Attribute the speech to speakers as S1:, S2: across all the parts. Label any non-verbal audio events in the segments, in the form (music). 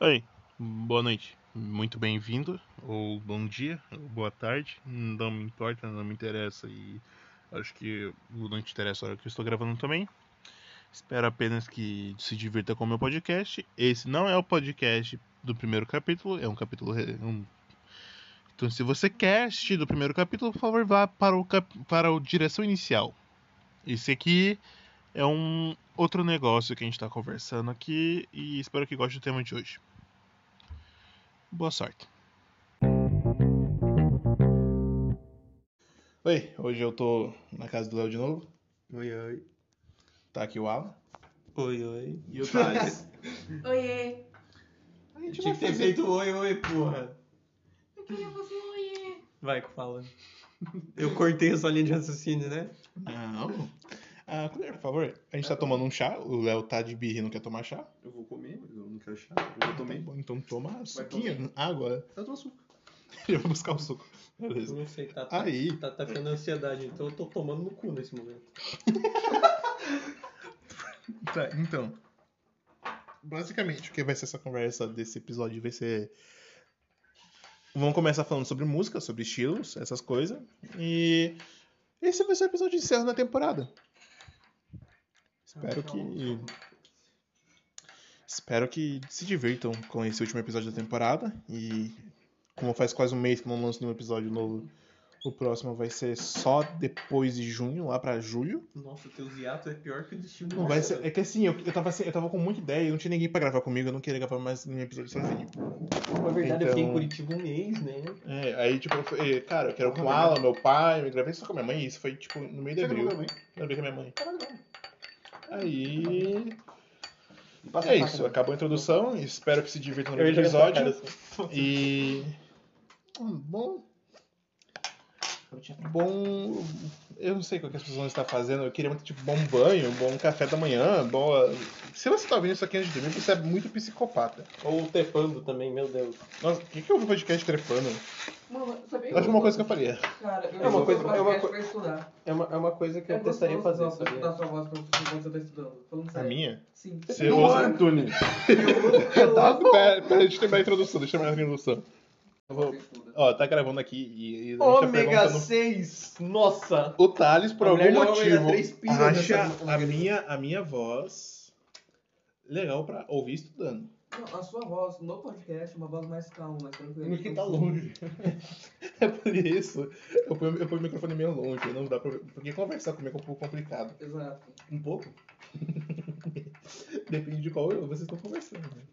S1: Oi, boa noite. Muito bem-vindo, ou bom dia, ou boa tarde. Não me importa, não me interessa e acho que não te interessa é a hora que eu estou gravando também. Espero apenas que se divirta com o meu podcast. Esse não é o podcast do primeiro capítulo, é um capítulo. re- um- Então, se você quer assistir do primeiro capítulo, por favor, vá para o, cap... para o direção inicial. Esse aqui é um outro negócio que a gente está conversando aqui e espero que goste do tema de hoje. Boa sorte. Oi, hoje eu tô na casa do Léo de novo.
S2: Oi, oi.
S1: Tá aqui o Alan.
S2: Oi, oi. E o Thales?
S3: Oiê!
S1: (laughs) A
S2: Eu Tinha que ter feito oi, oi, porra.
S3: Eu queria você, oiê!
S2: Vai, fala. Eu cortei a sua linha de raciocínio, né?
S1: Não. Ah, Claire, por favor, a gente tá tomando um chá. O Léo tá de birra e não quer tomar chá.
S4: Eu vou comer, mas eu não quero chá. Eu já tomei.
S1: Tá bom, então toma suquinho, água.
S4: Eu trouxe
S1: (laughs)
S4: suco.
S1: Ele vai buscar o suco.
S2: Eu
S1: Beleza.
S2: não sei, tá, tá,
S1: Aí.
S2: tá atacando a ansiedade, então eu tô tomando no cu nesse momento.
S1: Tá, então. Basicamente, o que vai ser essa conversa desse episódio vai ser. Vamos começar falando sobre música, sobre estilos, essas coisas. E esse vai ser o episódio de encerro da temporada. Espero que. Espero que se divirtam com esse último episódio da temporada. E como faz quase um mês que não lanço nenhum episódio novo, o próximo vai ser só depois de junho, lá pra julho.
S2: Nossa, teu hiato é pior que o destino
S1: Não vai ser. É que assim, eu, eu, tava, sem- eu tava com muita ideia e não tinha ninguém pra gravar comigo, eu não queria gravar mais nenhum episódio sozinho.
S2: Na verdade, eu fiquei em
S1: Então-
S2: Curitiba um mês, né?
S1: É, aí tipo, eu falei, cara, eu quero com Alan, meu pai, eu me gravei só com a minha mãe, e isso foi tipo no meio de
S4: Você
S1: abril.
S4: comeu
S1: Eu
S4: também?
S1: gravei com a minha mãe.
S4: Caralho, não.
S1: Aí.
S4: Passa
S1: É
S4: a faca,
S1: isso,
S4: né?
S1: acabou a introdução, espero que se divirtam no
S2: Eu ia jogar tua cara,
S1: episódio.
S2: assim.
S1: E. hum, Bom. Bom. Eu não sei o que as pessoas vão estar fazendo. Eu queria muito, tipo, bom banho, bom café da manhã, boa. Se você tá ouvindo isso aqui antes de dormir, você é muito psicopata.
S2: Ou tepando também, meu Deus.
S1: Nossa, o que, que eu ouvi podcast trepando?
S3: Mano, sabia
S1: Acho que é uma coisa que eu faria.
S3: Cara, eu
S2: É uma
S3: uso
S2: coisa-
S3: podcast
S2: é uma co-
S3: pra estudar.
S2: É uma, é uma coisa que eu
S3: É
S2: testaria
S3: gostoso
S2: fazer, é.
S3: escutar- escutar
S2: sabia?
S3: sua voz quando você- quando você tá estudando. Falando
S1: A
S3: sério.
S1: minha?
S3: Sim.
S2: é
S1: Você é,
S4: Não,
S1: usa-
S4: Anthony.
S2: (laughs)
S3: Eu uso
S1: Tá, pera, pera, deixa eu terminar a introdução, deixa eu terminar a introdução. Eu
S3: quando
S1: vou-
S3: você estuda.
S1: Ó, tá gravando aqui e, e a gente tá
S2: Ômega
S1: perguntando
S2: 6! Nossa!
S1: O Thales, por
S2: A
S1: algum
S2: mulher do homem dá
S1: motivo,
S2: três pilas
S1: acha
S2: nessa-
S1: a minha, a minha voz legal pra ouvir estudando.
S3: Não, a sua voz no podcast é uma voz mais calma, mais tranquila.
S2: No que tá longe.
S1: (laughs) É por isso. Eu ponho, eu ponho o microfone meio longe, não dá pra. Porque conversar comigo é um pouco complicado.
S3: Exato.
S2: Um pouco?
S1: (laughs) Depende de qual eu, vocês estão conversando. né?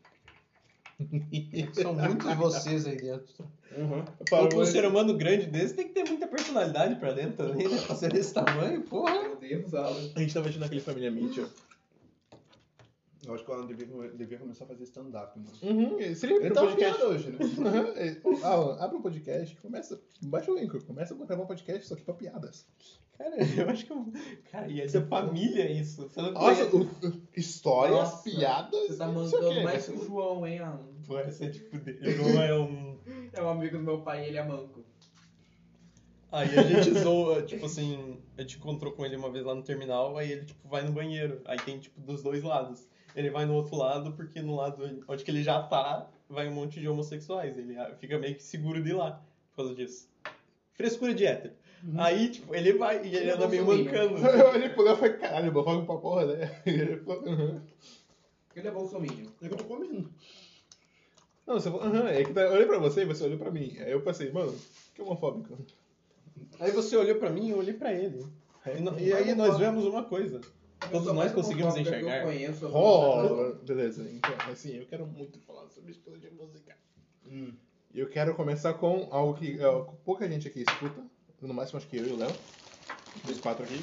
S2: São muitos vocês aí dentro.
S1: Para
S2: Pra um
S1: você-
S2: ser humano grande desse tem que ter muita personalidade pra dentro também, né? Pra ser desse tamanho, porra.
S3: Meu Deus, Alan.
S1: A gente
S4: tá
S1: tava assistindo aquele Família Mitchell.
S4: Eu acho que o Alan devia, devia começar a fazer stand-up, mano.
S1: Uhum, seria
S4: Ele
S1: um
S4: tá
S1: podcast.
S4: afiado hoje, né?
S1: (laughs) Aham, é, pô, Alan, abre um podcast, começa, baixa o link, começa a gravar um podcast só que pra piadas.
S2: Cara, eu acho que eu... Cara, ia ser família é isso. Você não
S1: Nossa,
S2: conhece.
S1: o- o- histórias,
S3: Nossa,
S1: piadas.
S3: Você tá
S1: não sei o quê.
S3: mancando mais que o João, hein, Alan?
S2: Vai ser tipo dele. Não é um...
S3: É um amigo do meu pai e ele é manco.
S2: Aí a gente zoa, tipo assim, a gente encontrou com ele uma vez lá no terminal, aí ele tipo vai no banheiro. Aí tem tipo dos dois lados. Ele vai no outro lado, porque no lado onde que ele já tá, vai um monte de homossexuais. Ele ah, fica meio que seguro de ir lá por causa disso. Frescura de hétero.
S1: Uhum.
S2: Aí, tipo, ele vai né? e ele
S3: Eu
S2: anda meio
S3: sou livre.
S2: mancando.
S1: Eu (laughs) olhei pro Léo e falei, caralho, vou falar pra porra, né? (laughs) Ele falou, aham.
S3: Ele é bolsominion.
S4: É que eu tô comendo.
S1: Não, você falou, aham, é que tá- eu olhei pra você e você olhou pra mim. Aí eu pensei, mano, que homofóbico.
S2: Aí você olhou pra mim e eu olhei pra ele. E, no- e aí nós vemos uma coisa. Todos
S3: Eu sou
S2: nós
S3: mais
S2: conseguimos
S3: homofóbico que
S2: enxergar.
S3: Eu conheço. eu vou-
S1: Oh, beleza, então, assim, eu quero muito falar sobre estilo de música.
S4: Hum.
S1: E eu quero começar com algo que ó, pouca gente aqui escuta, no máximo acho que eu e o Léo, dos quatro aqui.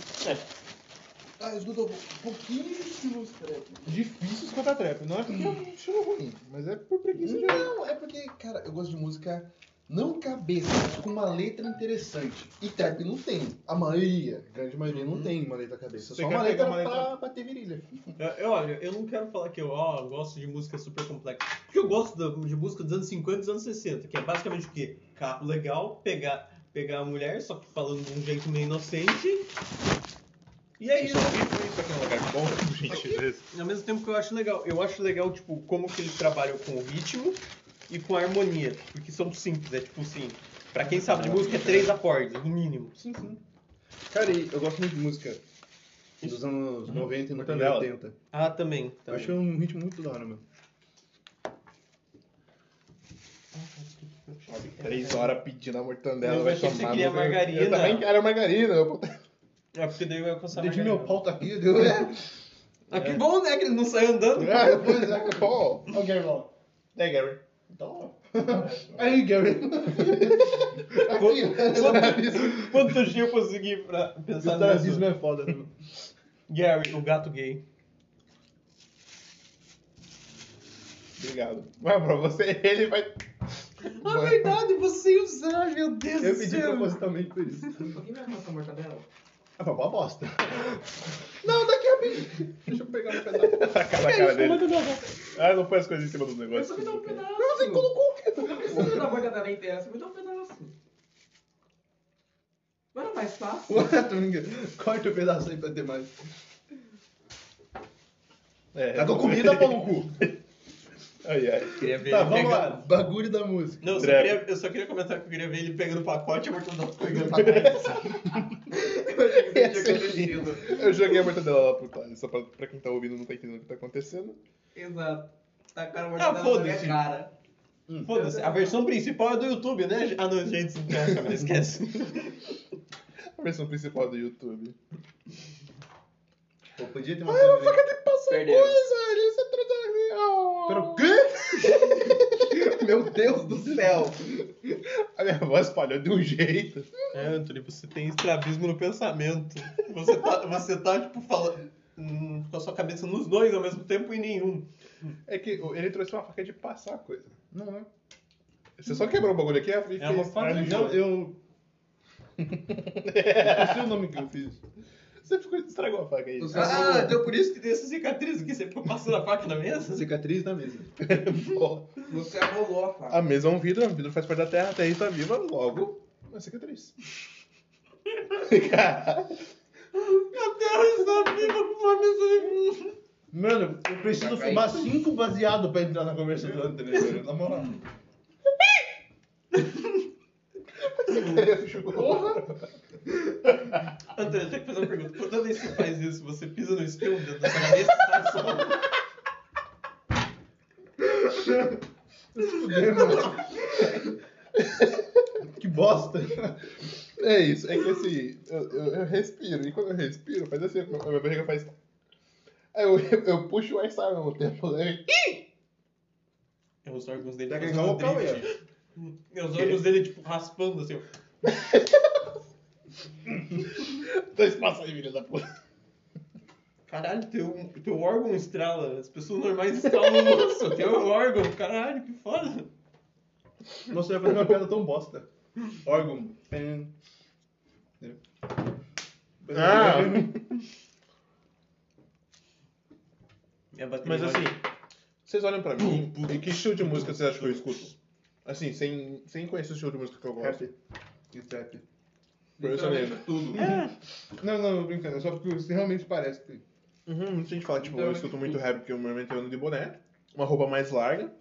S3: Ah, eu escuto um pouquinho de estilos, cara.
S1: Difícil escutar trap, não é porque é um estilo ruim, mas é por preguiça de
S4: Hum. Não, é porque, cara, eu gosto de música não cabeça, mas com uma letra interessante. E trap não tem. A maioria, a grande maioria, não tem uma letra cabeça.
S1: Hum. Você
S4: Só
S1: quer
S4: uma letra,
S1: pegar uma letra-
S4: pra bater virilha.
S2: Eu- Eu, olha, eu não quero falar que eu, ó, gosto de música super complexa. Porque eu gosto da- de música dos anos 50 e dos anos 60, que é basicamente o quê? Carro legal, pegar, pegar a mulher, só que falando de um jeito meio inocente. E é
S1: Eu
S2: isso.
S1: só vi por isso aqui no
S2: É
S1: lugar bom, gentileza.
S2: E ao mesmo tempo que eu acho legal. Eu acho legal, tipo, como que eles trabalham com o ritmo e com a harmonia. Porque são simples, é tipo assim. Pra quem sabe de música, é três acordes, no mínimo.
S4: Sim, sim. Cara, e eu gosto muito de música dos anos 90 e dos anos
S1: Mortadela.
S4: 80.
S2: Ah, também.
S4: Eu
S2: também.
S4: acho um ritmo muito da hora, mano. Três horas pedindo a mortandela,
S2: Eu
S4: vai
S2: achei
S4: tomar.
S2: que você queria
S4: no cu.
S2: margarina.
S4: Eu também quero margarina. Eu
S2: É porque daí vai alcançar
S4: perdi
S2: margarina.
S4: meu pau tá aqui, deu. É,
S2: Ah, que bom, né? Que ele não saiu andando.
S4: é, pois é, que pau.
S3: Ó, o Gary lá.
S4: É, Gary.
S3: Então,
S4: Aí, Gary. Aqui, essa nariz.
S2: Quanto dia eu consegui pra pensar nisso?
S4: Nazismo é foda, né? mano?
S2: Gary, o gato gay.
S4: Obrigado. Mas pra você, ele vai.
S2: Na Ah, verdade, você usar, meu Deus
S4: Eu
S2: do
S4: pedi
S2: céu.
S4: propositalmente por isso.
S5: Alguém vai arrumar essa mortadela?
S4: É pra uma bosta. Não, daqui a pouco. Deixa eu pegar um pedaço.
S1: A cara, a cara dele. Ah, não põe as coisas em cima dos
S5: Você
S1: negócios.
S5: me dá um pedaço.
S4: Você colocou o quê?
S5: Eu não preciso da mortadela inteira, você me dá um pedaço. Não era mais fácil?
S4: Ué, tu (laughs) me engana. Corta o pedaço aí pra ter mais.
S1: É,
S4: Tá com comida, pau no cu.
S1: (laughs) Ai, ai.
S2: Queria ver
S4: Tá,
S2: ele
S4: vamos lá.
S2: pegando-
S4: Bagulho da música.
S2: Não, eu só,
S1: Trap.
S2: queria, eu só queria comentar que eu queria ver ele pegando o pacote e a mortadela pegando
S4: (laughs)
S2: o pacote.
S5: Esse
S4: É, Esse é aqui.
S1: Eu joguei a mortadela lá pro Thales, só pra, pra quem tá ouvindo não tá entendendo o que tá acontecendo.
S5: Exato. Tacaram
S2: Ah,
S5: a mortadela na
S2: foda-se.
S5: minha cara.
S4: Hum.
S2: Foda-se, a versão principal é do YouTube, né? Ah, não, gente, não, cara, esquece. (laughs)
S1: É A versão principal do YouTube.
S4: Pô, podia ter uma câmera.
S5: Perdeu.
S1: ele se transarriu.
S4: Pera, o quê?
S1: (laughs)
S4: Meu Deus do céu.
S1: A minha voz falhou de um jeito.
S2: É, Anthony, você tem estrabismo no pensamento. Você tá, você tá tipo, falando hum, com a sua cabeça nos dois ao mesmo tempo e nenhum.
S1: É que ele trouxe uma faca de passar a coisa.
S4: Não é.
S1: Você só quebrou o bagulho aqui e fez...
S2: É uma faca
S1: Aí
S2: de-
S1: já-
S4: Não, eu... Eu sei o nome que eu fiz.
S1: Você ficou, estragou a faca aí.
S4: Você-
S2: Ah, então por isso que tem essa cicatriz aqui, você ficou passando a faca na mesa?
S4: Cicatriz na mesa.
S1: (laughs) Porra.
S5: Você arrolou a Tá, faca.
S4: Ah,
S1: A mesa é um vidro, o vidro faz parte da terra, a terra está viva, logo, uma cicatriz. Cara,
S2: Meu Deus, está viva com uma mesa de...
S4: Mano, eu preciso
S5: Vai cair.
S4: fumar cinco baseados pra entrar na conversa do Anthony, velho. Na
S1: (laughs)
S4: moral.
S1: (laughs)
S2: Antônio, eu tenho que fazer uma pergunta. Toda vez que você faz isso, você pisa no espelho dentro da sua cabeça e sai só.
S4: Que bosta.
S1: é isso, é que assim, eu, eu, eu respiro, e quando eu respiro, faz assim, a minha barriga faz... Aí eu, eu puxo o ar e sai ao mesmo tempo, né?
S2: É os órgãos dele
S4: Tá
S2: fazendo
S4: cagando o pau,
S2: drift. É os órgãos dele, tipo, raspando, assim. ó.
S1: Dois passos aí, filha da puta.
S2: Caralho, teu, teu órgão estrala. As pessoas normais estralam o osso. Teu órgão, caralho, que foda.
S4: Nossa, eu ia fazer uma piada tão bosta. Órgão. Pen.
S1: Ah.
S2: É bater
S1: Mas
S2: no
S1: assim,
S2: órgão.
S1: vocês olham pra mim, e que estilo de música vocês acham que eu escuto? Assim, sem, sem conhecer o estilo de música que eu gosto.
S4: Rap. E trap.
S1: Personagem.
S5: Tudo.
S4: Não, não, brincando. É só porque você realmente parece que...
S1: Uhum, muita gente fala, tipo, eu escuto muito rap porque eu normalmente eu ando de boné, uma roupa mais larga,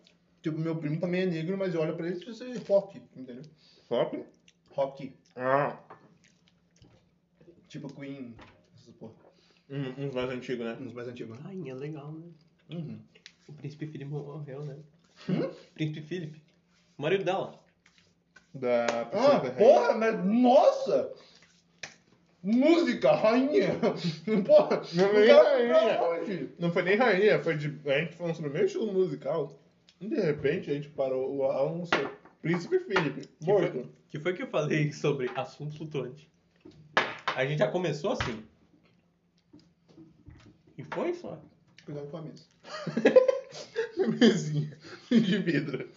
S4: Tipo, meu primo também é negro, mas eu olho pra ele e você é rock, entendeu?
S1: top.
S4: Rock.
S1: Ah,
S4: Tipo Queen. Essas porra.
S1: um- uns mais antigos, né?
S4: Uns mais antigos. né?
S2: Rainha legal, né?
S4: Uhum.
S2: O príncipe Felipe morreu, né? Príncipe Felipe. O marido dela.
S1: Da
S4: Ah,
S1: Priscila Ferreira.
S4: porra, mas nossa! Música, rainha!
S6: (laughs)
S4: Porra,
S1: Não
S4: o
S1: é
S4: cara
S1: rainha.
S4: pra onde?
S1: Não foi nem rainha, foi de. A gente falando sobre o meu estilo musical. E de repente a gente parou o anúncio. Príncipe Felipe, morto.
S2: Que foi que eu falei sobre assunto flutuante. A gente já começou assim. E foi só.
S4: Cuidado com a
S1: (laughs)
S4: mesa.
S1: Mesinha de vidro.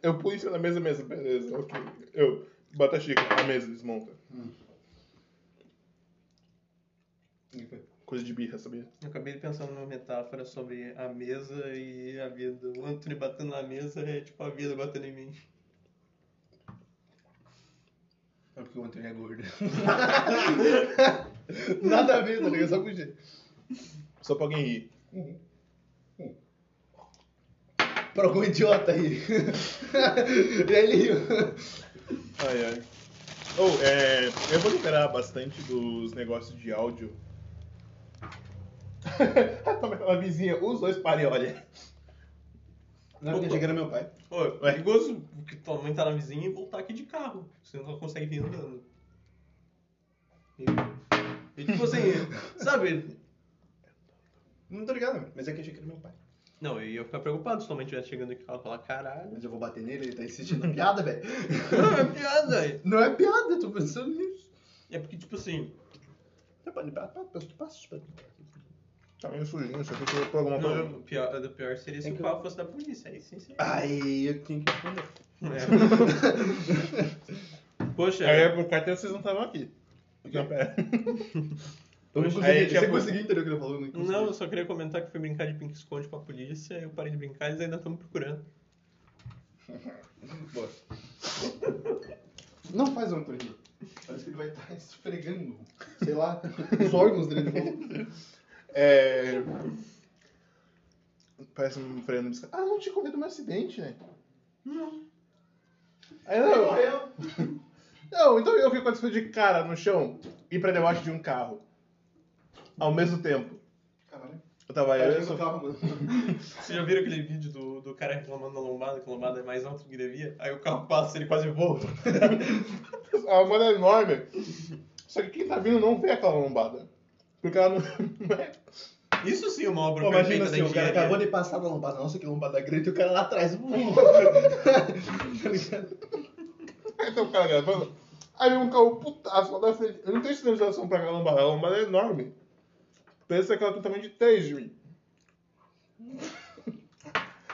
S1: Eu pus isso na mesa, mesa, beleza, ok. Eu bato a xícara, a mesa desmonta. Coisa de birra, sabia?
S2: Eu acabei pensando numa metáfora sobre a mesa e a vida. O Anthony batendo na mesa é tipo a vida batendo em mim.
S4: É porque o Antônio é gordo.
S6: (laughs) Nada a ver, tá ligado? Só com jeito. Só pra alguém rir. Pra algum um idiota rir. (laughs) e aí ele riu.
S1: Ai, ai. Oh, é, eu vou liberar bastante dos negócios de áudio. (laughs) Tá a vizinha, os dois parem, olha.
S6: Não, porque achei que era meu pai.
S2: Pô, é perigoso que tua mãe tá na vizinha e voltar aqui de carro. Você não consegue vir andando. E, e tipo assim, sabe?
S6: Não tô ligado, meu. mas é que achei que era meu pai.
S2: Não, eu ia ficar preocupado se tua mãe estivesse chegando aqui e falar,
S6: (laughs)
S2: caralho.
S6: Mas eu vou bater nele, ele tá insistindo na piada, velho. (laughs)
S2: Não, é piada.
S6: Não é piada, eu tô pensando nisso. tá,
S2: É porque, tipo assim,
S1: Tá meio sujinho, isso aqui foi por alguma coisa.
S2: não, o pior, o pior seria se
S6: É
S2: o
S6: que eu-
S2: carro fosse da polícia. Aí sim
S6: (laughs)
S2: É. seria.
S6: Aí eu tenho que responder.
S2: É. Poxa,
S1: Aí é por carteira vocês não estavam aqui. Então, é. Não, pera.
S6: Eu não
S1: Aí
S6: consegui,
S1: tinha
S6: você
S1: pu-
S6: conseguiu entender o que ele falou? Não, consegui.
S2: não, eu só queria comentar que fui brincar de pink-esconde com a polícia, eu parei de brincar e eles ainda estão me procurando.
S6: Bora. Não faz uma torrinha. Parece que ele vai estar (laughs) esfregando, sei lá, os órgãos dele.
S1: É. Parece um freio no Ah, não tinha comido meu acidente, né? Não. Aí não. Não, então eu fico com a desculpa de cara no chão e pra debaixo de um carro. Ao mesmo tempo.
S6: Caralho.
S1: Eu tava eu,
S6: Parece
S1: eu
S6: que eu tava, mano.
S2: Vocês já viram aquele vídeo do, do cara reclamando na lombada, que a lombada é mais alta do que devia? Aí o carro passa, ele quase voa.
S1: A lombada é enorme. Só que quem tá vindo não vê aquela lombada. Porque ela não. não (laughs) é-
S2: Isso sim é uma obra
S6: Pô, imagina
S2: perfeita
S6: assim,
S2: da
S6: o cara
S2: engenharia.
S6: acabou de passar na lombada. Nossa, que lombada grande. E o cara lá atrás. "Hum".
S1: (laughs)
S6: Tá ligado?
S1: Aí tem um cara gravando. Aí um carro putaço lá da frente. Eu não tenho sinal de relação pra aquela lombada. A lombada é enorme. Pensa que ela é tem tamanho de 3 de mim.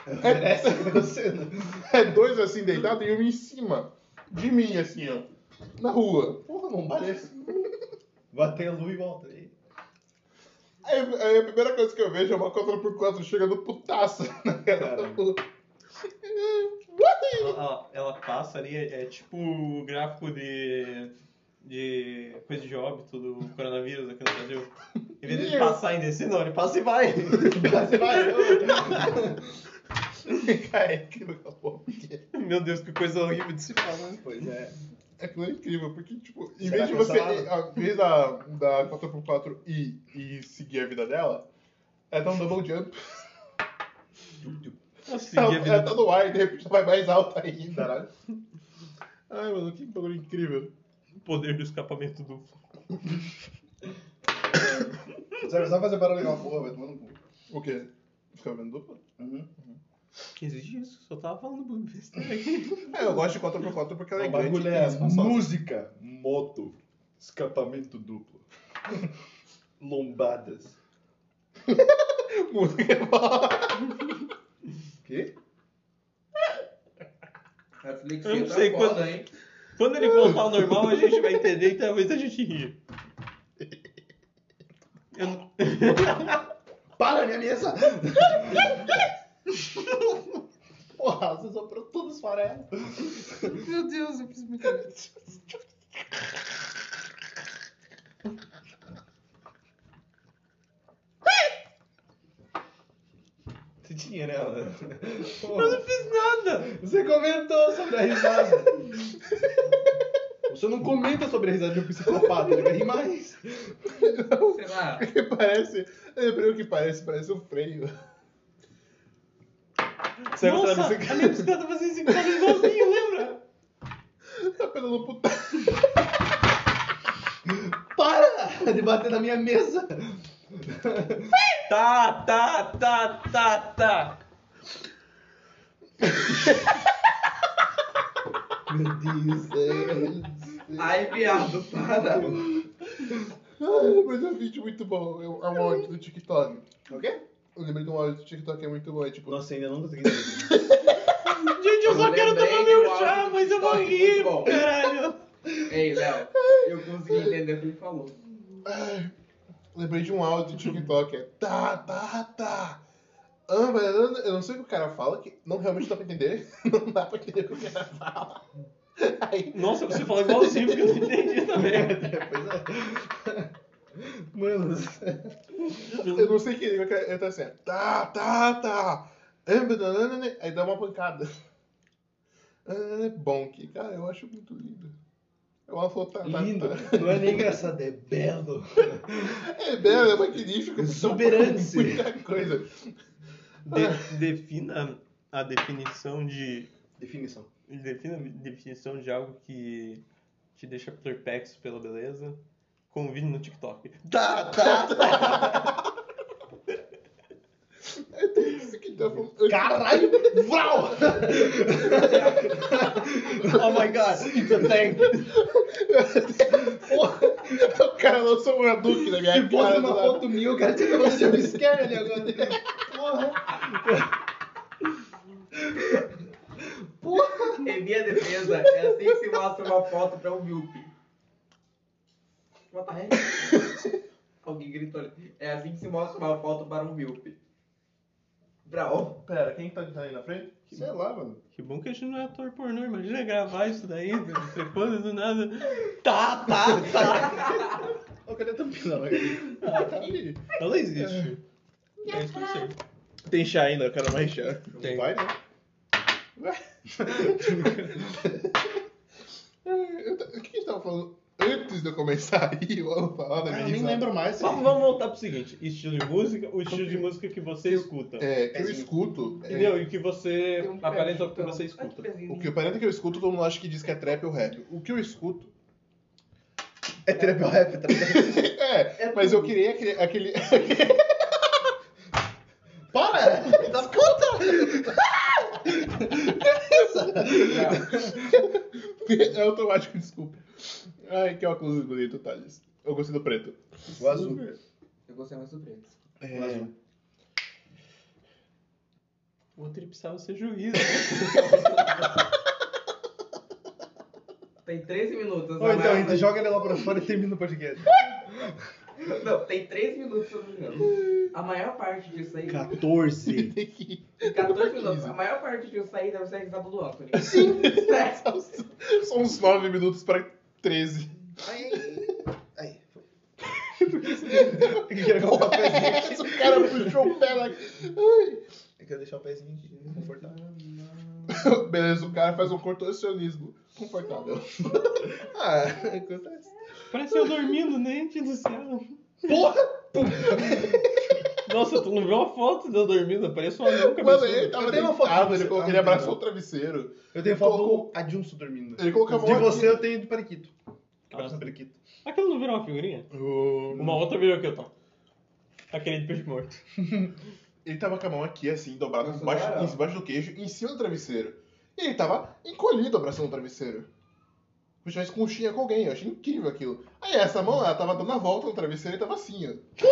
S6: Oferece pra você, né?
S1: (laughs) É dois assim deitado e um em cima. De mim, assim, ó. Na rua.
S6: Porra, lombada é assim. Bater a lua e volta. E-
S1: Aí, aí a primeira coisa que eu vejo é uma 4x4 chegando putaça (laughs) naquela
S6: Caralho.
S1: rua.
S2: Ela, ela- ela passa ali, é, é tipo o gráfico de, de coisa de óbito do coronavírus aqui no Brasil. Em vez de ele passar e descer, não, ele passa e vai.
S6: Vai, ô.
S1: Cara, (laughs) é incrível aquela porra.
S2: Meu Deus, que coisa horrível de se falar.
S6: Pois é.
S1: Aquilo é incrível, porque, tipo, em
S6: Será
S1: vez de
S6: que eu
S1: você
S6: salvo?
S1: ir, a vez da, da 4x4 ir e seguir a vida dela, ela dá um double jump. (laughs)
S2: Assim,
S1: Ela,
S2: a
S1: ela
S2: vida...
S1: tá no ar e de repente ela vai mais alta ainda.
S6: (laughs) Caralho.
S1: Ai, mano, que bagulho incrível.
S2: O poder do escapamento duplo.
S6: Sério, só fazer barulho legal, porra, vai tomando um cu.
S1: O quê? Fica vendo dupla?
S6: Uhum.
S2: Existe isso, só tava falando besteira (laughs) aqui.
S1: É, eu gosto de 4x4 porque ela é
S6: o
S1: grande.
S6: bagulho
S1: e
S6: é
S1: espaçosa.
S6: música, moto, escapamento duplo, (laughs) lombadas. (laughs)
S1: Música é boa.
S6: Quê?
S5: Reflexão
S2: Eu não
S5: tá
S2: sei
S5: foda,
S2: quando-
S5: hein?
S2: Quando ele voltar ao normal, a gente vai entender e talvez a gente ria. Eu não...
S6: Para minha mesa! (laughs) Porra, você soprou todos os farelos.
S2: Meu Deus, eu fiz muita
S6: Você tinha, né?
S2: Eu não fiz nada!
S6: Você comentou sobre a risada. Você não comenta sobre a risada de um psicopata, ele vai rir mais.
S5: Sei lá. tá
S1: Que (laughs) parece. Eu lembrei o que parece, parece um freio. Sabe
S2: Nossa,
S1: aquela
S2: a minha bicicleta fazia esse cara igualzinho, lembra?
S1: Tá pedalando puta. (laughs)
S6: Para de bater na minha mesa!
S2: Tá, tá, tá, tá, tá.
S6: Meu Deus,
S5: Ai, viado, para.
S1: Ai, mas é um vídeo muito bom. É um é um áudio do TikTok.
S6: O quê?
S1: é. Eu lembrei de um áudio do TikTok que é muito bom. É tipo.
S6: Nossa, ainda não consegui entender.
S2: Gente, eu só
S5: Eu
S2: quero tomar
S5: lembrei que o
S2: meu
S5: áudio
S2: chá,
S5: do
S2: mas eu vou
S5: TikTok é
S2: rir,
S5: muito bom.
S2: caralho.
S5: Ei, Léo, eu consegui entender o que ele falou.
S1: Ai, lembrei de um áudio do TikTok. É tá, tá, tá. Ah, mas eu não- eu não sei o que o cara fala, que não realmente dá pra entender. (laughs) Não dá pra entender o que o cara fala. Aí,
S2: (laughs) Nossa, você falou igualzinho, porque eu não entendi também.
S6: Pois é.
S1: Mano, eu não sei o que ele vai Ele tá assim, ó, tá, tá, tá. Aí dá uma pancada. (laughs) É bom que, cara, eu acho muito lindo. Ela falou, tá, tá,
S6: Lindo.
S1: tá.
S6: Não é nem engraçado, é belo.
S1: É belo, é magnífico.
S6: Exuberante.
S1: Muita coisa.
S2: De- defina a definição de.
S1: Definição.
S2: Defina a definição de algo que te deixa perplexo pela beleza com um vídeo no TikTok. Tá, tá, tá.
S1: Isso que tá falando. Eu-
S6: Caralho! Vau! oh my god, it's a tank.
S1: (laughs) O cara lançou um Hadouken na minha
S6: Se fosse
S1: cara.
S6: uma
S1: do nada.
S6: foto minha, o cara tinha tomado jump scare ali agora. né? Porra!
S5: Em minha defesa, é assim que se mostra uma foto pra um míope. What the heck? Alguém gritou ali. É assim que se mostra uma foto para um míope. Brau.
S1: Pera, quem tá aí na frente? Sei lá, mano.
S2: Que bom que a gente não é ator pornô, imagina gravar isso daí, você pôs do nada. Tá, tá, tá.
S1: Ô, cadê a tampinha? Ah, tá ali.
S2: Ela existe.
S7: É.
S2: 10%.
S1: Tem chá ainda, eu quero mais chá.
S2: Tem.
S1: Vai, né? (laughs) É, eu ta- O que a gente tava falando antes de eu começar aí? Ah, Eu falar da minha
S6: Eu nem
S1: risada?
S6: lembro mais.
S2: Vamos, vamos voltar pro seguinte: estilo de música, o estilo de música que você escuta.
S1: É, que eu
S5: Pezinho.
S1: escuto. é,
S2: Entendeu? E o que você
S5: Tem um
S2: aparenta o que
S5: pezinho,
S2: você
S5: então.
S2: escuta.
S5: Ai, que pezinho
S1: o que aparenta que eu escuto, todo mundo acha que diz que é trap ou rap. O que eu escuto. (laughs)
S6: É trap ou rap,
S1: tá
S6: trap.
S1: É,
S5: É
S1: mas eu
S5: tudo.
S1: queria aquele. aquele... (laughs)
S6: Para! Me dá conta!
S1: é automático, desculpa. Ai, que óculos bonito, Thales. Eu gostei do preto.
S6: O azul.
S5: Eu gostei mais do preto.
S1: É... azul.
S2: O outro ele precisava ser juiz.
S5: Tem 13 minutos.
S6: Ou
S5: a
S6: então,
S5: maior-
S6: Rita, joga ele lá pra fora e termina o podcast.
S5: Não, tem 3 minutos, se eu não me engano. A maior parte disso aí.
S6: 14.
S5: 14 minutos. A maior parte disso aí deve ser a risada do Anthony.
S1: São uns 9 minutos pra (laughs) 13.
S6: Aí. Eu quero colocar o pezinho aqui.
S1: É, Esse cara puxou o pé lá. Ai.
S6: Eu quero deixar o pezinho aqui, confortável.
S1: Beleza, o cara faz um contorcionismo. Confortável.
S6: Ah, acontece.
S2: Parece eu dormindo, né, gente do céu.
S6: Porra!
S2: Nossa, tu não viu uma foto de eu dormindo? Parece um anão
S1: Mano, ele
S2: cabeçudo.
S1: tava
S6: Eu tenho uma foto
S1: deitado,
S6: de
S1: ele,
S6: você.
S1: colocou-
S6: Ah,
S1: ele
S6: não.
S1: abraçou o travesseiro.
S6: Eu tenho foto
S1: Colocou-
S6: do Adilson dormindo.
S1: Ele colocou a mão
S6: De
S1: aqui.
S6: você eu tenho de Paraquito. Que
S2: Ah.
S6: parece um Paraquito.
S2: Aquilo não virou uma figurinha?
S1: O-
S2: Uma outra virou que eu tô. Aquele de peixe morto.
S1: Ele tava com a mão aqui, assim, dobrada
S5: Nossa,
S1: embaixo,
S5: cara.
S1: em cima do queijo, em cima do travesseiro. E ele tava encolhido abraçando o travesseiro. Como se tivesse conchinha com alguém, eu achei incrível aquilo. Aí essa mão, ela tava dando a volta no travesseiro e tava assim, ó. (laughs)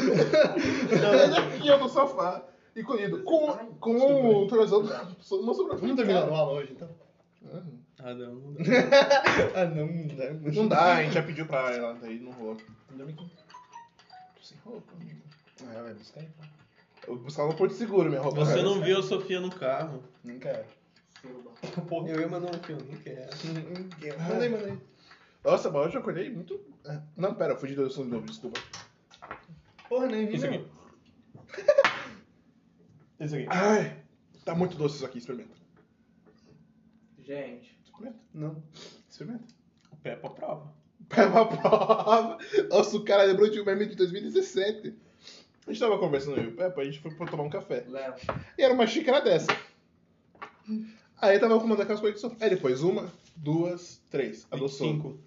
S1: ele aqui, ó, no sofá, encolhido. Com, com um travessão, uma sobrancelha.
S6: Vamos terminar no aula hoje, então?
S2: Ah, não, não dá.
S6: Ah, não, não dá.
S1: Não dá, a gente já pediu pra ela, daí não rolou.
S6: Dorme com...
S1: Tô sem roupa, amigo.
S6: Ah, vai buscar então.
S1: Eu buscava um porto seguro, minha roupa.
S2: Você não viu a Sofia no carro.
S6: Nunca é.
S2: Porra, eu ia mandar um filme, não quer.
S6: Manda aí, manda aí.
S1: Nossa, mas hoje eu acordei muito... Não, pera, eu fugi do som de novo, desculpa.
S6: Porra, nem vi, né?
S2: Isso
S6: não.
S2: aqui. Isso aqui.
S1: Ai, tá muito doce isso aqui, experimenta.
S5: Gente,
S1: Experimenta. Não. Experimenta.
S2: O pé é pra prova.
S1: Pega a prova. Nossa, o cara lembrou de um meme de 2017. A gente tava conversando eu e o Peppa, a gente foi pra tomar um café.
S5: leva.
S1: E era uma xícara dessa. Aí eu tava arrumando aquelas coisas de sofá. Aí ele pôs uma, duas, três. Adoçou.
S2: Cinco.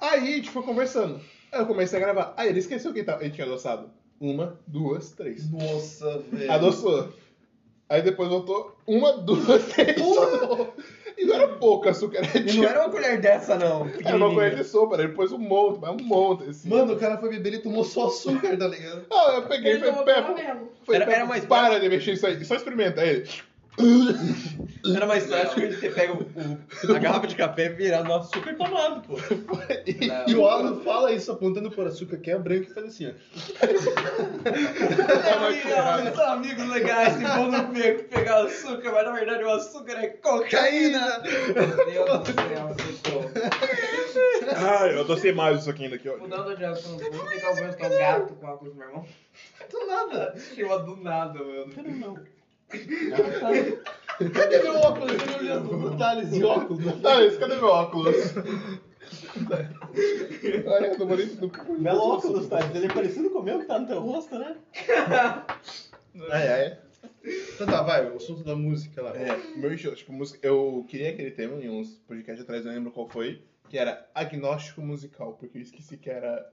S1: Aí a gente foi conversando. Aí eu comecei a gravar. Aí ele esqueceu que ele tava- ele tinha adoçado. Uma, duas, três.
S6: Nossa, velho.
S1: Adoçou. Aí depois voltou uma, duas, três. adoçou. E não era pouco açúcar. Era,
S6: E
S1: tipo-
S6: não era
S2: um
S6: uma colher dessa, não.
S1: era uma colher
S6: pequenininha.
S1: de sopa. Ele pôs um monte, mas um monte. Assim.
S6: Mano, o cara foi beber, ele tomou só açúcar, tá ligado?
S1: Ah, eu peguei e falei, Pepe,
S5: caramelo.
S1: foi,
S2: Era-
S1: Pepe,
S2: era mais-
S1: para de mexer isso aí, só experimenta aí.
S2: Era mais prático ele ter pego o- a garrafa de café, virado no açúcar e tomado, pô.
S6: E o Alan fala isso apontando por açúcar, que é branco, e faz assim, ó.
S2: Meus amigos legais, esse bolo não veio pegar açúcar, mas na verdade o açúcar é cocaína.
S6: né?
S5: Meu Deus do céu, socorro.
S8: Ah, eu gostei mais disso aqui ainda aqui, ó.
S5: Mudando de assunto, vamos ter que aumentar o gato com a cruz do meu irmão?
S2: é (laughs) Do
S5: (laughs)
S2: nada.
S5: Chegou do nada, mano.
S2: Cadê meu óculos? Eu olhei do Thales de óculos. né?
S1: Ah, esse cadê meu óculos? Ai, eu não vou nem. Nunca vou
S2: Belo óculos, Thales. Ele é parecido com o meu que tá no teu rosto, né?
S6: Ai, ai. Então tá, vai, o assunto da música lá.
S1: É, meu estilo, tipo, música. Eu queria aquele tema em uns podcasts atrás, eu não lembro qual foi, que era agnóstico musical, porque eu esqueci que era.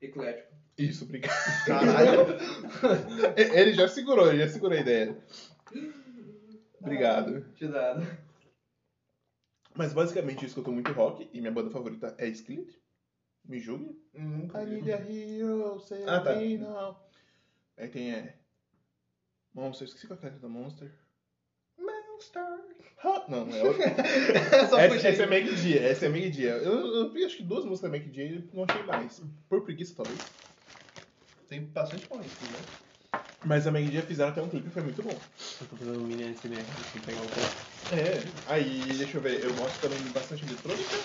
S5: Eclético.
S1: Isso, obrigado. (laughs)
S5: (laughs)
S6: Caralho.
S1: Ele já segurou, ele já segurou a ideia. Obrigado.
S5: Te dado.
S1: Mas basicamente eu escuto muito rock e minha banda favorita é Skillet. Me julgue.
S5: Uhum.
S1: I need a hero, say
S6: Ah, tá.
S1: me now. Aí tem é. Monster, esqueci qual que é a letra do Monster. Monster! Ah, não, não é outra.
S6: Só
S1: essa,
S6: puxei.
S1: essa é Make Dia, essa é Make Dia. Eu, eu peguei acho que duas músicas da Make Dia e não achei mais. Por preguiça, talvez. Tem bastante polêmica, né? Mas a Make Dia fizeram até um clipe que foi muito bom.
S2: Eu tô fazendo um mini SMR aqui, pegar um o
S1: É. Aí, deixa eu ver, eu gosto também bastante de eletrônica.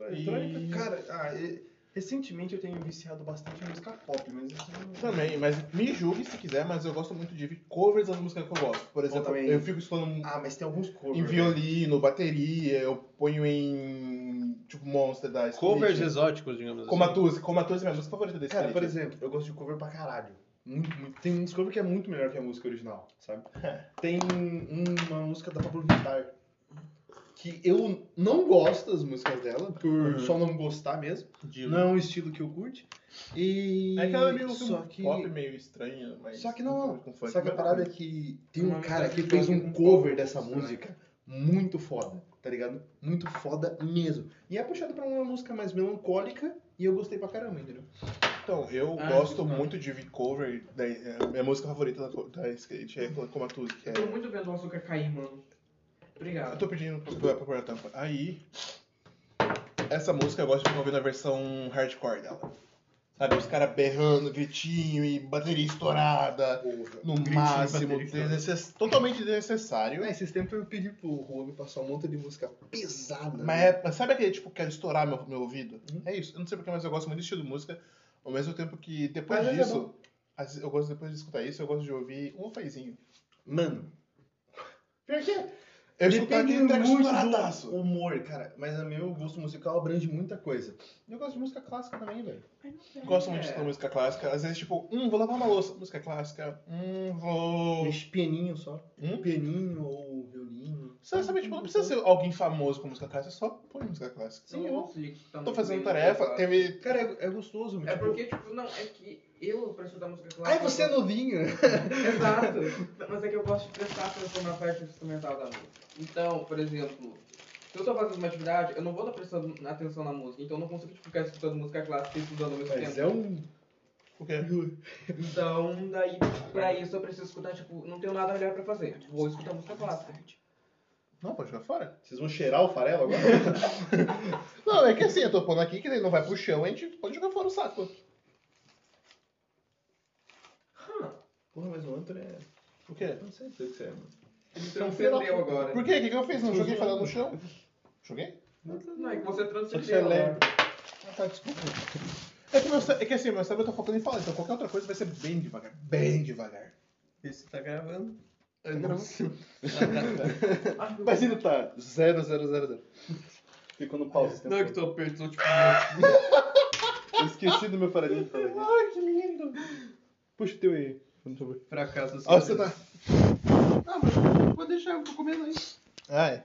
S6: Eletrônica,
S1: E-
S6: Cara, ah, e- recentemente eu tenho viciado bastante em música pop, mas isso não...
S1: Também, mas me julgue se quiser, mas eu gosto muito de covers das músicas que eu gosto. Por exemplo,
S6: também.
S1: eu fico escutando
S6: Ah, mas tem alguns covers.
S1: em violino, bateria, eu ponho em tipo Monster da
S2: Covers
S1: Split.
S2: exóticos, digamos assim.
S1: Comatose, Comatose é minha música favorita desse
S6: Cara, por
S1: exemplo.
S6: exemplo, eu gosto de cover pra caralho. Muito, muito. Tem uns cover que é muito melhor que a música original, (laughs) sabe? Tem uma música da Pablo Vittar que eu não gosto das músicas dela, por só não gostar mesmo.
S2: Digo.
S6: Não é um Uhum. estilo que eu curte. E.
S1: É que ela é meio
S6: só que...
S1: pop meio estranha, mas.
S6: Só que não,
S1: com funk,
S6: só que a
S1: mas-
S6: parada é que tem
S5: Uma
S6: um cara que
S5: metade
S6: fez
S5: funk
S6: um
S5: com
S6: cover
S5: pop,
S6: dessa
S5: né?
S6: música muito foda, tá ligado? Muito foda mesmo. E é puxado pra uma música mais melancólica e eu gostei pra caramba, entendeu?
S1: Então, eu
S5: Ah,
S1: gosto
S5: não.
S1: muito de cover. Da, é, minha música favorita da, da skate é Comatose, que é.
S5: Tô muito vendo o açúcar cair, mano.
S1: Eu
S5: Obrigado.
S1: tô pedindo pra pra pôr a tampa. Aí. Essa música eu gosto de ficar ouvindo a versão hardcore dela. Sabe, os caras berrando, gritinho e bateria estourada. No
S6: Gritinho e
S1: máximo,
S6: bateria estourada.
S1: desnecess- totalmente desnecessário.
S6: Ah, esses tempos eu pedi pro Juan me passar um monte de música pesada.
S1: Mas
S6: né?
S1: é- mas sabe aquele tipo que quer estourar meu, meu ouvido?
S6: Uhum.
S1: É isso. Eu não sei porquê, mas eu gosto muito de estilo de música. Ao mesmo tempo que depois
S6: Mas é
S1: disso. às vezes eu gosto depois de escutar isso, eu gosto de ouvir um faizinho.
S6: Mano. Pior que é.
S1: Eu escutar aquele track
S6: do
S1: estouradaço.
S6: humor, cara. Mas o meu gosto musical abrange muita coisa. Eu gosto de música clássica também, velho. É.
S1: Gosto muito de escutar música clássica. Às vezes, tipo, hum, vou lavar uma louça. Música clássica. Hum, vou.
S6: Mas pianinho só.
S1: Hum?
S6: Pianinho ou violino.
S1: Sabe, sabe, tipo, não precisa ser alguém famoso com música clássica, só põe música clássica.
S5: Eu não consigo escutar
S1: Tô
S5: muito
S1: fazendo
S5: bem
S1: tarefa,
S5: música
S1: teve.
S6: Cara, é, é gostoso.
S5: clássica. tá É
S6: tipo-
S5: porque, tipo, não, é que eu, pra estudar música
S6: Ai,
S5: clássica...
S6: você é novinho.
S5: Exato. Mas é que eu gosto de prestar atenção na parte instrumental da música. Então, por exemplo, se eu tô fazendo uma atividade, eu não vou estar prestando atenção na música. Então eu não consigo tipo, ficar escutando música clássica e estudando ao mesmo
S6: Mas
S5: tempo.
S6: é um.
S1: O quê?
S5: Então, daí, pra isso eu preciso escutar, tipo, não tenho nada melhor pra fazer. Tipo, Vou escutar música clássica.
S1: Não, pode jogar fora.
S6: Vocês vão cheirar o farelo agora?
S1: Não, é que assim, eu tô pondo aqui que ele não vai pro chão, a gente pode jogar fora o saco.
S5: Então,
S6: Porra, mas o Antônio é.
S1: O quê?
S6: Não sei o que você é, mano.
S5: Ele
S1: filho da
S5: transcendeu agora.
S1: Por quê? O que, que eu fiz? Não joguei farelo no chão? Joguei?
S5: Não, é que
S1: Você
S5: você
S1: é
S5: transcendeu agora.
S1: leve. Ah, tá, desculpa. É que, meu, cé- é que assim, meu cérebro tá focando em falar, então qualquer outra coisa vai ser bem devagar. Bem devagar.
S2: Isso tá gravando.
S6: Mas ele tá. Zero, zero, zero, zero. Ficou no pause. esse tempo
S2: Não, é que
S6: todo.
S2: tô perto, tô tipo...
S6: Eu esqueci do meu farelinho de falar
S1: (laughs)
S6: aqui.
S1: Ai, que lindo.
S6: Puxa o teu aí.
S2: Fracasso. assim.
S1: Ó, você tá.
S6: Ah, mas vou deixar, eu tô comendo aí.
S1: Ai.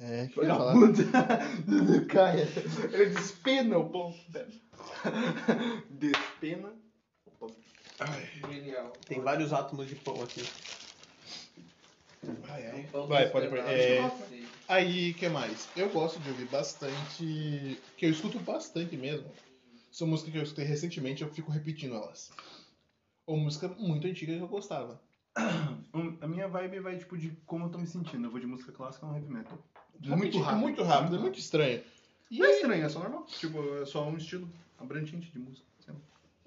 S1: Ah, É, que eu ia falar. (laughs)
S6: bunda. Caia. Ele despena o pão. Despena.
S5: Genial.
S2: Tem vários átomos de pão aqui.
S1: Ai, ai.
S5: Então,
S1: Vai, pode pôr. É,
S5: Nossa.
S1: Aí, que mais? Eu gosto de ouvir bastante. Que eu escuto bastante mesmo. São músicas que eu escutei recentemente, eu fico repetindo elas. Ou música muito antiga que eu gostava.
S6: Um, minha vibe vai, tipo, de como eu tô me sentindo. Eu vou de música clássica ou heavy metal.
S1: Muito rápido. Muito rápido, é muito estranho. E
S6: Não é estranho, é só normal. Tipo, é só um estilo abrangente de música. sei lá.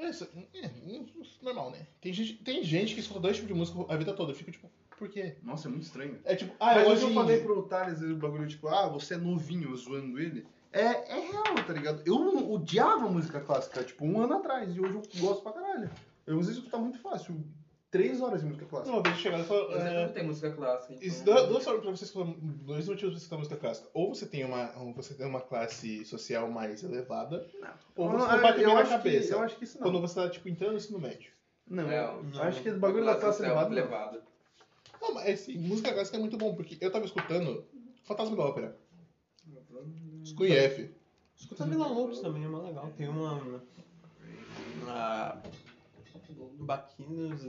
S1: Essa, é, é normal, né? Tem gente, tem gente que escuta dois tipos de música a vida toda. Eu fico tipo, por quê?
S6: Nossa, é muito estranho.
S1: É tipo, ah,
S6: Mas
S1: eu
S6: hoje
S1: gosto
S6: eu
S1: de
S6: falei
S1: indie.
S6: pro Thales o bagulho, tipo, ah, você é novinho, eu zoando ele. É, é real, tá ligado? Eu não odiava música clássica, tipo, um ano atrás, e hoje eu gosto pra caralho. Eu uso escutar muito fácil. Três horas de música clássica.
S1: Não, eu deixo chegar só.
S5: Mas
S1: é,
S5: é... não tem música clássica. Então...
S1: Isso dá duas formas pra você escutar, dois motivos pra você escutar música clássica. Ou você tem uma, ou você tem uma classe social mais elevada, ou você não bate
S6: eu,
S1: bem na
S6: acho
S1: cabeça.
S6: Que, eu acho que isso não.
S1: Quando você tá, tipo, entrando no ensino médio.
S6: Não,
S5: Não,
S6: eu acho que o bagulho da classe elevada. não.
S5: é elevada.
S1: Não, mas assim, música clássica é muito bom, porque eu tava escutando Fantasma da Ópera. Skunyev.
S2: Escuta a Vila Lobos também, é mó legal. Tem uma. uma Baquinas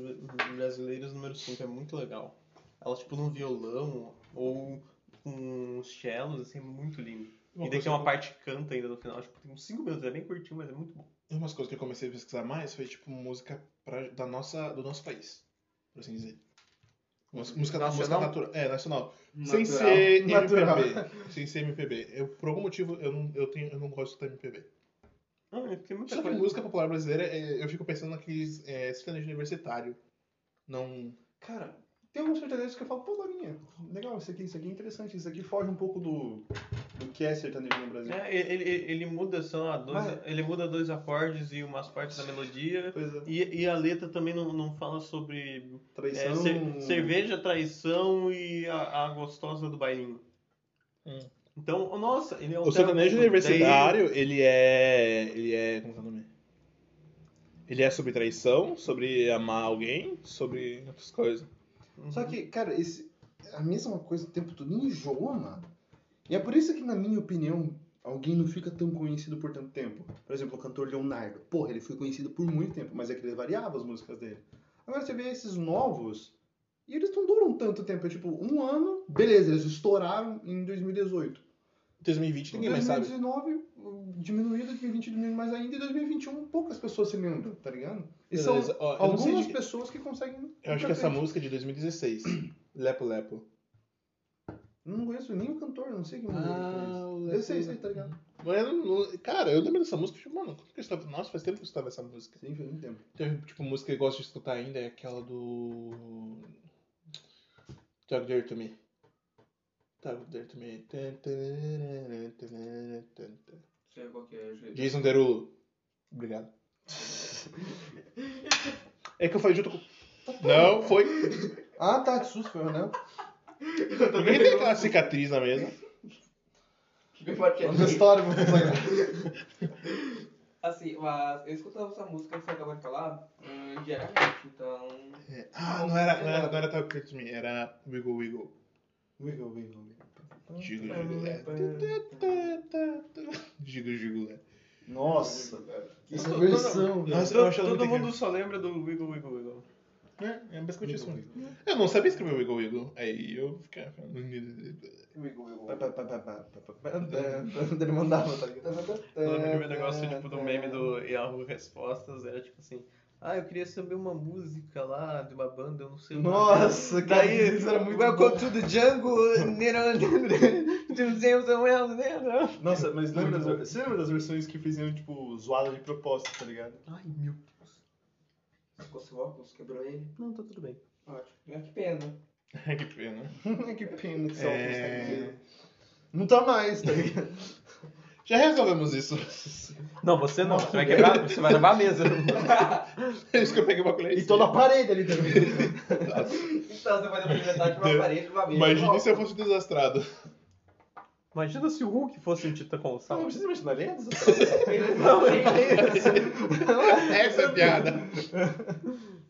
S2: Brasileiras número 5, é muito legal. Ela, tipo, num violão ou com uns cellos, assim, é muito lindo. E daí tem uma parte que canta ainda no final, tipo, tem uns 5 minutos, é bem curtinho, mas é muito bom.
S1: E umas coisas que eu comecei a pesquisar mais foi, tipo, música pra- da nossa, do nosso país, por assim dizer. Música, música
S2: Nacional?
S1: natural. É, nacional. Sem
S5: Natural.
S1: ser
S6: Natural.
S1: MPB. Sem ser MPB. Eu, por algum motivo, eu não, eu, tenho, eu não gosto de MPB.
S2: Ah, tem muita
S1: Só que
S2: coisa.
S1: música popular brasileira, é, eu fico pensando naqueles é, sertanejo universitário. Não.
S6: Cara, tem alguns sertanejos que eu falo, pô, Larinha, legal, isso aqui, isso aqui é interessante, isso aqui foge um pouco do, do que é sertanejo no Brasil.
S1: né?
S2: É, ele, ele- ele muda, sei lá, dois,
S6: Mas-
S2: ele muda dois acordes e umas partes da melodia.
S6: Pois é.
S2: E, e a letra também não, não fala sobre é,
S6: Traição.
S2: cer- cerveja, traição e a, a gostosa do bailinho.
S1: Hum.
S2: Então, oh, nossa, ele é um
S1: O sertanejo
S2: tema-
S1: universitário, ele é. Ele é. Como que é o nome? Ele é sobre traição, sobre amar alguém, sobre outras coisas.
S2: Daí-
S1: Uhum.
S6: Só que, cara, esse, a mesma coisa o tempo todo enjoa, mano. E é por isso que, na minha opinião, alguém não fica tão conhecido por tanto tempo. Por exemplo, o cantor Leonardo. Porra, ele foi conhecido por muito tempo, mas é que ele variava as músicas dele. Agora você vê esses novos, e eles não duram tanto tempo. É tipo, um ano, beleza, eles estouraram em 2018.
S1: Em 2020
S6: Em
S1: ninguém mais sabe.
S6: 2019 diminuído, 2020 diminuiu mais ainda, e 2021 poucas pessoas se lembram, tá ligado? E são
S1: Beleza, ó, eu não sei
S6: algumas
S1: de-
S6: pessoas que conseguem.
S1: Eu acho que essa música é de 2016. Lepo Lepo.
S6: Não conheço nem o cantor, não sei quem ah,
S1: o
S6: conheço. Eu sei, sei, tá ligado?
S1: Mas, eu não- cara, eu lembro dessa música, tipo, mano, como que eu estava... Nossa, faz tempo que eu estava essa música.
S6: Sim, faz um tempo.
S1: Teve, tipo, música que eu gosto de escutar ainda, é aquela do... Talk Dirt to Me. Talk Dirt to Me. Tan, tan, tan, tan, tan, tan.
S5: Sei qual que é, gente.
S1: Jason Derulo. Obrigado. É que eu falei junto com... Não, (laughs) foi.
S6: Ah, tá, que susto, foi, né?
S1: Ninguém tem
S5: (laughs)
S1: aquela cicatriz na mesa.
S5: Meu podcast.
S6: Outra história, vou (laughs) contar.
S5: Assim, mas eu escutava essa música que você acabou de falar hum, diariamente, então.
S1: É, Ah, não era, não era, não era Talk Dirt to Me, era Wiggle Wiggle.
S6: Wiggle, wiggle, wiggle.
S1: Digo, jugulé. Digo, jugulé.
S6: Nossa, que
S2: Todo- todo-
S6: versão. velho.
S1: Nossa, eu
S2: todo
S1: acho ela
S2: todo
S1: muito
S2: mundo só lembra do Wiggle Wiggle Wiggle.
S1: É, é basicamente isso.
S6: Wiggle, wiggle.
S1: Eu não sabia escrever Wiggle Wiggle. Aí eu ficava.
S6: Pá, pá, pá, pá, pá, pá, pá, pá, pá. Ele mandava, tá ligado?
S1: É,
S2: Eu lembro de um negócio tipo do meme do Yahoo Respostas, era tipo assim, ah, eu queria saber uma música lá de uma banda, eu não sei o nome.
S6: Nossa, cara,
S2: Daí,
S6: isso era muito
S2: Welcome
S6: bom.
S2: to the
S6: (laughs)
S2: jungle,
S6: né,
S2: nero, nero, to Jameson Wells, nero.
S6: Nossa, mas lembra das, você lembra das versões que faziam, tipo, zoada de propósito, tá ligado?
S2: Ai, meu.
S5: Ficou seu óculos, quebrou ele.
S2: Não, tá tudo bem.
S5: Ótimo. Ah, que pena.
S1: (laughs) que pena.
S6: Hum, é que pena que
S1: seu óculos tá inteiro.
S6: Não tá mais, tá ligado?
S1: Já resolvemos isso. (laughs)
S2: Não, você não,
S6: (laughs)
S2: você vai quebrar, você vai levar a mesa.
S1: É isso que eu peguei uma colher.
S6: (laughs) E toda a parede ali também.
S5: Então você vai representar de uma parede de uma mesa.
S1: Imagine se eu fosse
S6: (laughs)
S1: desastrado.
S2: Imagina se o Hulk fosse um Titã
S6: Não
S2: Colossal.
S6: precisa imaginar nem (laughs) essa
S5: Não, gente.
S1: Essa é a piada. (laughs)
S5: Não, gente,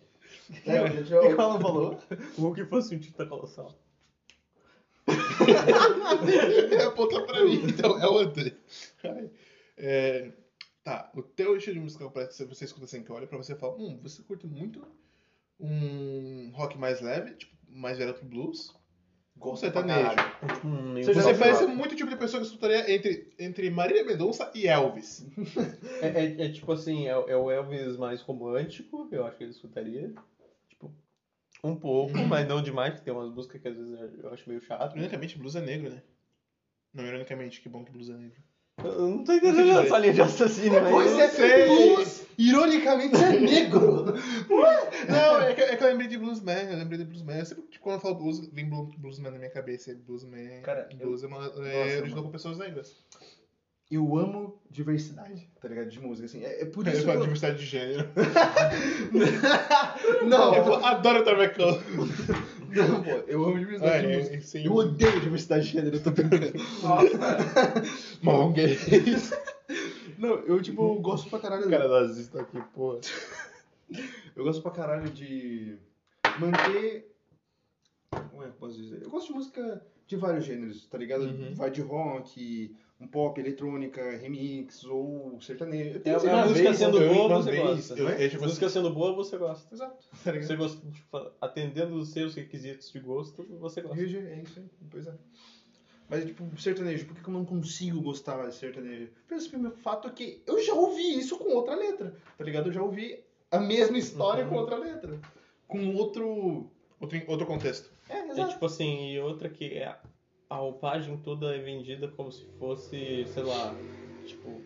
S6: É, O que
S5: eu-
S6: ela falou?
S2: O Hulk fosse um Titã Colossal.
S1: Aponta pra mim, então. É o André. Ai. É, tá, o teu estilo musical parece que você escuta assim, que olha pra você e fala, hum, você curte muito um rock mais leve, tipo, mais virado pro blues.
S6: Gosto
S1: Sertanejo.
S2: Hum,
S6: Você já
S1: Você
S6: se
S1: parece
S6: gosta.
S1: muito o tipo de pessoa que escutaria entre, entre Marília Mendonça e Elvis.
S2: É, é- é tipo assim, é, é o Elvis mais romântico, eu acho que ele escutaria. Tipo, Um pouco,
S6: Uhum.
S2: mas não demais, porque tem umas músicas que às vezes eu acho meio chato. né?
S1: Ironicamente, blues é negro, né? Não, ironicamente, que bom que blues é negro.
S2: Eu não tô entendendo essa linha de assassino, mas.
S4: Pois é,
S6: Blues, ironicamente, é negro. (laughs)
S1: Não, é que, é que eu lembrei de bluesman, eu lembrei de bluesman. Eu sempre, tipo, quando eu falo blues, vem blu- bluesman na minha cabeça. é e Bluesman,
S6: Cara, eu-
S1: blues é, uma, é
S6: Nossa,
S1: original
S6: mano.
S1: com pessoas negras.
S6: Eu amo diversidade, tá ligado? De música, assim. É, é por
S1: Eu
S6: (laughs) isso que
S1: falo
S6: eu...
S1: diversidade de gênero.
S6: Não,
S1: É, Eu adoro Dark Call.
S6: não, pô. Eu amo diversidade de música.
S1: sim.
S6: Eu odeio diversidade de gênero, eu tô brincando.
S5: Nossa,
S1: Bom, gay.
S6: (laughs) Não, eu, tipo, eu gosto pra caralho...
S1: O cara nazista aqui, porra.
S6: Eu gosto pra caralho de manter. Como é que eu posso dizer? Eu gosto de música de vários gêneros, tá ligado?
S1: Uhum.
S6: Vai de rock, um pop, eletrônica, remix ou sertanejo.
S2: É,
S6: sei
S2: é
S6: lá,
S2: a música
S6: vez- né?
S2: sendo
S1: eu-
S2: boa,
S1: uma
S2: você
S1: vez,
S2: gosta. né?
S1: eu- é tipo
S2: música sendo boa, você gosta.
S6: Exato.
S1: Tá ligado?
S2: Você gosta, tipo, atendendo os seus requisitos de gosto, você gosta.
S6: Veja, é isso aí. Pois é. Mas, tipo, sertanejo, por que que eu não consigo gostar de sertanejo? Pelo simples fato que eu já ouvi isso com outra letra, tá ligado? Eu já ouvi a mesma história com outra letra. Com outro.
S1: Outro, outro contexto.
S6: É,
S2: É
S6: exato.
S2: tipo assim, e outra que é a- a roupagem toda é vendida como se fosse, sei lá, tipo,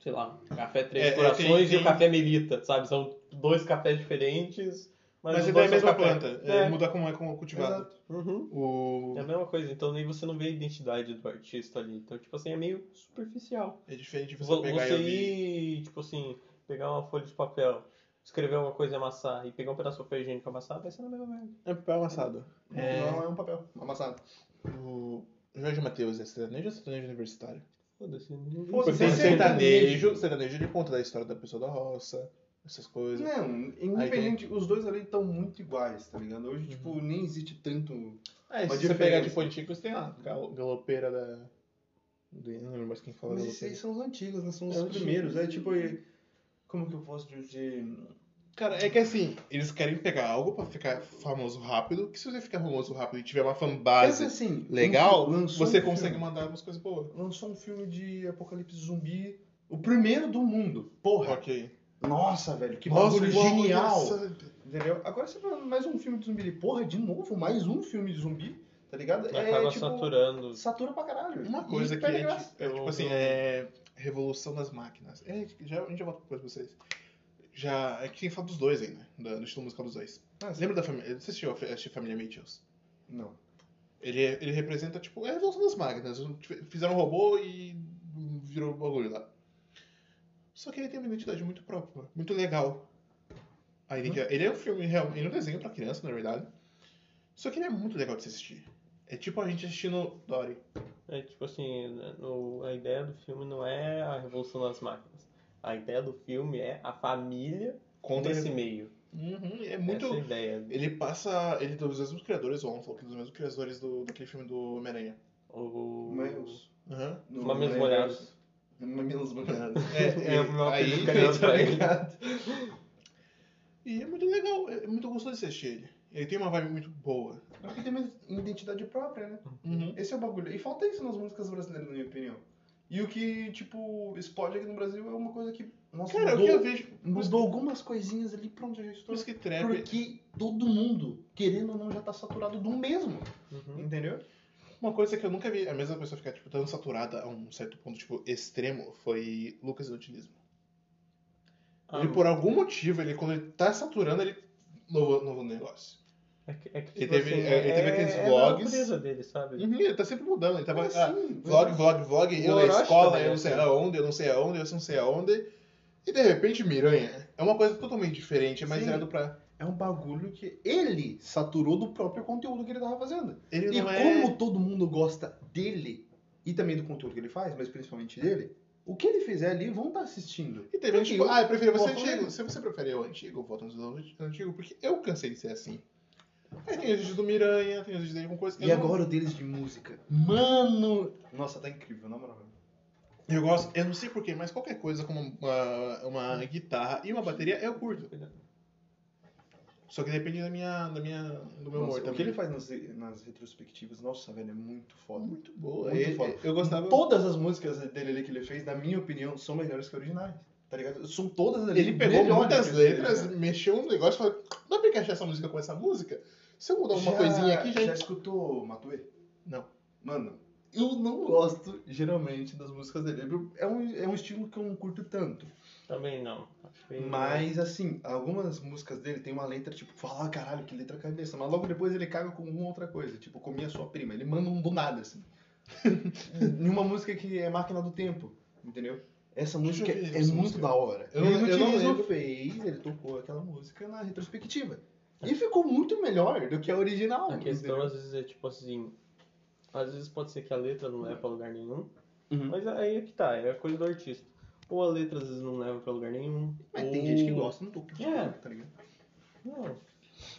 S2: sei lá, café Três
S1: É, é,
S2: Corações
S1: tem-
S2: e
S1: tem-
S2: o café Melita, sabe? São dois cafés diferentes, mas,
S1: Mas, ainda
S2: os
S1: é
S2: dois
S1: a
S2: são
S1: mesma
S2: café.
S1: planta. É.
S2: É.
S1: Muda como é como é cultivado.
S6: Exato.
S2: Uhum.
S1: O...
S2: É a mesma coisa, então nem você não vê a identidade do artista ali. Então, tipo assim, é meio superficial.
S1: É diferente você
S2: Tipo, Vo-
S1: pegar
S2: Você
S1: e ouvir.
S2: ir, tipo assim, pegar uma folha de papel, escrever uma coisa e amassar, e pegar um pedaço de papel higiênico e amassar, vai ser na mesma merda.
S1: É papel amassado. É.
S6: Não é um papel amassado.
S1: O Jorge Matheus é sertanejo ou sertanejo universitário?
S2: Foda-se.
S1: Porque
S6: Foda-se,
S1: tem
S6: você é
S1: sertanejo, sertanejo ele conta da história da pessoa da roça, essas coisas.
S6: Não, independente, os dois ali estão muito iguais, tá ligado? Hoje, tipo, nem existe tanto.
S1: Ah, e
S6: Uma
S1: se você pegar de
S6: diferença.
S1: Ponticos, tem lá, gal- galopeira da... do- Não lembro mais quem fala
S6: Mas esses aí
S1: galopeira.
S6: são os antigos, né? São os
S1: É, antigo.
S6: primeiros. É tipo. e- Como que eu posso dizer?
S1: Cara, é que assim, eles querem pegar algo pra ficar famoso rápido, que se você ficar famoso rápido e tiver uma
S6: Pensa
S1: fanbase
S6: assim.
S1: legal,
S6: lançou- lançou
S1: você
S6: um
S1: consegue
S6: filme-
S1: mandar umas coisas boas.
S6: Lançou um filme de apocalipse zumbi. O primeiro do mundo. Porra.
S1: Ok.
S6: Nossa, velho. Que
S1: Nossa,
S6: bagulho
S1: uau,
S6: genial.
S1: nossa.
S6: Entendeu? Agora você fala mais um filme de zumbi. ali. Porra, de novo, mais um filme de zumbi. Tá ligado?
S1: é
S2: Acaba
S1: tipo
S2: saturando.
S6: Satura pra caralho.
S1: Uma coisa
S6: E
S1: que é,
S6: perde
S1: tipo-
S6: graça.
S1: é, tipo assim, é revolução das máquinas. É, já, a gente já volta pra vocês. Já, é que tem que falar dos dois ainda, da- do estilo musical dos dois.
S6: Ah,
S1: Lembra da família, você assistiu a fa- assistiu Família Mitchells?
S6: Não.
S1: Ele, é- ele representa, tipo, é a revolução das máquinas. Tipo, Fizeram um robô e virou um bagulho lá. Só que ele tem uma identidade muito própria, muito legal. A
S6: Hum?
S1: identi- Ele é um filme, real- ele é um desenho pra criança, na verdade. Só que ele é muito legal de se assistir. É tipo a gente assistindo Dory.
S2: É tipo assim, né, o- a ideia do filme não é a revolução das máquinas. A ideia do filme é a família
S1: Conta
S2: nesse meio.
S1: Uhum, é muito.
S2: Essa é a ideia.
S1: Ele passa. Ele é dos mesmos criadores, o Alan falou que é dos mesmos criadores do, daquele filme do Homem-Aranha.
S2: O...
S6: Mas.
S1: Uhum.
S6: no-
S2: Uma mesma
S6: no-
S2: olhada.
S6: Mamilos molhados.
S1: É,
S2: É uma (laughs)
S6: (laughs)
S1: aí,
S2: coisa diferente.
S1: (laughs)
S6: Tá ligado?
S1: e é muito legal, é muito gostoso de assistir ele. Ele tem uma vibe muito boa.
S6: Porque tem uma identidade própria, né?
S1: Uhum.
S6: Esse é o bagulho. E falta isso nas músicas brasileiras, na minha opinião. E o que, tipo, explode aqui no Brasil é uma coisa que. Nossa,
S1: Cara, o
S6: mudou,
S1: que eu vejo.
S6: mudou algumas coisinhas ali, pronto, já estou.
S1: Música e trap.
S6: Porque todo mundo, querendo ou não, já tá saturado do mesmo.
S2: Uhum.
S6: Entendeu?
S1: Uma coisa que eu nunca vi a mesma pessoa ficar tipo, tão saturada a um certo ponto tipo, extremo foi Lucas Inutilismo.
S2: Ah,
S1: ele, por algum motivo, ele quando ele tá saturando, ele. Novo, novo negócio.
S2: é que- é que,
S1: Ele
S2: tipo
S1: teve-
S2: assim,
S1: é, ele teve
S2: é-
S1: aqueles
S2: é da
S1: vlogs.
S2: natureza dele, sabe?
S1: Uhum, ele tá sempre mudando. Ele tava.
S6: Mas
S1: ah,
S6: sim,
S1: vlog, vlog, vlog, eu
S2: Orochi
S1: na escola,
S2: também,
S1: eu não
S6: assim.
S1: sei aonde, eu não sei aonde, eu não sei aonde. E de repente, Miranha é uma coisa totalmente diferente, é mais
S6: Sim.
S1: virado pra.
S6: É um bagulho que ele saturou do próprio conteúdo que ele tava fazendo.
S1: Ele
S6: E
S1: não é.
S6: como todo mundo gosta dele e também do conteúdo que ele faz, mas principalmente dele, o que ele fizer ali vão estar assistindo.
S1: E teve gente, tipo, ah, eu prefiro você
S6: Porra,
S1: antigo.
S6: falei.
S1: Se você prefere o antigo, volta no antigo, porque eu cansei de ser assim. Aí tem os vídeos do Miranha, tem os vídeos dele com coisa que
S6: E
S1: eu não-
S6: agora o deles de música. Mano! Nossa, tá incrível, na moral.
S1: Eu gosto, eu não sei porquê, mas qualquer coisa como uma, uma guitarra e uma bateria eu curto. tá Só que depende da minha, da minha, do meu humor
S6: Nossa, o que
S1: também.
S6: ele faz nas, nas retrospectivas, nossa, velho, é muito foda.
S1: Muito boa.
S6: Muito
S1: ele,
S6: foda.
S1: Eu gostava.
S6: Todas as músicas dele ali que ele fez, na minha opinião, são melhores que originais. Tá ligado? São todas ali.
S1: Ele pegou muitas
S6: melhóricas,
S1: letras,
S6: tá ligado?
S1: mexeu no negócio e falou: dá pra encaixar essa música com essa música? Se eu mudar alguma
S6: Já-
S1: coisinha aqui, já.
S6: Já escutou Matue?
S1: Não.
S6: Mano, eu não gosto, geralmente, das músicas dele. Eu- É um, é um estilo que eu não curto tanto.
S2: Também não. Acho que-
S6: Mas, assim, algumas músicas dele tem uma letra, tipo, fala, "Ah, caralho, que letra cabeça. Mas logo depois ele caga com uma outra coisa, tipo, comia sua prima. Ele manda um do nada, assim. (laughs) em uma música que é Máquina do Tempo, entendeu? Essa música
S1: eu ver
S6: é
S1: essa
S6: muito
S1: música.
S6: da hora.
S1: Eu não-
S6: ele
S1: eu não
S6: utilizou-
S1: lembro.
S6: fez, ele tocou aquela música na retrospectiva.
S1: É.
S6: E ficou muito melhor do que a original.
S2: A questão
S6: entendeu?
S2: às vezes é tipo assim. Às vezes pode ser que a letra não leve pra lugar nenhum.
S6: Uhum.
S2: Mas aí é que tá, é a coisa do artista. Ou a letra às vezes não leva pra lugar nenhum.
S6: Mas
S2: ou...
S6: tem gente que gosta, não tô criticando,
S2: É.
S6: tá ligado?
S2: Não.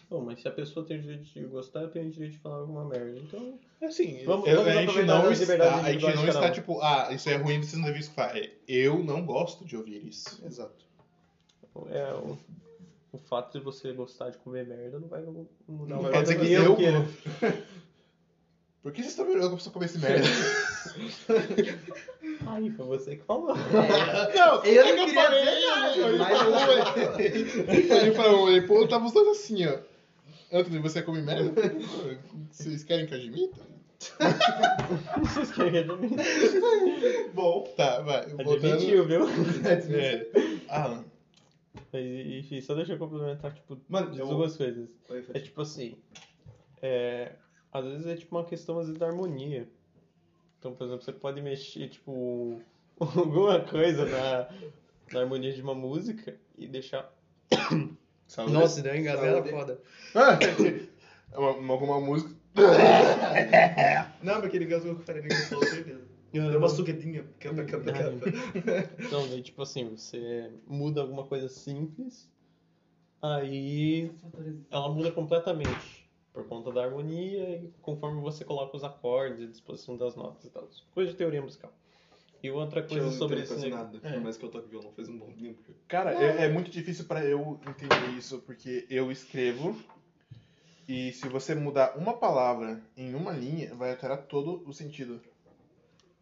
S2: Bom, mas se a pessoa tem o direito de gostar, tem o direito de falar alguma merda. Então.
S1: Assim,
S2: Vamos-
S1: eu-
S2: vamos
S1: a gente
S2: aproveitar
S1: não
S2: as liberdades
S1: está, a gente
S2: individuais
S1: não
S2: de cada
S1: está
S2: um.
S1: tipo, ah, isso é ruim, vocês não deviam escutar. É, Eu não gosto de ouvir isso.
S6: Exato.
S2: É o, o fato de você gostar de comer merda não vai mudar
S1: Não
S2: o
S1: quer
S2: fato
S1: dizer
S2: de
S1: que eu
S2: queira.
S1: Por que vocês estão me olhando pra comer esse merda?
S2: Aí, foi você que falou. (laughs)
S1: não,
S6: Eu
S1: é
S6: não
S1: que
S6: queria
S1: falei,
S6: dizer nada,
S1: eu olhei
S6: mas
S1: pra
S5: (laughs)
S1: um, eu olhei pra um, olhei pro outro, tava os dois assim, ó. Anthony, você come merda? (laughs) Vocês querem que eu admita?
S2: Vocês querem admitir?
S1: Bom. Tá, vai. Voltando.
S2: Admitiu, viu?
S1: (laughs) É. Alan.
S2: Mas enfim, só deixa eu complementar, tipo,
S6: Mano, é eu...
S2: duas coisas.
S6: Oi,
S2: É
S6: Fred.
S2: tipo assim, é, às vezes é tipo uma questão às vezes da harmonia. Então, por exemplo, você pode mexer tipo (laughs) alguma coisa na, na harmonia de uma música e deixar.
S1: Saúde.
S2: deu
S6: engasgada
S2: foda.
S1: Ah, (laughs) é uma- uma- Alguma música.
S6: Não, porque ele gasgou com farinha, ele falou certeza.
S2: (laughs)
S6: Deu uma sugadinha. Capa, capa, capa.
S2: Então, daí, tipo assim, você muda alguma coisa simples, aí ela muda completamente por conta da harmonia e conforme você coloca os acordes e disposição das notas e tal. Coisa de teoria musical. E outra
S6: Que eu
S2: coisa
S6: não
S2: sobre É.
S6: entendo
S2: esse
S6: quase
S2: negócio.
S6: nada, por mais que eu toque violão faz um bom tempo.
S1: Cara, é, é muito difícil pra eu entender isso, porque eu escrevo e se você mudar uma palavra em uma linha, vai alterar todo o sentido.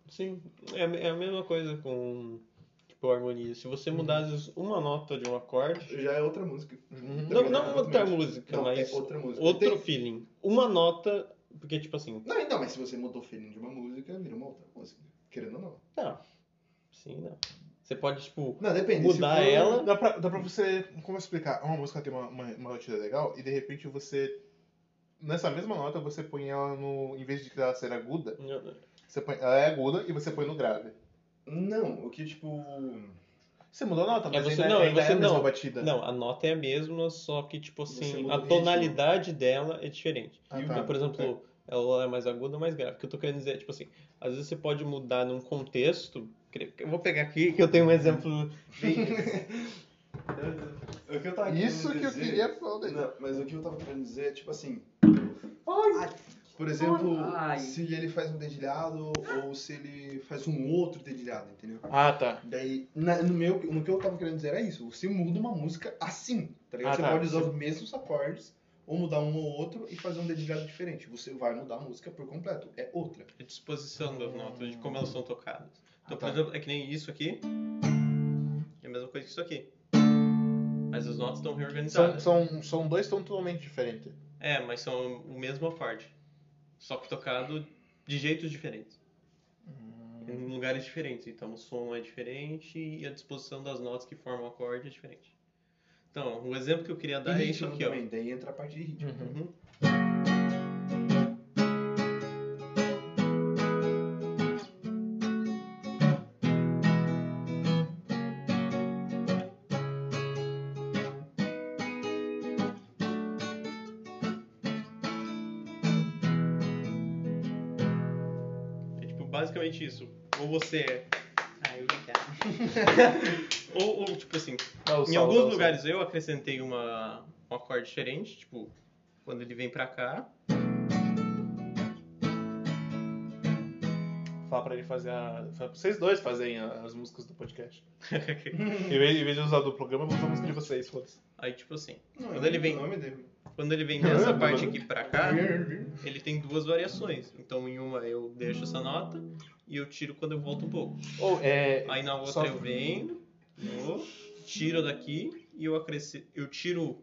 S2: Sim, é, a me- é a mesma coisa com tipo, harmonia. Se
S1: Uhum.
S2: você mudar às vezes, uma nota de um acorde,
S6: Já é outra música.
S2: Uhum. não,
S6: ligado?
S2: não outra música,
S6: Não,
S2: mas
S6: é outra música.
S2: outro
S6: Tem-
S2: feeling. Uma nota, porque tipo assim,
S6: Não, então, mas se você mudou o feeling de uma música, vira uma outra música. Querendo ou não.
S2: não, tá, sim, não. Você pode, tipo,
S6: Não, depende.
S2: Mudar
S6: se for-
S2: ela.
S1: Então, Dá pra, dá pra você. Como eu explicar? Uma música tem uma, uma, uma batida legal e de repente você. Nessa mesma nota você põe ela no. Em vez de ela ser aguda, você põe, ela é aguda e você põe no grave.
S6: Não, o que tipo.
S1: Você mudou a nota, mas
S2: É, você-
S1: ainda,
S2: não, é
S1: ainda
S2: você
S1: é a mesma
S2: não.
S1: batida.
S2: não, a nota é a mesma, só que tipo
S6: Você
S2: assim,
S6: muda o
S2: a
S6: ritmo.
S2: tonalidade dela é diferente.
S1: Ah,
S2: Então,
S1: tá.
S2: por
S1: É.
S2: exemplo, ela é mais aguda ou mais grave. O que eu tô querendo dizer é, tipo assim, às vezes você pode mudar num contexto. que- Eu vou pegar aqui que eu tenho um exemplo
S6: O que eu tava
S1: Isso
S6: querendo
S1: que eu
S6: dizer-
S1: queria falar dele.
S6: Não, mas o que eu tava querendo dizer é tipo assim. Ai, por exemplo,
S5: Ai.
S6: se ele faz um dedilhado ou se ele faz um outro dedilhado, entendeu?
S1: Ah, tá.
S6: Daí, na- no, meu, no que eu tava querendo dizer era isso. Você muda uma música assim, tá ligado?
S1: Ah,
S6: você
S1: tá.
S6: pode usar os mesmos acordes, ou mudar um ou outro e fazer um dedilhado diferente. Você vai mudar a música por completo. É outra.
S2: de disposição das notas, de como elas são tocadas. Então, por
S6: Ah, tá.
S2: exemplo, é que nem isso aqui. É a mesma coisa que isso aqui. Mas as notas estão
S1: São,
S2: reorganizadas.
S1: são, são dois tons totalmente diferentes.
S2: É, mas são o mesmo acorde. Só que tocado de jeitos diferentes.
S6: Hum.
S2: Em lugares diferentes. Então o som é diferente e a disposição das notas que formam o acorde é diferente. Então, o exemplo que eu queria dar é isso aqui, ó.
S6: também. Daí entra a parte de ritmo.
S2: Uhum. É tipo basicamente isso. Ou você é. Ah, eu (laughs) ou, ou tipo assim, em alguns lugares eu acrescentei uma, um acorde diferente, tipo, quando ele vem pra cá. (laughs)
S1: Falar pra ele fazer a. Falar pra vocês dois fazerem a- as músicas do podcast. em, vez, em vez de usar do programa, eu vou usar a música de vocês, foda-se.
S2: Aí, tipo assim,
S6: Não, é
S2: Quando ele vem-
S6: O nome dele.
S2: quando ele vem dessa
S1: Não, é
S2: parte
S1: não.
S2: aqui pra cá, ele tem duas variações. Então, em uma eu deixo essa nota e eu tiro quando eu volto um pouco.
S1: Ou é.
S2: Aí na outra
S1: Só-
S2: eu venho No, tira daqui e eu acrescento. Eu tiro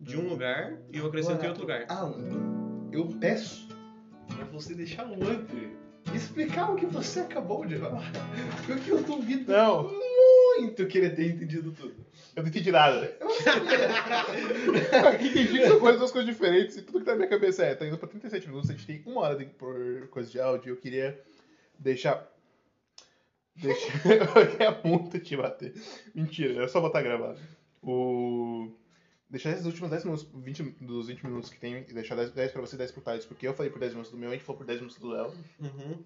S2: de um lugar e eu acrescento em outro lugar.
S6: Alan, eu peço pra você deixar um âncora e explicar o que você acabou de falar. (laughs) Porque eu duvido
S1: Não,
S6: muito que ele tenha entendido tudo.
S1: eu não entendi (laughs) nada. Eu entendi que são coisas, duas coisas diferentes e tudo que tá na minha cabeça é, tá indo pra 37 minutos, a gente tem uma hora de, por coisa de áudio e eu queria deixar... Deixa... (laughs) Eu ia muito te bater. Mentira, é só botar gravado. O... Deixar esses últimos 10 minutos, 20, dos 20 minutos que tem, e deixar 10, 10 pra você e 10 pro Thales, porque eu falei por 10 minutos do meu, a gente falou por 10 minutos do Léo.
S2: Uhum.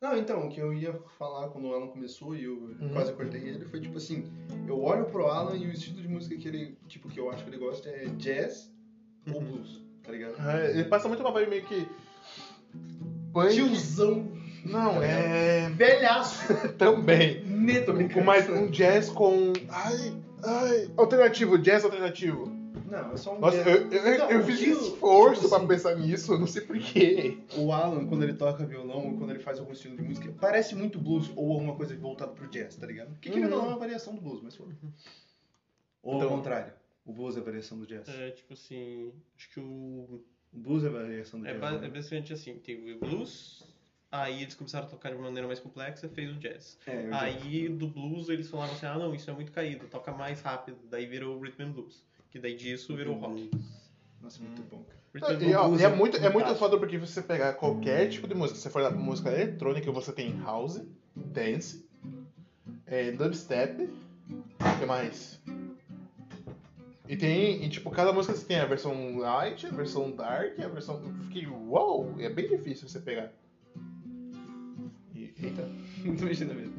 S6: Não, então, o que eu ia falar quando o Alan começou e eu
S1: Uhum.
S6: quase cortei ele foi tipo assim, eu olho pro Alan e o estilo de música que ele, tipo, que eu acho que ele gosta é jazz ou
S2: Uhum.
S6: blues, tá ligado?
S1: Ah, Ele passa muito uma vibe meio que...
S6: é.
S1: Punk.
S6: Tiozão, né?
S1: Não, é...
S6: velhaço,
S1: Também.
S6: neto,
S1: Com mais um jazz com. Ai, ai. Alternativo, jazz alternativo.
S6: Não, é só um
S1: Nossa,
S6: jazz.
S1: eu, eu,
S6: Não,
S1: eu fiz
S6: que-
S1: um esforço
S6: tipo
S1: pra
S6: assim,
S1: pensar nisso, eu não sei porquê.
S6: O Alan, quando ele toca violão ou quando ele faz algum estilo de música, parece muito blues ou alguma coisa voltada pro jazz, tá ligado? Que querendo ou não é uma variação do blues, mas foda. Ou
S1: Então-
S6: ao contrário, o blues é variação do jazz.
S2: É tipo assim. Acho que o.
S6: O blues é variação do
S2: É,
S6: jazz.
S2: ba- é
S6: né?
S2: basicamente assim: tem o blues, aí eles começaram a tocar de uma maneira mais complexa, fez o jazz.
S6: É, eu-
S2: Aí do blues eles falaram assim: ah, não, isso é muito caído, toca mais rápido. Daí virou o rhythm and blues, que daí disso virou rock.
S6: Nossa, muito
S2: Hum.
S6: bom,
S2: (laughs)
S6: cara.
S2: Rhythm and
S1: E, ó,
S2: blues tá.
S1: e é muito, é muito
S2: fantástico.
S1: foda porque você pegar qualquer tipo de música, se você for na música eletrônica, você tem house, dance, é, dubstep, o que mais? E tem, e, tipo, cada música você tem a versão light, a versão dark, a versão. Eu fiquei, uau! É bem difícil você pegar. E, eita.
S6: Muito mexendo mesmo.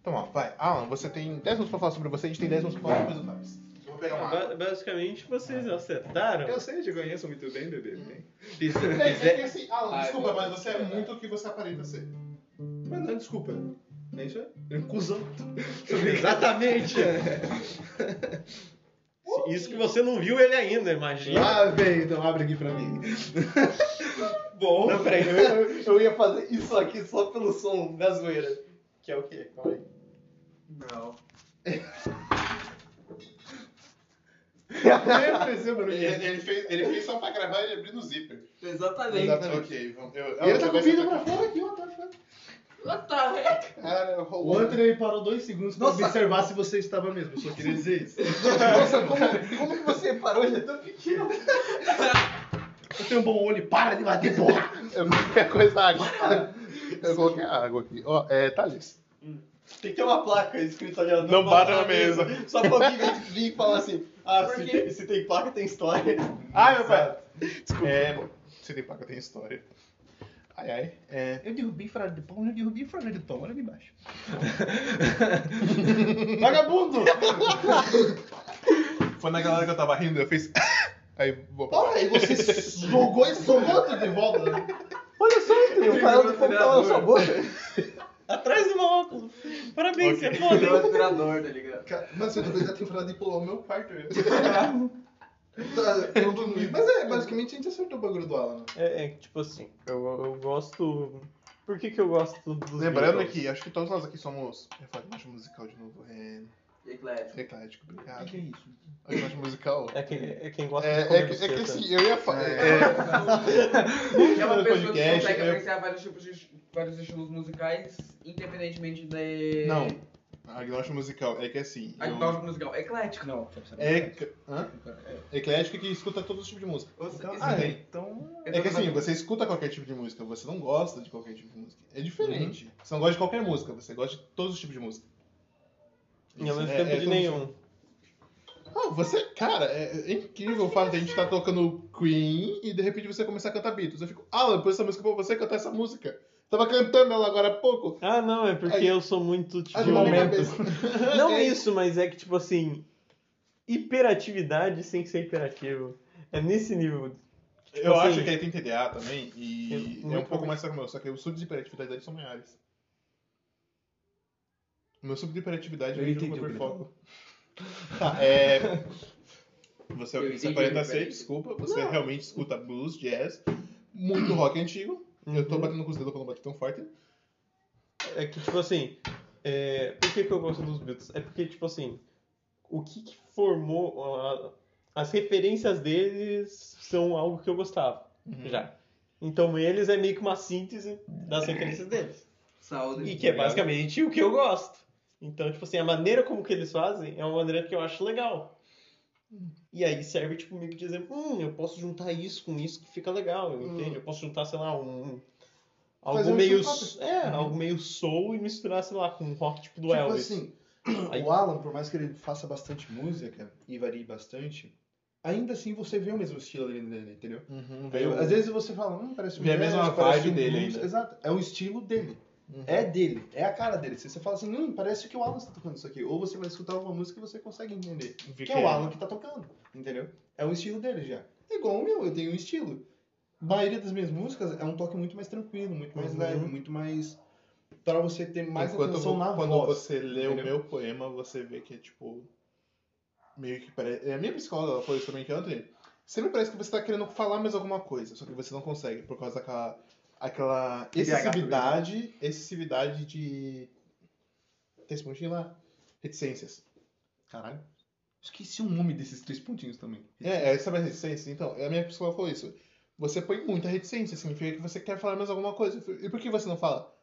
S1: Então, ó, vai. Alan, você tem 10 minutos pra falar sobre você, a gente tem 10 minutos pra falar sobre os detalhes. Eu vou pegar uma água.
S2: Ba- basicamente vocês acertaram.
S6: Eu sei, eu te conheço muito bem, bebê. bem.
S2: Fiz-
S1: É, é,
S2: fizer-
S1: que assim, Alan,
S5: Ai,
S1: desculpa,
S5: eu-
S1: mas você é muito o que você aparenta ser.
S6: Mas não, desculpa. É isso aí? É um cuzão.
S2: (laughs) Exatamente! Isso que você não viu ele ainda, imagina.
S6: Ah, vem, então abre aqui pra mim.
S2: Ah, Bom,
S6: Não, peraí, eu-
S2: eu, ia fazer isso aqui só pelo som da zoeira. Que é o quê? Calma aí.
S6: Não. Nem apareceu pra mim.
S1: Ele, ele fez, ele fez só pra gravar ele abrindo o zíper.
S5: Exatamente.
S1: Exatamente. Ok, vamos. Eu,
S6: E ele tá com o vidro pra
S1: fora aqui, ó, tá fora.
S5: What the heck?
S1: Cara,
S6: O
S1: rolou.
S6: Anthony parou dois segundos pra
S5: Nossa.
S6: observar se você estava mesmo. Eu só queria dizer
S2: (laughs)
S6: isso.
S1: Nossa, como, como que você parou? Ele é tão pequeno.
S6: Eu tenho um bom olho, para de bater, porra!
S1: Eu coloquei a coisa da água. Eu coloquei a água aqui. Ó, é, Thales.
S2: Tem que ter uma placa escrita ali. ó,
S1: Não bata na mesa.
S2: Só pra alguém vir e falar assim: ah, se
S5: Por quê?
S2: tem, se tem placa, tem história.
S1: Ai, meu pai. Desculpa. É, bom, se tem placa, tem história. Ai, ai. É,
S6: Eu derrubei fora de pão, eu derrubei fora de pão, olha ali embaixo. Vagabundo!
S1: Foi na galera que eu tava rindo, eu fiz. (laughs) Aí vou pra
S6: Porra, aí (laughs) você jogou e socou tudo de volta.
S2: né?
S1: Olha
S2: (laughs)
S1: só,
S5: o cara do fogo tá na sua
S1: boca.
S2: Atrás do meu óculos. Parabéns,
S1: Ok.
S2: você é falou.
S5: Virou aspirador, tá ligado?
S6: Mas eu depois da temporada de pular o meu (laughs) quarto. Eu
S1: Tá,
S6: eu não dormi. Mas é, basicamente a gente acertou o bagulho do Alan.
S2: É, é, tipo assim, eu, eu gosto. Por que, que eu gosto dos
S1: Lembrando
S2: Beatles?
S1: que acho que todos nós aqui somos. Eu falei baixo musical de novo. É.
S5: Eclético.
S1: Eclético, obrigado.
S6: é isso?
S1: Baixo musical.
S2: É quem, é quem gosta
S1: É,
S2: de
S1: é,
S2: comer né?
S1: que- é que
S2: buceta.
S1: assim, eu ia falar.
S5: É
S1: No
S5: uma pessoa que
S1: podcast,
S5: consegue
S1: eu-
S5: apreciar vários tipos de vários estilos musicais, independentemente de.
S1: Não, agnóstico musical. É que assim. eu-
S5: Agnóstico musical. Eclético.
S6: Não,
S1: É. Hã? Eclético que escuta todo tipo de música.
S5: Ou seja,
S1: Ah, é.
S6: então.
S1: É que assim, você escuta qualquer tipo de música, você não gosta de qualquer tipo de música. É
S6: Uhum.
S1: diferente. Você não gosta de qualquer música, você gosta de todos os tipos de música.
S2: E ao mesmo
S1: É,
S2: tempo
S1: é
S2: de
S1: como-
S2: nenhum.
S1: Ah, você, cara, é, é incrível o fato de a gente estar tocando Queen e de repente você começar a cantar Beatles. Eu fico, Alan, pôs essa música pra você cantar essa música. Tava cantando ela agora há pouco.
S2: Ah, não, é porque
S1: Aí-
S2: eu sou muito tipo,
S1: Ah,
S2: de
S1: na minha
S2: momento.
S1: cabeça.
S2: Não
S1: É
S2: isso, mas é que, tipo assim, hiperatividade sem ser hiperativo. É nesse nível.
S1: (laughs) Eu
S2: assim-
S1: acho que ele tem TDA também e
S2: Eu-
S1: é um
S2: muito
S1: pouco
S2: bem.
S1: mais sério que o meu, só que os subs de hiperatividade dele são maiores. O meu sub de hiperatividade
S6: Eu
S1: vem junto
S6: entendi
S1: com o
S6: o que ele
S1: hiperfoco. Tá, (laughs) é... Você,
S5: Eu
S1: você é
S5: entendi,
S1: 46,
S5: Fred.
S1: desculpa, você realmente escuta blues, jazz,
S2: Uhum.
S1: muito rock antigo. Eu tô batendo com os dedos pra não bater tão forte.
S2: É que, tipo assim, É, por que, que eu gosto dos Beatles? É porque, tipo assim, o que, que formou. a- as referências deles são algo que eu gostava
S1: Uhum.
S2: já. Então eles é meio que uma síntese das referências deles.
S5: Saúde.
S2: E que é basicamente o que eu gosto. Então, tipo assim, a maneira como que eles fazem é uma maneira que eu acho legal. E aí serve, tipo, meio que de exemplo, hum, eu posso juntar isso com isso que fica legal, entende? Eu posso juntar, sei lá, um... Algo
S6: Hum. Fazer um
S2: meio...
S6: churrasco.
S2: É, algo meio soul e misturar, sei lá, com um rock tipo do
S6: Tipo
S2: Elvis.
S6: assim, (clears throat)
S2: Aí-
S6: o Alan, por mais que ele faça bastante música e varie bastante, ainda assim você vê o mesmo estilo ali nele, entendeu?
S1: Uhum,
S6: Aí,
S1: veio-
S6: às vezes você fala, hum, parece um
S1: Vê a
S6: jazz,
S1: mesma
S6: parece
S1: vibe
S6: um
S1: dele
S6: blues.
S1: ainda.
S6: Exato, é o estilo dele.
S1: uhum.
S6: É dele, é a cara dele. Se você fala assim, hum, parece que o Alan está tocando isso aqui. Ou você vai escutar uma música e você consegue entender.
S1: Vi
S6: Que é o Alan que tá tocando, entendeu? É o estilo dele já. É igual o meu, eu tenho um estilo. A maioria das minhas músicas é um toque muito mais tranquilo, muito mais
S1: Uhum.
S6: leve, muito mais. Pra você ter mais
S1: Enquanto
S6: atenção
S1: vo-
S6: na
S1: quando
S6: voz.
S1: você lê o
S6: entendeu?
S1: meu poema, você vê que é tipo. Meio que parece. É a minha psicóloga, ela falou isso também que ontem. Sempre parece que você tá querendo falar mais alguma coisa, só que você não consegue, por causa daquela. aquela
S6: tá
S1: excessividade. excessividade de. Tem esse pontinho lá? Reticências.
S6: Caralho. Esqueci o nome desses três pontinhos também.
S1: É, é, sabe a reticência? Então, a minha psicóloga falou isso. Você põe muita reticência, significa que você quer falar mais alguma coisa. E por que você não fala?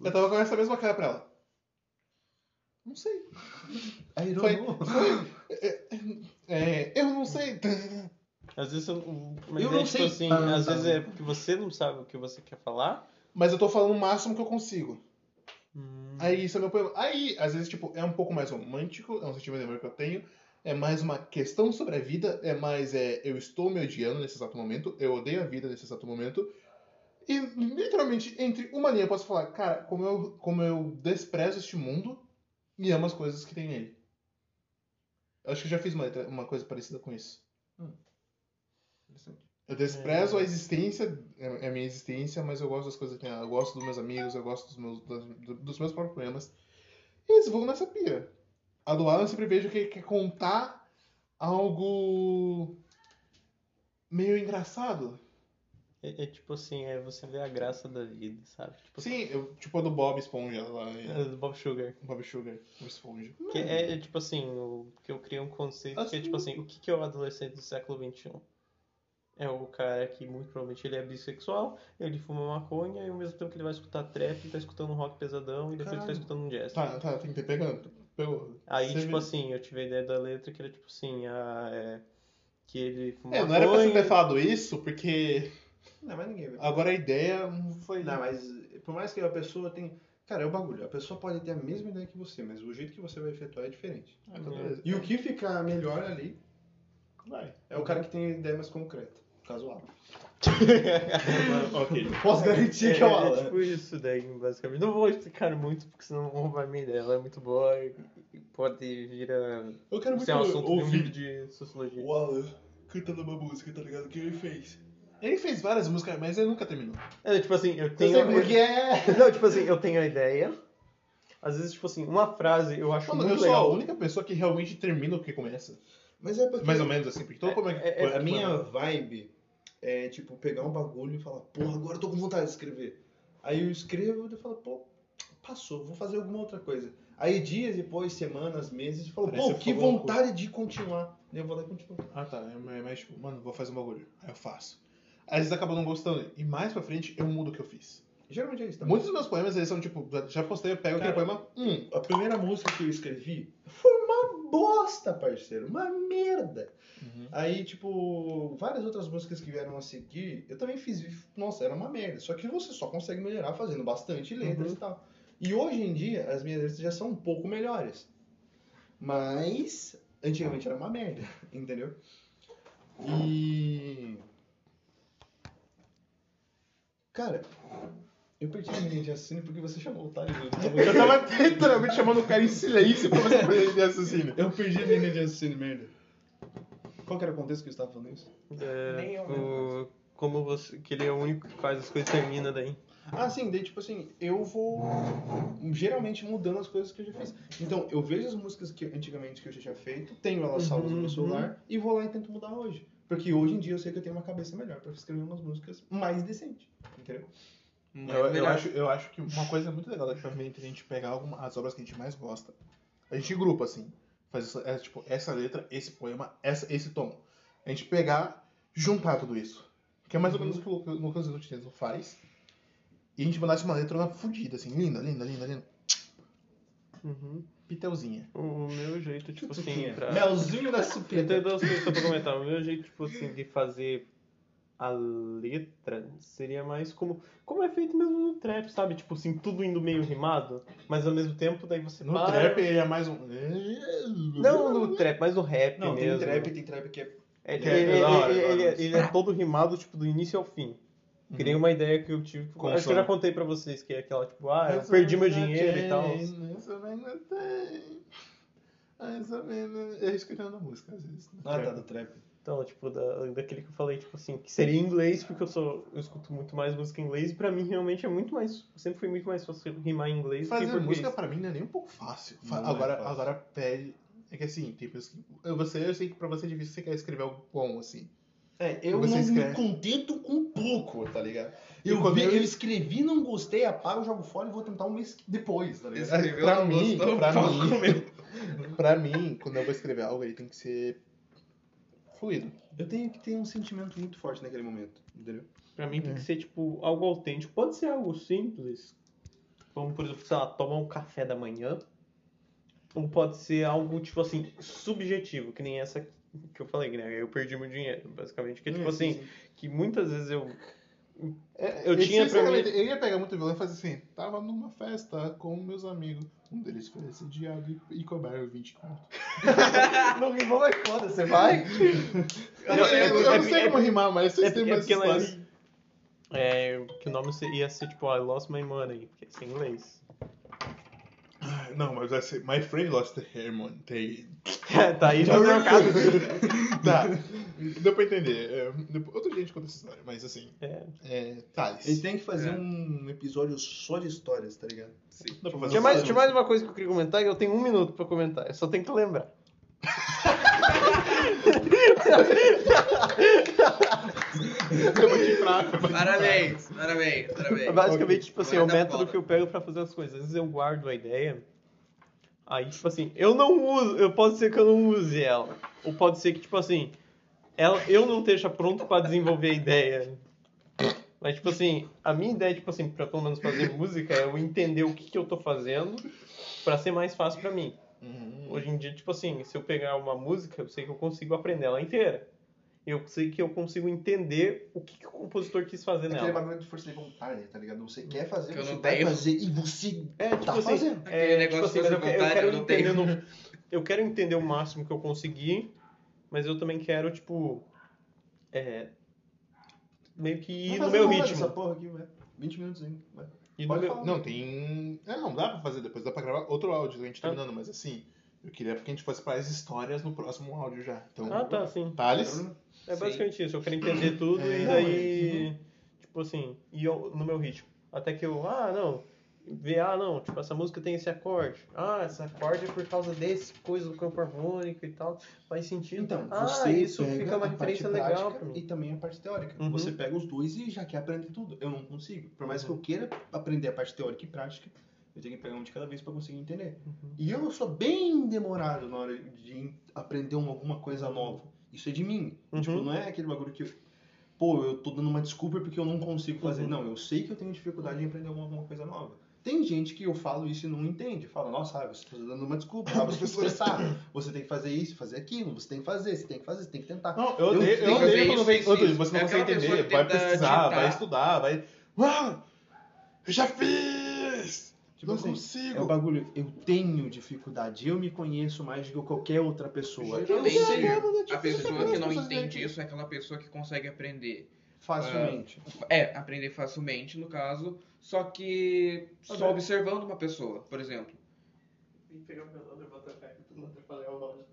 S1: Eu tava com essa mesma cara pra ela. Não sei.
S6: Aí
S1: Foi. É, eu não sei.
S2: (laughs) Às vezes, eu, mas
S6: Eu
S2: é,
S6: não
S2: tipo
S6: sei.
S2: assim,
S6: Ah,
S2: às
S6: tá.
S2: vezes é porque você não sabe o que você quer falar.
S1: Mas eu tô falando o máximo que eu consigo.
S2: Hum.
S1: Aí isso é meu problema. Aí, às vezes, tipo, é um pouco mais romântico, é um sentimento de amor que eu tenho. É mais uma questão sobre a vida, é mais é, eu estou me odiando nesse exato momento, eu odeio a vida nesse exato momento. E literalmente, entre uma linha eu posso falar, cara, como eu, como eu desprezo este mundo e amo as coisas que tem nele. Eu acho que eu já fiz uma, letra- uma coisa parecida com isso. Eu desprezo a existência, é a minha existência, mas eu gosto das coisas que tem. Eu gosto dos meus amigos, eu gosto dos meus, das- do- dos meus próprios problemas. E eles vão nessa pia. A do Alan eu sempre vejo que quer contar algo meio engraçado.
S2: É, é tipo assim, é você vê a graça da vida, sabe? Tipo,
S1: Sim, eu- tipo a do Bob Esponja lá,
S2: é
S1: né?
S2: do Bob Sugar.
S1: Bob Sugar, Bob Esponja.
S2: Que é, é tipo assim, o, que eu criei um conceito que é tipo assim, o que, que é o adolescente do século XXI? É o cara que muito provavelmente ele é bissexual, ele fuma maconha e ao mesmo tempo que ele vai escutar trap, ele tá escutando um rock pesadão e depois ele tá
S1: Caralho.
S2: escutando um jazz.
S1: Tá, tá, tem que ter pegando. Pegou.
S2: Aí,
S1: Você
S2: tipo
S1: vê.
S2: assim, eu tive a ideia da letra que era tipo assim, a, é, que ele fuma
S1: É, não
S2: maconha.
S1: era pra você ter falado isso, porque
S6: Não, mas ninguém vai.
S1: agora a ideia não foi.
S6: Não, mas por mais que a pessoa tenha. Cara, é o bagulho. A pessoa pode ter a mesma ideia que você, mas o jeito que você vai efetuar é diferente.
S1: Ah, então beleza.
S6: E o que fica melhor ali
S1: Vai.
S6: é o cara que tem a ideia mais concreta. Casual.
S1: ok.
S6: Posso garantir que é o
S2: É,
S6: Alan.
S2: tipo isso daí, basicamente. Não vou explicar muito, porque senão vão roubar minha ideia. Ela é muito boa e e pode vir a
S4: Eu quero
S2: ser um assunto de um
S4: ouvir
S2: livro de sociologia.
S4: o Alan cantando uma música, tá ligado? Que ele fez.
S1: Ele fez várias músicas, mas ele nunca terminou.
S2: É, tipo assim, eu
S6: Eu
S2: tenho...
S6: sei como que é.
S2: Não, tipo assim, eu tenho a ideia. Às vezes, tipo assim, uma frase eu acho
S1: Mano, eu
S2: muito
S1: sou a
S2: legal.
S1: única pessoa que realmente termina o que começa.
S6: Mas é porque.
S1: Mais ou menos assim, porque todo como é, que-
S2: é-
S6: A minha vibe é tipo pegar um bagulho e falar, porra, agora eu tô com vontade de escrever. Aí eu escrevo e eu falo, pô, passou, vou fazer alguma outra coisa. Aí dias depois, semanas, meses, eu falo,
S1: Parece
S6: pô, que
S1: fogo no cu.
S6: vontade de continuar. Daí eu vou lá e continuo.
S1: Ah tá, é mais mais tipo, mano, vou fazer um bagulho. Aí eu faço. Aí eles acabam não gostando. E mais pra frente eu mudo o que eu fiz.
S6: Geralmente é isso também.
S1: Muitos dos meus poemas, eles são tipo, já- já postei, eu pego aquele
S6: Cara.
S1: poema. Hum,
S6: A primeira música que eu escrevi foi uma bosta, parceiro. Uma merda.
S1: Uhum.
S6: Aí, tipo, várias outras músicas que vieram a seguir, eu também fiz. Nossa, era uma merda. Só que você só consegue melhorar fazendo bastante letras e tal. E hoje em dia, as minhas letras já são um pouco melhores. Mas, antigamente era uma merda, (laughs) entendeu? E. Cara, eu perdi a minha de raciocínio porque você chamou o Thales. né? Então, eu tava-
S1: eu tava (laughs) literalmente chamando o cara em silêncio pra você aprender de assassino.
S6: Eu perdi a minha linha de raciocínio, merda. Qual que era o contexto que eu estava falando isso?
S2: É,
S5: Nem eu
S2: o- Como você... Que ele é o único que faz as coisas e termina daí.
S6: Ah, sim, daí tipo assim, eu vou geralmente mudando as coisas que eu já fiz. Então, eu vejo as músicas que antigamente que eu já tinha feito, tenho elas salvas no
S2: Uhum,
S6: meu celular e vou lá e tento mudar hoje. Porque hoje em dia eu sei que eu tenho uma cabeça melhor pra escrever umas músicas mais decente, entendeu?
S1: Eu, eu
S5: melhor.
S1: acho, eu acho que uma coisa muito legal da Jovem é a gente pegar alguma, as obras que a gente mais gosta. A gente grupa, assim. Faz essa, é, tipo, essa letra, esse poema, essa, esse tom. A gente pegar, juntar tudo isso. Que é mais ou menos o que o Lucas- Lucas Inutinenzo faz. E a gente mandasse uma letra fodida, assim. Linda, linda, linda, linda.
S2: Uhum.
S1: Pitelzinha.
S2: O meu jeito, tipo
S6: é.
S2: assim, pra...
S6: Melzinho da
S2: Eu
S6: supeta.
S2: tenho duas coisas pra comentar. O meu jeito, tipo assim, de fazer a letra seria mais como... Como é feito mesmo no trap, sabe? Tipo assim, tudo indo meio rimado, mas ao mesmo tempo daí você
S1: No
S2: para...
S1: trap ele é mais um.
S2: Não no trap, mas no rap
S6: Não, tem
S2: mesmo.
S6: trap, tem trap que é.
S2: É,
S1: Trap
S2: ele, ele-
S1: é da hora,
S2: ele-
S1: da hora
S2: ele-
S1: mesmo.
S2: ele é todo rimado, tipo, do início ao fim.
S1: Uhum.
S2: Que nem uma ideia que eu tive. que-
S1: Como
S2: acho que eu já
S1: chama?
S2: contei pra vocês, que é aquela, tipo, ah, eu perdi meu dinheiro e tal.
S1: É isso que eu tenho na música, às vezes.
S6: Ah, tá, do trap.
S2: Então, tipo, da, daquele que eu falei, tipo assim, que seria em inglês, porque eu sou. Eu escuto muito mais música em inglês, e pra mim realmente é muito mais. Sempre foi muito mais fácil rimar em inglês do que em
S1: Fazer
S2: português.
S1: música pra mim não é nem um pouco fácil. Fa-
S6: Não é
S1: agora,
S6: fácil.
S1: agora pede. É que assim, tem pessoas que. eu- Você, eu sei que pra você é difícil você quer escrever algo bom, assim.
S6: É, eu
S1: Você
S6: não
S1: escreve.
S6: me contento com pouco, tá ligado?
S1: E
S6: Eu,
S1: quando
S6: vi,
S1: eu-
S6: eu... escrevi, não gostei, apago, jogo fora e vou tentar um mês depois, tá ligado?
S5: Escreveu,
S1: pra
S5: não
S1: mim,
S5: gostou,
S1: pra
S5: pau
S1: mim.
S5: comeu.
S1: (laughs) Pra mim, quando eu vou escrever algo, ele tem que ser fluido.
S6: Eu tenho que ter um sentimento muito forte naquele momento, entendeu?
S2: Pra mim tem que ser, tipo, algo autêntico. Pode ser algo simples. Como, por exemplo, sei lá, tomar um café da manhã. Ou pode ser algo, tipo assim, subjetivo, que nem essa que eu falei, né? Eu perdi meu dinheiro, basicamente. Que, é, tipo assim, que muitas vezes eu. Eu
S1: Ele,
S2: tinha pra mim-
S1: sinceramente, Eu ia pegar muito violão e fazer assim: tava numa festa com meus amigos. Um deles foi assediado e, e cobraram 20
S2: (laughs)
S1: conto.
S6: Não rimou é foda, você vai?
S1: Eu,
S2: eu-
S1: eu- eu
S2: é-
S1: não sei
S2: é-
S1: como rimar, mas
S2: É
S1: vocês têm
S2: porque, é
S1: mais
S2: porque ela
S1: espaço.
S2: ia, é, que o nome ia ser tipo I lost my money, porque isso é em inglês.
S1: Ah, Não, mas vai ser. My friend lost the hair, mano. Tem-
S2: (laughs) (laughs) tá aí já trocado.
S1: (laughs) tá. Deu pra entender. É, depois- outro dia a gente conta essa história, mas assim.
S2: É.
S1: É, Thales.
S6: Ele tem que fazer um episódio só de histórias, tá ligado?
S1: Dá pra fazer um
S2: Tinha mais,
S1: essa-
S2: tinha mais uma coisa que eu queria comentar e eu tenho um minuto pra comentar, eu só tenho
S1: (laughs)
S2: que lembrar.
S1: Eu bati fraco, eu bati fraco.
S5: Parabéns, parabéns,
S2: É
S5: parabéns.
S2: basicamente, tipo assim, é o
S5: Vai dar
S2: método
S5: foda.
S2: que eu pego pra fazer as coisas. Às vezes eu guardo a ideia, aí tipo assim, eu não uso, eu posso ser que eu não use ela. Ou pode ser que, tipo assim, ela, eu não esteja pronto pra desenvolver a ideia. Mas, tipo assim, a minha ideia, tipo assim, pra pelo menos fazer música, é eu entender o que, que eu tô fazendo pra ser mais fácil pra mim. Hoje em dia, tipo assim, se eu pegar uma música, eu sei que eu consigo aprender ela inteira. Eu sei que eu consigo entender o que, que o compositor quis fazer
S6: É Aquele
S2: nela.
S6: bagulho de força de vontade, tá ligado? Você quer fazer,
S5: Que eu
S6: você
S5: não
S6: vai
S5: tenho.
S6: fazer e você
S2: É, tipo
S6: tá
S2: assim,
S6: fazendo.
S2: é,
S5: Aquele
S2: tipo
S5: negócio
S2: assim,
S5: de
S2: mas
S5: fazer
S2: eu, que- eu
S5: vontade,
S2: quero
S5: eu não
S2: entender
S5: tenho. (laughs)
S2: no- eu quero entender o máximo que eu conseguir, mas eu também quero, tipo, é, meio que ir
S6: Vai
S2: no
S6: fazer
S2: meu
S6: uma hora
S2: ritmo.
S6: Essa porra aqui, vai. 20 minutos ainda. vai.
S2: Ir no
S6: Pode
S2: meu-
S6: falar.
S1: Não, tem. É, não, dá pra fazer depois, dá pra gravar outro áudio a gente
S2: Ah.
S1: terminando, mas assim. Eu queria que a gente fosse para as histórias no próximo áudio já. Então,
S2: Ah, tá, sim.
S1: Thales.
S2: É
S5: Sim.
S2: basicamente isso, eu quero entender tudo
S1: É,
S2: e daí,
S6: uhum.
S2: tipo assim, ir ao- no meu ritmo. Até que eu, ah, não, ver, ah, não, tipo, essa música tem esse acorde. Ah, esse acorde é por causa desse coisa do campo harmônico e tal, faz sentido.
S6: Então,
S2: ah,
S6: você
S2: isso
S6: pega
S2: fica uma
S6: a parte
S2: referência legal
S6: prática
S2: pra mim.
S6: E também a parte teórica.
S2: Uhum.
S6: Você pega os dois e já quer aprender tudo. Eu não consigo. Por mais que eu queira aprender a parte teórica e prática, eu tenho que pegar um de cada vez pra conseguir entender.
S2: Uhum.
S6: E eu sou bem demorado na hora de em- aprender uma- alguma coisa nova. Isso é de mim.
S2: Uhum.
S6: Tipo, não é aquele bagulho que, eu- pô, eu tô dando uma desculpa porque eu não consigo fazer.
S2: Uhum.
S6: Não, eu sei que eu tenho dificuldade em aprender alguma, alguma coisa nova. Tem gente que eu falo isso e não entende. Fala, nossa, sabe, você tá dando uma desculpa, sabe, você está (laughs) estressado. Você tem que fazer isso, fazer aquilo, você tem que fazer, você tem que fazer, você tem que tentar.
S1: Não, eu
S6: Eu
S1: odeio, eu
S6: tenho que
S1: odeio
S5: fazer
S1: quando
S5: isso,
S1: vem.
S5: isso,
S1: Outro,
S5: isso.
S1: você não
S5: É
S1: consegue
S5: aquela pessoa
S1: entender,
S5: que
S1: vai
S5: tenta
S1: pesquisar,
S5: digitar.
S1: vai estudar, vai. Uau! Eu já fiz!
S6: Tipo
S1: não
S6: assim, É
S1: consigo!
S6: o bagulho, eu tenho dificuldade, eu me conheço mais do que qualquer outra pessoa. Eu
S5: Geralmente,
S6: sei
S5: a pessoa que não
S1: Fazer
S5: entende
S1: isso.
S5: isso é aquela pessoa que consegue aprender.
S6: facilmente.
S5: É, aprender facilmente, no caso, só que só observando uma pessoa, por exemplo.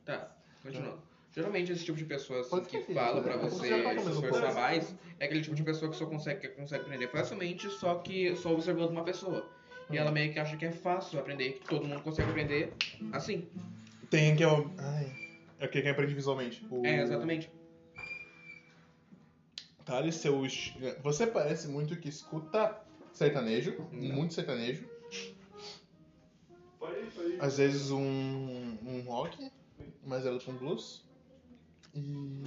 S5: Tá, continuando. Geralmente esse tipo de pessoa assim,
S1: Pode
S5: que
S1: esquecer,
S5: fala
S1: né?
S5: pra
S1: Vamos
S5: você
S1: consertar
S5: se
S1: mesmo,
S5: esforçar
S1: pô.
S5: mais, é aquele tipo de pessoa que só consegue, que consegue aprender facilmente, só que só observando uma pessoa. E ela meio que acha que é fácil aprender, que todo mundo consegue aprender assim.
S1: Tem que. eu- Ai. É o que quem aprende visualmente. O...
S5: É, exatamente.
S1: Thales, seu. esti- Você parece muito que escuta sertanejo, muito sertanejo. Às vezes um, um rock, mas era com blues. E.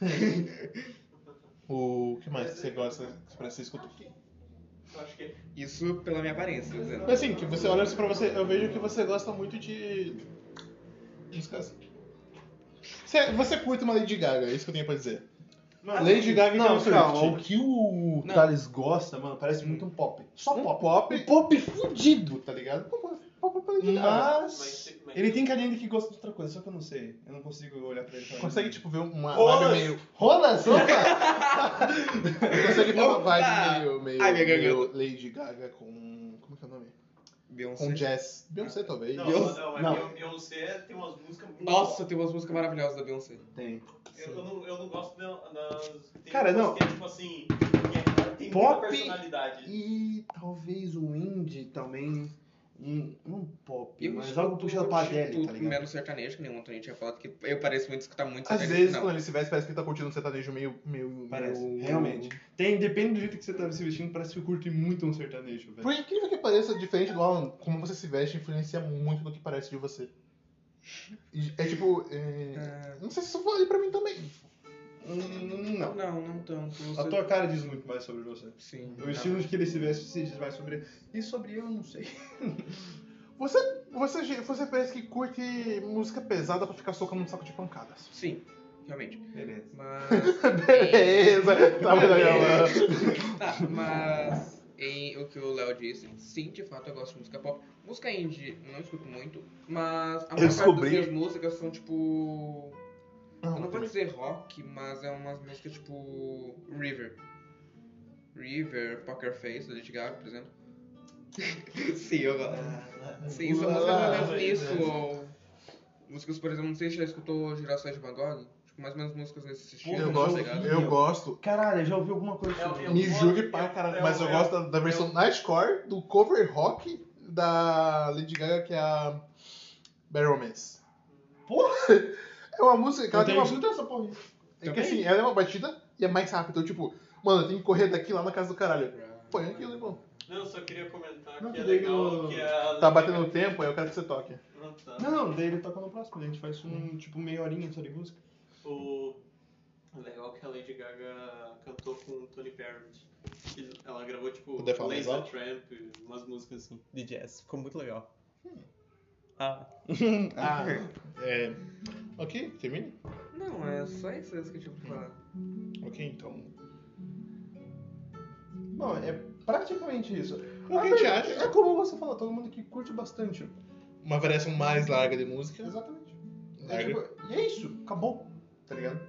S1: (laughs) O que mais que você gosta pra você escutar?
S5: Isso pela minha aparência, tô dizendo.
S1: Mas assim, que você olha pra você, eu vejo que você gosta muito de. Descansa. Você, você curte uma Lady Gaga, é isso que eu tenho pra dizer.
S6: É.
S1: Lady Gaga e
S6: Não,
S1: Taylor Swift.
S6: calma, o que um o
S5: Não.
S6: Thales gosta, mano, parece muito um pop. Só
S1: Um
S6: pop.
S1: pop.
S6: Um pop fudido, tá ligado? Pop pra
S1: Hum.
S6: Lady Gaga.
S1: Mas
S6: Ele tem carinha de que gosta de outra coisa, só que eu não sei. Eu não consigo olhar pra ele. "Hum." também.
S1: consegue, tipo, ver uma
S6: Rolas.
S1: vibe meio.
S6: Rolas, opa!
S1: Consegue ver uma
S5: Opa!
S1: vibe meio, meio,
S5: Ai, minha
S1: meio Lady Gaga com. Como é que é o nome?
S5: Beyoncé.
S1: Com jazz. Beyoncé, talvez.
S2: Não,
S5: Beyoncé-
S2: não, é
S6: não.
S2: Beyon- Beyoncé tem umas músicas muito
S5: Nossa, tem umas músicas maravilhosas da Beyoncé.
S6: Tem.
S2: boas. Eu, eu não, eu não gosto da- das. Tem
S6: Cara,
S2: umas
S6: não.
S2: Que é tipo assim. que é- tem
S6: Pop
S2: muita personalidade.
S6: E talvez o indie também. Um, não pop,
S5: Eu
S6: mas
S5: escuto-
S6: algo puxado pra Adele, tá
S5: Eu
S6: ligado?
S5: menos sertanejo, que nem o Antônio tinha falado, que eu pareço muito escutar muito
S1: Às
S5: sertanejo.
S1: vezes,
S5: não.
S1: quando ele se veste, parece que ele tá curtindo um sertanejo meio. meio
S6: Parece,
S1: meio-
S6: realmente. Tem, depende do jeito que você tá se vestindo, parece que eu curto muito um sertanejo, velho.
S1: Por incrível que pareça, diferente do Alan, como você se veste influencia muito do que parece de você. E É tipo. é, Não sei se isso vale pra mim também.
S6: Hum, não.
S5: Não, não tanto.
S6: A tua cara diz muito mais sobre você.
S5: Sim.
S6: O estilo de que ele se veste se diz mais sobre ele. E sobre eu, eu não sei.
S1: (laughs) Você, você, você parece que curte música pesada pra ficar socando um saco de pancadas.
S5: Sim, realmente.
S6: Beleza.
S5: Mas.
S1: Beleza! (laughs) Tá muito legal.
S5: Tá, mas em o que o Léo disse, sim, de fato eu gosto de música pop. Música indie eu não escuto muito, mas a maior
S6: descobri-
S5: parte das minhas músicas são tipo.
S1: Não,
S5: eu não vou
S1: também.
S5: dizer rock, mas é umas músicas tipo. River. River, Poker Face, da Lady Gaga, por exemplo. (laughs) sim, eu gosto.
S1: né?
S5: Sim, são músicas
S1: lá,
S5: mais ou
S1: vai,
S5: menos
S1: vai.
S5: nisso. Ou... Músicas, por exemplo, não sei se já escutou Gerações de Van Gogh. Tipo, mais ou menos músicas nesse estilo.
S1: Eu
S5: tá
S1: gosto,
S5: ligado?
S1: eu gosto.
S6: Caralho, eu já ouvi alguma
S5: É
S6: coisa sobre
S2: Eu
S1: Me
S2: gosto-
S1: julgue pra caralho,
S6: É
S2: eu-
S1: mas eu
S2: eu-
S1: gosto da, da versão Nightcore do cover rock da Lady Gaga, que é a Bad Romance.
S6: Porra!
S1: É uma música que ela tem uma
S6: Entendi. essa porra. aí.
S1: É que assim, ela é uma batida e é mais rápido. Então, tipo, mano, eu tenho que correr daqui lá na casa do caralho. Põe aquilo, irmão.
S2: Não, eu só queria comentar
S6: Não,
S2: que é
S6: que daí
S2: legal
S6: eu-
S2: que a.
S1: Tá batendo o tempo, aí eu quero que você toque.
S2: Não, tá.
S6: Não, não, daí ele toca no próximo, daí a gente faz um tipo meia horinha só de música.
S2: O o legal é que a Lady Gaga cantou com o Tony Parrott. E Ela gravou tipo
S1: Poder falar mais
S2: Laser
S1: alto?
S2: Tramp, umas músicas assim. Hum.
S9: De jazz. Ficou muito legal. Ah,
S6: (laughs)
S1: Ah, é. Ok, termine?
S5: Não, é só isso que eu tinha pra falar.
S1: Ok, então.
S6: Bom, é praticamente isso.
S1: O que a gente acha?
S6: É como você falou, todo mundo que curte bastante.
S1: Uma variação mais larga de música.
S6: Exatamente. É,
S1: Larga.
S6: tipo, e é isso, acabou. Tá ligado?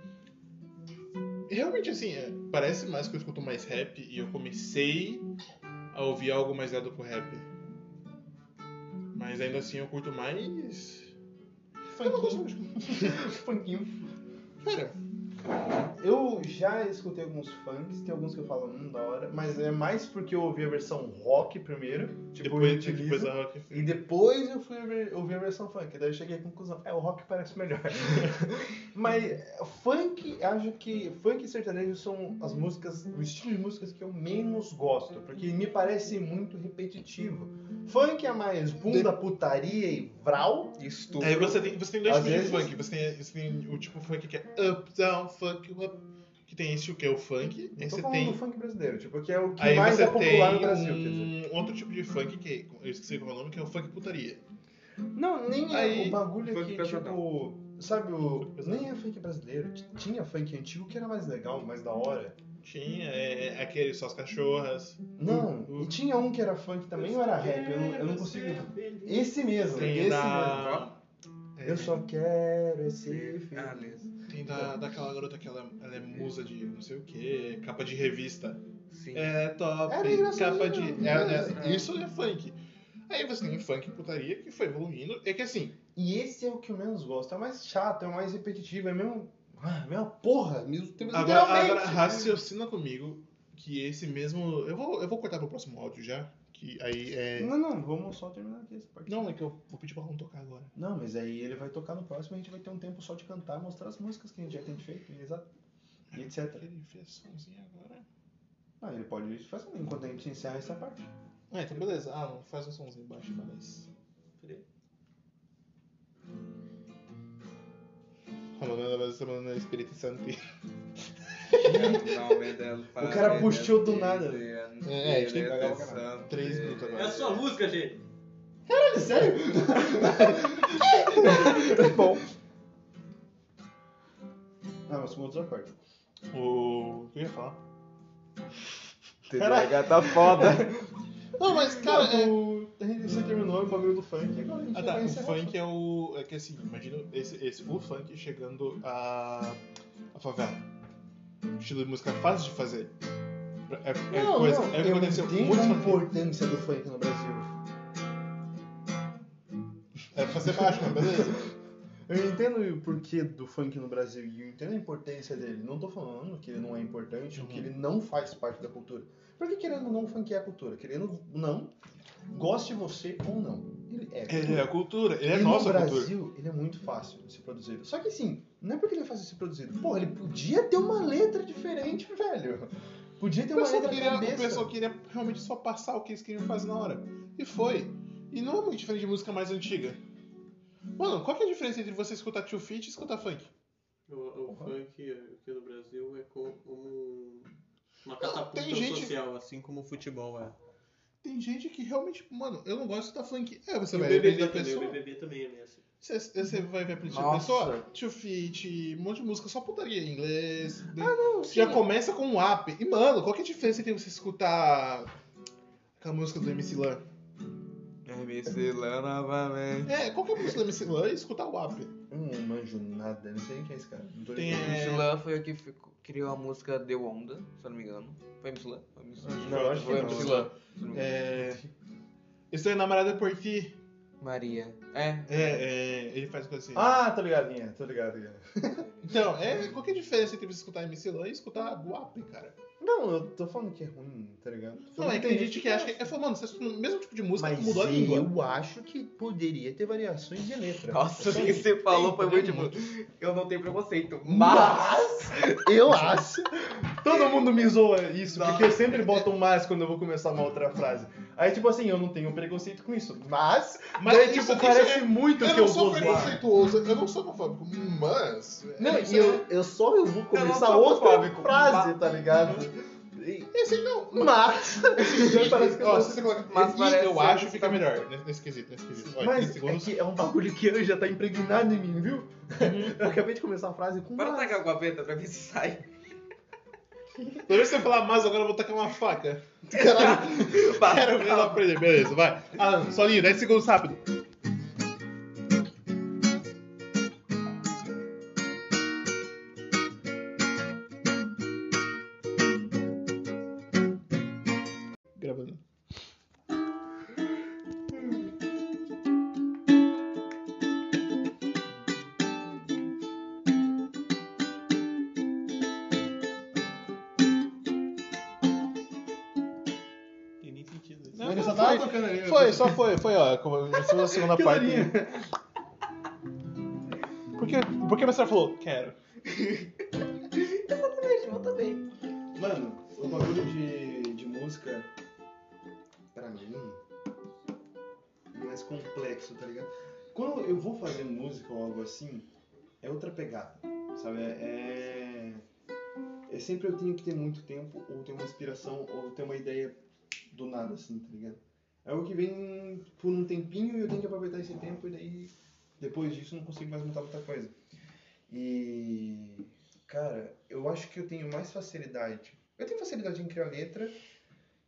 S1: E Realmente, assim, é, parece mais que eu escuto mais rap e eu comecei a ouvir algo mais ligado pro rap. Mas ainda assim eu curto mais. Eu não gosto mais.
S6: Funkinho.
S1: Cara,
S6: Eu já escutei alguns funks, tem alguns que eu falo, hum, da hora, mas é mais porque eu ouvi a versão rock primeiro, tipo,
S1: depois,
S6: eu
S1: depois
S6: utilizo,
S1: da rock.
S6: e depois eu fui ver- ouvir a versão funk, daí eu cheguei à conclusão, é, o rock parece melhor. (laughs) mas é, funk, acho que funk e sertanejo são as músicas, o estilo de músicas que eu menos gosto, porque me parece muito repetitivo. Funk é mais bunda, putaria e vral,
S1: Hum.
S5: Estúpido.
S1: Aí você tem, você tem dois
S6: Tipo, Às
S1: tipos
S6: vezes-
S1: de funk. Você tem, você tem o tipo funk que é up, down, funk, up. Que tem esse que é o funk. Aí
S6: Eu tô
S1: você
S6: falando do
S1: tem.
S6: funk brasileiro, tipo, que é o que
S1: Aí
S6: mais
S1: você
S6: é popular
S1: tem
S6: no Brasil. quer dizer.
S1: um outro tipo de funk que eu esqueci qual é o nome, que é o funk putaria.
S6: Não, nem
S1: Aí,
S6: é o bagulho
S5: funk
S6: que,
S5: pesadão.
S6: tipo. Sabe, o.
S1: Funk pesadão.
S6: Nem é funk brasileiro. t- Tinha funk antigo que era mais legal, mais da hora.
S1: Tinha é, é aquele só as cachorras.
S6: Não,
S1: Hum, hum.
S6: e tinha um que era funk também ou era rap? Eu não, eu não consigo. Esse mesmo,
S1: Tem
S6: esse é mesmo.
S1: da.
S6: Eu só
S1: É.
S6: quero esse
S5: Ah,
S6: filho.
S5: beleza.
S1: Tem da, daquela garota que ela, ela é musa de não sei o que, capa de revista.
S5: Sim.
S1: É top,
S6: Era engraçadinho,
S1: capa de. é-
S6: né?
S1: é-
S5: é.
S1: isso é funk. Aí você tem funk putaria que foi evoluindo. É que assim,
S6: E esse é o que eu menos gosto. É o mais chato, é o mais repetitivo, é mesmo. Ah, mesma porra, mesmo.
S1: Agora,
S6: literalmente.
S1: agora raciocina comigo que esse mesmo. Eu vou, eu vou cortar pro próximo áudio já. Que aí é.
S6: Não, não, vamos só terminar aqui essa parte.
S1: Não, é que eu vou pedir pra não tocar agora.
S6: Não, mas aí ele vai tocar no próximo e a gente vai ter um tempo só de cantar, mostrar as músicas que a gente já tem feito. Exato. e etc.
S1: Ele fez sozinho agora.
S6: Ah, ele pode ir fazendo enquanto a gente encerra essa parte.
S10: Ah, então beleza. Ah, não, faz um somzinho baixo, beleza.
S11: Peraí.
S10: Rolando a semana no Espírito
S1: (laughs)
S10: Santo.
S6: (laughs) O cara puxou do nada.
S10: É, a gente tem que pagar o cara. Três
S12: né?
S10: minutos
S11: É a
S10: agora.
S11: sua música, gente.
S6: Sério?
S10: Bom.
S6: Ah, mas com outra parte.
S1: O. O que eu ia falar?
S12: TDAH tá
S6: (laughs)
S12: foda.
S1: Não, mas, cara, é.
S6: O... A gente você terminou o bagulho do funk e agora a gente
S1: Ah, tá.
S6: vai
S1: O
S6: encerrar.
S1: funk é o. É que assim, imagina esse, esse, o funk chegando a. a favela. Estilo de música fácil de fazer. É, é
S6: Não,
S1: coisa.
S6: não,
S1: é o que
S6: eu
S1: aconteceu com
S6: entendo
S1: muitos
S6: a
S1: funkeiros.
S6: importância do funk no Brasil.
S1: É fazer baixo, mas beleza.
S6: Eu entendo o porquê do funk no Brasil e eu entendo a importância dele. Não tô falando que ele não é importante ou que ele não faz parte da cultura. Porque querendo ou não, o funk é a cultura. Querendo ou não, goste você ou não. Ele é.
S1: Ele é a cultura, ele é
S6: e
S1: nossa
S6: no
S1: cultura.
S6: Brasil, ele é muito fácil de ser produzido. Só que assim, não é porque ele é fácil de ser produzido. Pô, ele podia ter uma letra diferente, velho. Podia ter
S1: O
S6: uma
S1: pessoal,
S6: letra
S1: queria, o
S6: cabeça.
S1: pessoal queria realmente só passar o que eles queriam fazer na hora. E foi. E não é muito diferente de música mais antiga. Mano, qual que é a diferença entre você escutar Tio Fit e escutar funk?
S12: Uhum.
S11: O, o funk aqui no Brasil é co-
S2: um,
S11: como uma
S1: tem
S11: catapulta
S1: gente-
S11: social, assim como o futebol é.
S1: Tem gente que realmente, mano, eu não gosto de escutar funk. É, você
S11: E o
S1: vai ver
S11: BBB
S1: da
S11: também, o
S1: pessoa.
S11: BBB também é meio assim.
S1: Você, você vai ver a playlist da
S12: Nossa.
S1: pessoa, Tio Fit, um monte de música, só putaria em inglês. né? Já começa com um app. E, mano, qual que é a diferença entre você escutar aquela música do MC Lan?
S12: MC Léo novamente.
S1: É, qual que é a música do MC Lan e escutar o app?
S6: Eu não manjo nada, eu não sei nem quem é esse cara. Não tô
S1: Tem,
S6: ligado.
S1: é,
S12: MC Léo foi o que ficou- criou a música The Onda, se eu não me engano. Foi MC Léo? Foi MC Léo.
S6: Não, acho que
S12: Foi
S6: não.
S12: MC Léo. se eu não me engano.
S1: É. Estou namorada por ti.
S12: Maria. É.
S1: É, é, ele faz coisa assim.
S6: Ah, tô ligado, Linha, tô ligado, ligado.
S1: Então, é, qual que é a diferença entre você escutar MC Lan e escutar o app, cara?
S6: Não, eu tô falando que é ruim, tá ligado?
S1: Não, é que tem gente que acha que. É, fala, mano, você escuta o mesmo tipo de música, mudou a
S6: eu
S1: língua.
S6: acho que poderia ter variações de letra.
S12: Nossa, o que você falou foi muito bom. Eu não tenho preconceito, mas...
S6: Eu acho. Todo mundo me zoa isso, porque eu sempre boto um mas quando eu vou começar uma outra frase. Aí, tipo assim, eu não tenho preconceito com isso, mas.
S1: Mas
S6: Mas,
S1: isso-
S6: tipo,
S1: isso
S6: parece
S1: é-
S6: muito
S1: Eu
S6: que eu
S1: não sou
S6: vou zoar.
S1: preconceituoso, eu não sou homofóbico, mas.
S6: Não,
S1: isso
S6: e eu, eu só eu vou começar
S12: sou
S6: outra
S12: homofóbico,
S6: frase, tá ligado? E-
S1: Esse não.
S6: Mas. (laughs) parece que eu
S1: Ó,
S6: tô-
S1: se você coloca.
S12: Mas
S1: e
S12: parece
S1: eu
S12: que
S1: acho
S12: você
S1: que fica
S12: tá-
S1: melhor nesse- nesse quesito, nesse quesito. Olha,
S6: Mas
S1: 30 segundos.
S6: é que é um bagulho que eu já tá impregnado em mim, viu? (laughs) Eu acabei de começar a frase com
S12: Para
S6: mas.
S12: tacar com a peta pra ver se sai.
S1: Toda vez que você falar mais, agora eu vou tacar uma faca. (laughs) Quero ver ela
S12: Basta.
S1: aprender. Beleza, vai. Ah, solinho, 10 segundos rápido. Gravando.
S11: Tem nem sentido isso.
S1: Não,
S6: Ele só
S1: não,
S6: tava
S1: foi.
S6: tocando ali.
S1: Foi, só foi, foi, ó. Como já foi a (laughs) segunda
S6: Que
S1: parte.
S6: daninha.
S1: Por que, por que você falou, quero?
S6: Mano, o bagulho de, de música, pra mim, é mais complexo, tá ligado? Quando eu vou fazer música ou algo assim, é outra pegada, sabe? É, é sempre eu tenho que ter muito tempo, ou ter uma inspiração, ou ter uma ideia do nada, assim, tá ligado? É algo que vem por um tempinho e eu tenho que aproveitar esse tempo, e daí, depois disso, eu não consigo mais montar muita coisa. E Cara, eu acho que eu tenho mais facilidade. Eu tenho facilidade em criar letra,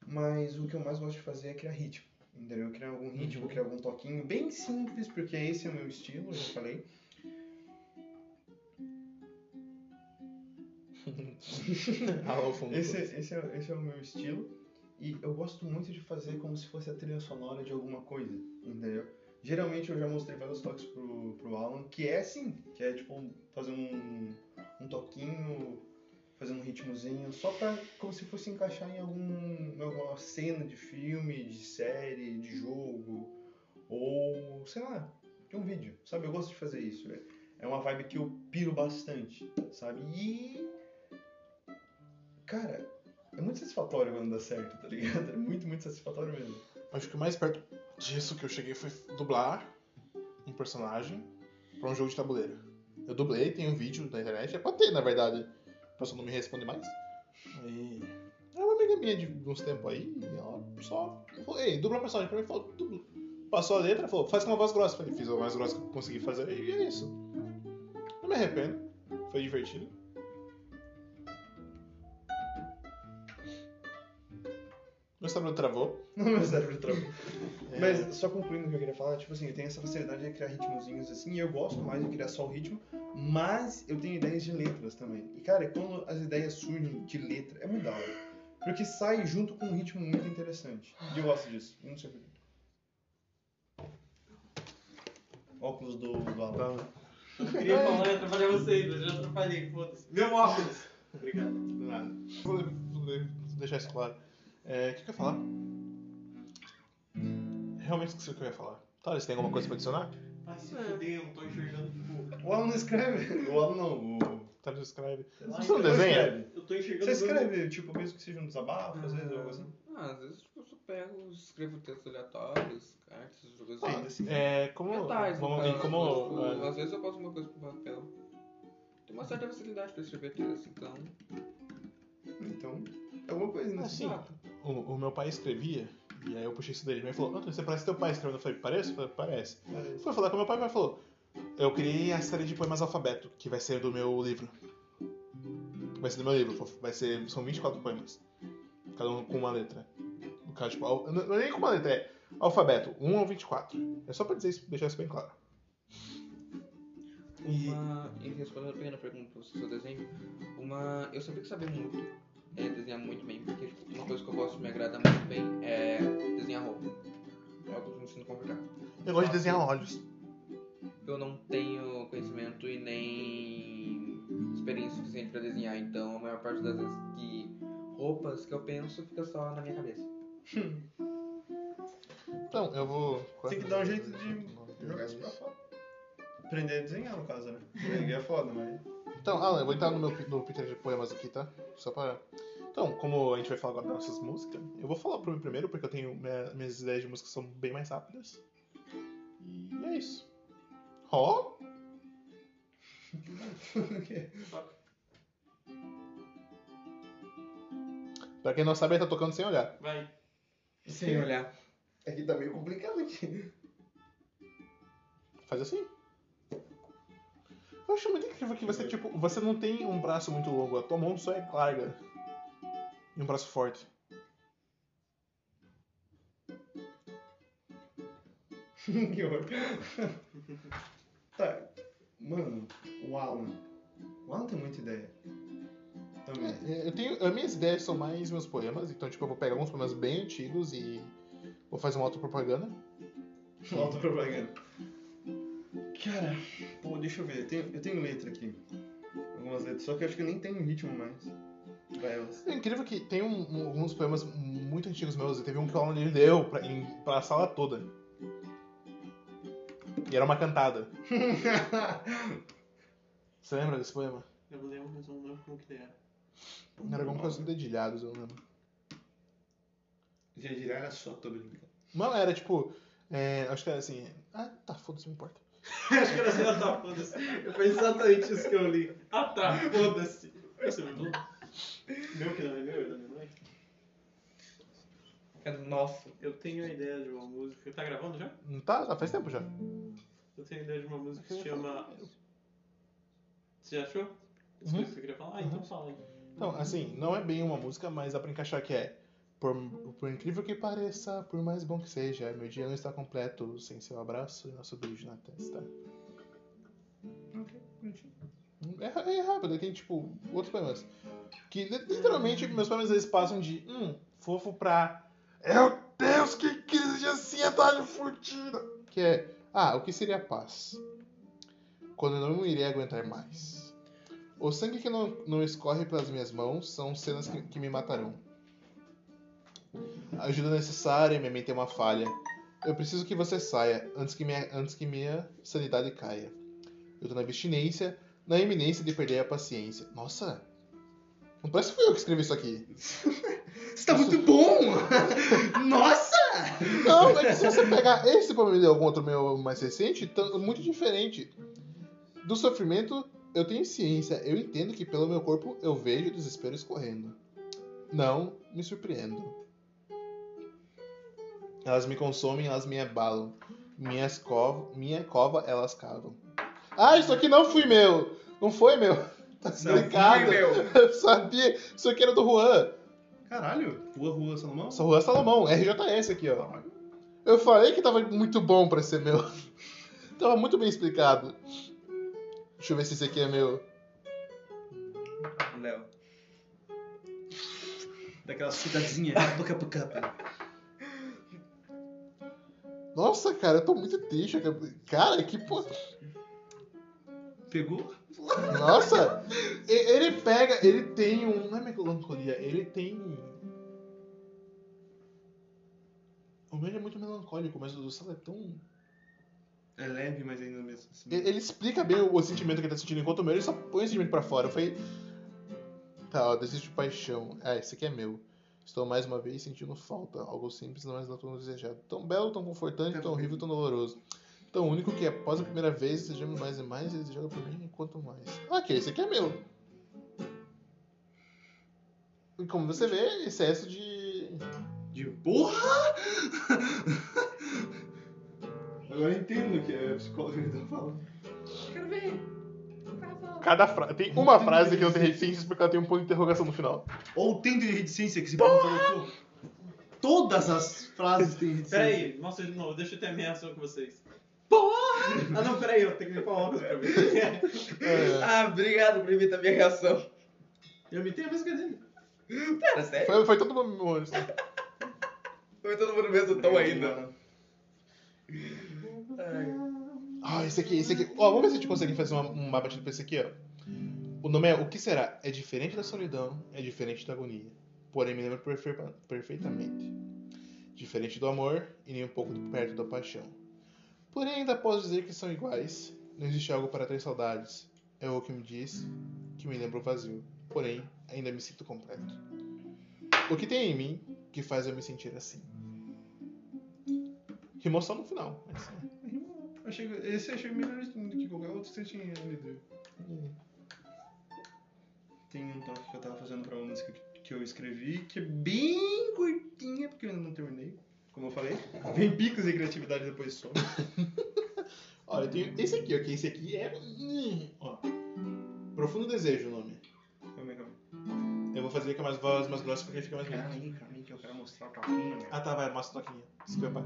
S6: mas o que eu mais gosto de fazer é criar ritmo. Entendeu? Criar algum ritmo, criar algum toquinho bem simples, porque esse é o meu estilo, eu já falei.
S1: Alô, fundo.
S6: Esse, esse, é, esse é o meu estilo. E eu gosto muito de fazer como se fosse a trilha sonora de alguma coisa, entendeu? Geralmente eu já mostrei vários toques pro, pro Alan, que é assim, que é tipo fazer um, um toquinho, fazer um ritmozinho, só pra como se fosse encaixar em algum, em alguma cena de filme, de série, de jogo, ou sei lá, de um vídeo, sabe? Eu gosto de fazer isso. é- É uma vibe que eu piro bastante, sabe? E Cara, é muito satisfatório quando dá certo, tá ligado? É muito, muito satisfatório mesmo.
S1: Acho que o mais perto disso que eu cheguei foi dublar um personagem pra um jogo de tabuleiro. Eu dublei, tem um vídeo na internet, é pra ter, na verdade, pra só não me responder mais. Aí. É uma amiga minha de uns tempos aí, e ela só. falou, Ei, dubla um personagem pra mim, falou, dubla. Passou a letra, falou, faz com uma voz grossa. Falei, fiz a voz grossa que eu consegui fazer, e é isso. Não me arrependo, foi divertido. Meu cérebro travou.
S6: No meu cérebro (laughs) travou.
S1: É.
S6: Mas só concluindo o que eu queria falar, tipo assim, eu tenho essa facilidade de criar ritmozinhos assim, e eu gosto mais de criar só o ritmo, mas eu tenho ideias de letras também. E cara, quando as ideias surgem de letra, é muito da hora. Porque sai junto com um ritmo muito interessante. E eu gosto disso. Eu não sei porquê. Óculos do, do Alan.
S2: Eu queria falar e atrapalhar vocês, mas eu já atrapalhei, foda-se. Meu óculos! Obrigado.
S1: De nada. Vou, vou deixar isso claro. É, o que, que eu ia falar? Realmente esqueci o que eu ia falar. Tá, você tem alguma coisa pra adicionar?
S2: Ai, se fuder, eu não tô enxergando tipo, porra.
S6: O Alan não escreve. O Alan não. O...
S1: Tá, se inscreve.
S2: Ai,
S1: Você não desenha?
S6: escreve.
S2: Eu tô enxergando
S6: Você escreve, tipo, mesmo que seja um desabafo, às vezes, ou algo assim.
S5: Ah, às vezes tipo, eu só pego, escrevo textos aleatórios, cartas, jogo
S10: Ah,
S5: assim.
S6: Ainda assim.
S1: É, como...
S5: Metais, no
S1: vamos,
S5: caso,
S1: como
S5: mas, então, tipo,
S1: ah,
S5: Às vezes eu passo uma coisa pro papel. Tem uma certa facilidade pra escrever texto, então.
S6: Então, é alguma coisa,
S5: Ah,
S6: né?
S1: assim, o, o meu pai escrevia, e aí eu puxei isso dele. Ele falou, Antônio, você parece teu pai escrevendo. Eu falei, parece? Eu falei, parece. Fui falar com meu pai, meu pai falou, eu criei a série de poemas alfabeto, que vai ser do meu livro. Vai ser do meu livro, fofo. vai ser, são 24 poemas. Cada um com uma letra. No caso, tipo, al- não não é nem com uma letra, é alfabeto, 1 ao 24. É só pra dizer isso, deixar isso bem claro. E-
S5: Uma. E respondendo a pequena pergunta pra você, seu desenho, uma. Eu sempre que saber muito. É desenhar muito bem, porque tipo, uma coisa que eu gosto que me agrada muito bem é desenhar roupa. É algo que eu me sinto confortável.
S1: Eu gosto de desenhar olhos.
S5: Eu não tenho conhecimento e nem experiência suficiente pra desenhar, então a maior parte das vezes que roupas que eu penso fica só na minha cabeça.
S1: Então, eu vou.
S6: Tem que dar um jeito de jogar isso pra fora. Aprender a desenhar, no caso, né? Desenhar é foda, mas.
S1: Então, Alan, eu vou entrar no meu no Peter de poemas aqui, tá? Só pra. Então, como a gente vai falar agora das nossas músicas, eu vou falar pro meu primeiro, porque eu tenho. minha- minhas ideias de música são bem mais rápidas. E é isso. Ó! pra quem não sabe, ele tá tocando sem olhar.
S2: Vai.
S5: Sem olhar.
S6: É que tá meio complicado aqui.
S1: Faz assim. Eu acho muito incrível que você, tipo, você não tem um braço muito longo, a tua mão só é larga. E um braço forte.
S6: (laughs) que horror. tá. Mano, o Alan. O Alan tem muita ideia. Também.
S1: É, Eu tenho, as minhas ideias são mais meus poemas, então tipo, eu vou pegar alguns poemas bem antigos e vou fazer uma autopropaganda.
S6: Falta propaganda. Cara, pô, deixa eu ver. Eu tenho, eu tenho letra aqui. Algumas letras, só que eu acho que eu nem tenho ritmo mais. Pra elas.
S1: É incrível que tem um- um- alguns poemas muito antigos meus, e teve um que o Alan ele leu pra, em, pra sala toda. E era uma
S2: (laughs)
S1: cantada. Você lembra desse poema?
S2: Eu lembro, mas eu não lembro como que era.
S1: Era alguma coisa com dedilhados, eu lembro.
S6: Gente, era é só, tô brincando.
S1: Não, era tipo. é, acho que era assim. Ah, tá, foda-se, não importa.
S2: (laughs) Acho que era assim, ah tá, foda-se. Eu (laughs) Foi exatamente isso que eu li. Ah tá, foda-se. Você me mandou? Meu que não é meu, é da minha mãe.
S5: É nosso.
S2: Eu tenho a ideia de uma música. Tá gravando já?
S1: Não Tá, tá, faz tempo já.
S2: Eu tenho a ideia de uma música que se chama. Você já achou? As
S1: Uhum.
S2: coisas que eu queria falar? Ah, então fala aí.
S1: Então, assim, não é bem uma música, mas dá pra encaixar que é. Por, por incrível que pareça, por mais bom que seja, meu dia não está completo sem seu abraço e nosso beijo na testa. É, ra- é rápido, aí tem tipo outros poemas. Que li- literalmente meus poemas eles passam de hum, fofo pra. Meu Deus, que crise de ansiedade fodida! Que é. Ah, o que seria a paz? Quando eu não iria aguentar mais. O sangue que não, não escorre pelas minhas mãos são cenas que, que me matarão. A ajuda necessária, minha mente é uma falha. Eu preciso que você saia antes que minha, antes que minha sanidade caia. Eu tô na abstinência, na iminência de perder a paciência. Nossa! Não parece que fui eu que escrevi isso aqui.
S6: Você tá muito bom! (laughs) Nossa!
S1: Não, é que se você pegar esse poema de algum outro meu mais recente, tá muito diferente. Do sofrimento, eu tenho ciência, eu entendo que pelo meu corpo eu vejo o desespero escorrendo. Não me surpreendo. Elas me consomem, elas me abalam. Minhas cova, minha cova elas cavam. Ah, isso aqui não fui meu! Não foi meu! (laughs) Tá
S6: é
S1: explicado! (laughs) Eu sabia! Isso aqui era do Juan!
S2: Caralho, rua, rua, Salomão?
S1: Sou Juan Salomão, RJS aqui, ó. Eu falei que tava muito bom pra ser meu. (laughs) tava muito bem explicado. Deixa eu ver se esse aqui é meu.
S2: Léo. Daquela cidadezinha,
S6: né?
S2: boca por capa.
S1: Nossa, cara, eu tô muito triste. Cara, que porra.
S2: Pegou?
S1: Nossa! E- ele pega, ele tem um. Não é melancolia, ele tem. um O meu ele é muito melancólico, mas o do Sala é tão.
S2: É leve, mas ainda mesmo assim.
S1: Ele, ele explica bem o, o sentimento que ele tá sentindo, enquanto o meu ele só põe o sentimento pra fora. Eu falei. Tá, ó, desisto de paixão. Ah, esse aqui é meu. Estou mais uma vez sentindo falta. Algo simples, não mais não tão desejado. Tão belo, tão confortante, tão horrível, tão doloroso. Tão único que após a primeira vez desejamos mais e mais, e desejado por mim enquanto mais. Ok, esse aqui é meu. E como você vê, excesso de.
S2: De porra!
S6: Agora eu entendo o que é psicólogo tá falando.
S5: Quero ver.
S7: Cada frase. Tem uma frase que eu tenho reticências porque ela tem um ponto de interrogação no final.
S2: Ou tem de reticência que se perguntou. Todas as frases têm reticência. Peraí.
S6: Sim.
S2: aí.
S6: mostra de novo, deixa eu terminar a sua com vocês.
S5: Ah, não, peraí, eu tenho que me falar uma coisa pra mim.
S1: É,
S5: Ah, obrigado por imitar minha reação. (laughs)
S2: Eu me tenho a mesma dele.
S5: Pera, sério?
S1: foi, foi todo assim. mundo.
S5: Foi todo mundo no mesmo tom ainda. Ai.
S1: Ah, esse aqui, esse aqui. Ó, vamos ver se a gente consegue fazer uma, uma batida pra esse aqui, ó. O nome é O que será? É diferente da solidão, é diferente da agonia. Porém, me lembra perfe- perfeitamente. Diferente do amor e nem um pouco perto da paixão. Porém, ainda posso dizer que são iguais. Não existe algo para ter saudades. É o que me diz que me lembra o vazio. Porém, ainda me sinto completo. O que tem em mim que faz eu me sentir assim? Rimou só no final. Mas, é.
S6: Achei, esse eu achei melhor do que qualquer outro que você tinha me deu. Tem um toque que eu tava fazendo pra uma música que- que eu escrevi, que é bem curtinha, porque eu ainda não terminei. Como
S1: (laughs)
S6: eu falei, vem picos e criatividade depois some.
S1: Olha, eu tenho esse aqui, ok? Esse aqui é. Hum, Ó. Profundo Desejo o nome.
S6: Calma aí, calma
S1: Eu vou fazer com mais voz mais grossa porque fica mais
S6: aí.
S1: bonito.
S6: Calma aí, calma aí, que eu quero mostrar o toquinho. né?
S1: Ah tá, vai, mostra a toquinha. Desculpa.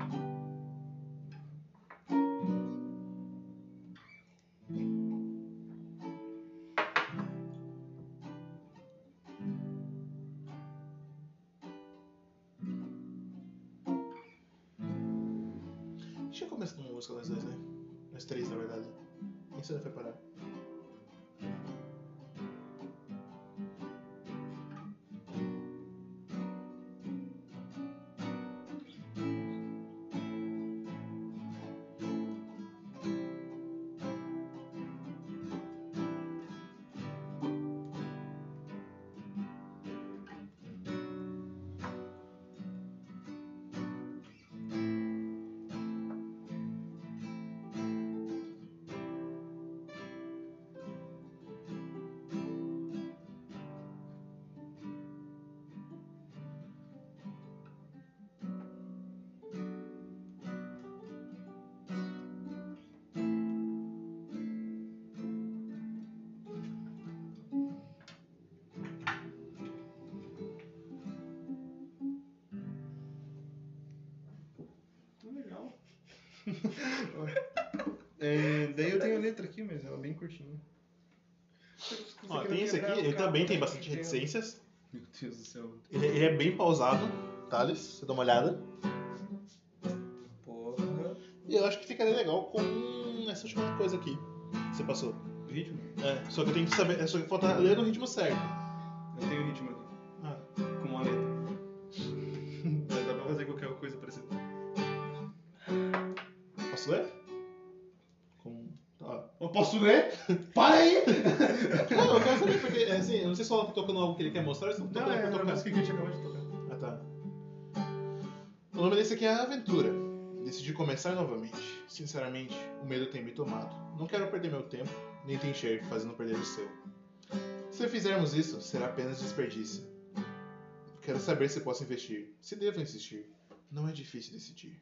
S1: Deixa eu começar uma música nós dois, né? Nós três, na verdade. Quem será que vai parar?
S6: (laughs) É, daí eu tenho a letra aqui, mas ela é bem curtinha.
S1: Ó, tem esse aqui, ele também tem bastante reticências.
S6: Meu Deus do céu.
S1: Ele, ele é bem pausado, Thales, você dá uma olhada.
S5: Porra.
S1: E eu acho que ficaria legal com essa última coisa aqui. que Você passou.
S6: Ritmo?
S1: É, só que eu tenho que saber, é só que falta ler no ritmo certo.
S6: Eu tenho ritmo aqui.
S1: Ah.
S6: Com uma letra. (laughs) Mas dá pra fazer qualquer coisa parecida.
S1: Posso ler? Com. Ó.
S6: Ó, Tá. Eu posso ler? Para aí!
S1: Não, eu quero saber porque, assim, eu não sei se o Alan tá tocando algo que ele quer mostrar ou se tá tocando
S6: Não, é
S1: pra
S6: a
S1: tocar.
S6: música que a gente acabou de tocar.
S1: Ah, tá. O nome desse aqui é Aventura. Decidi começar novamente. Sinceramente, o medo tem me tomado. Não quero perder meu tempo, nem te enxergo fazendo perder o seu. Se fizermos isso, será apenas desperdício. Quero saber se posso investir, se devo insistir. Não é difícil decidir.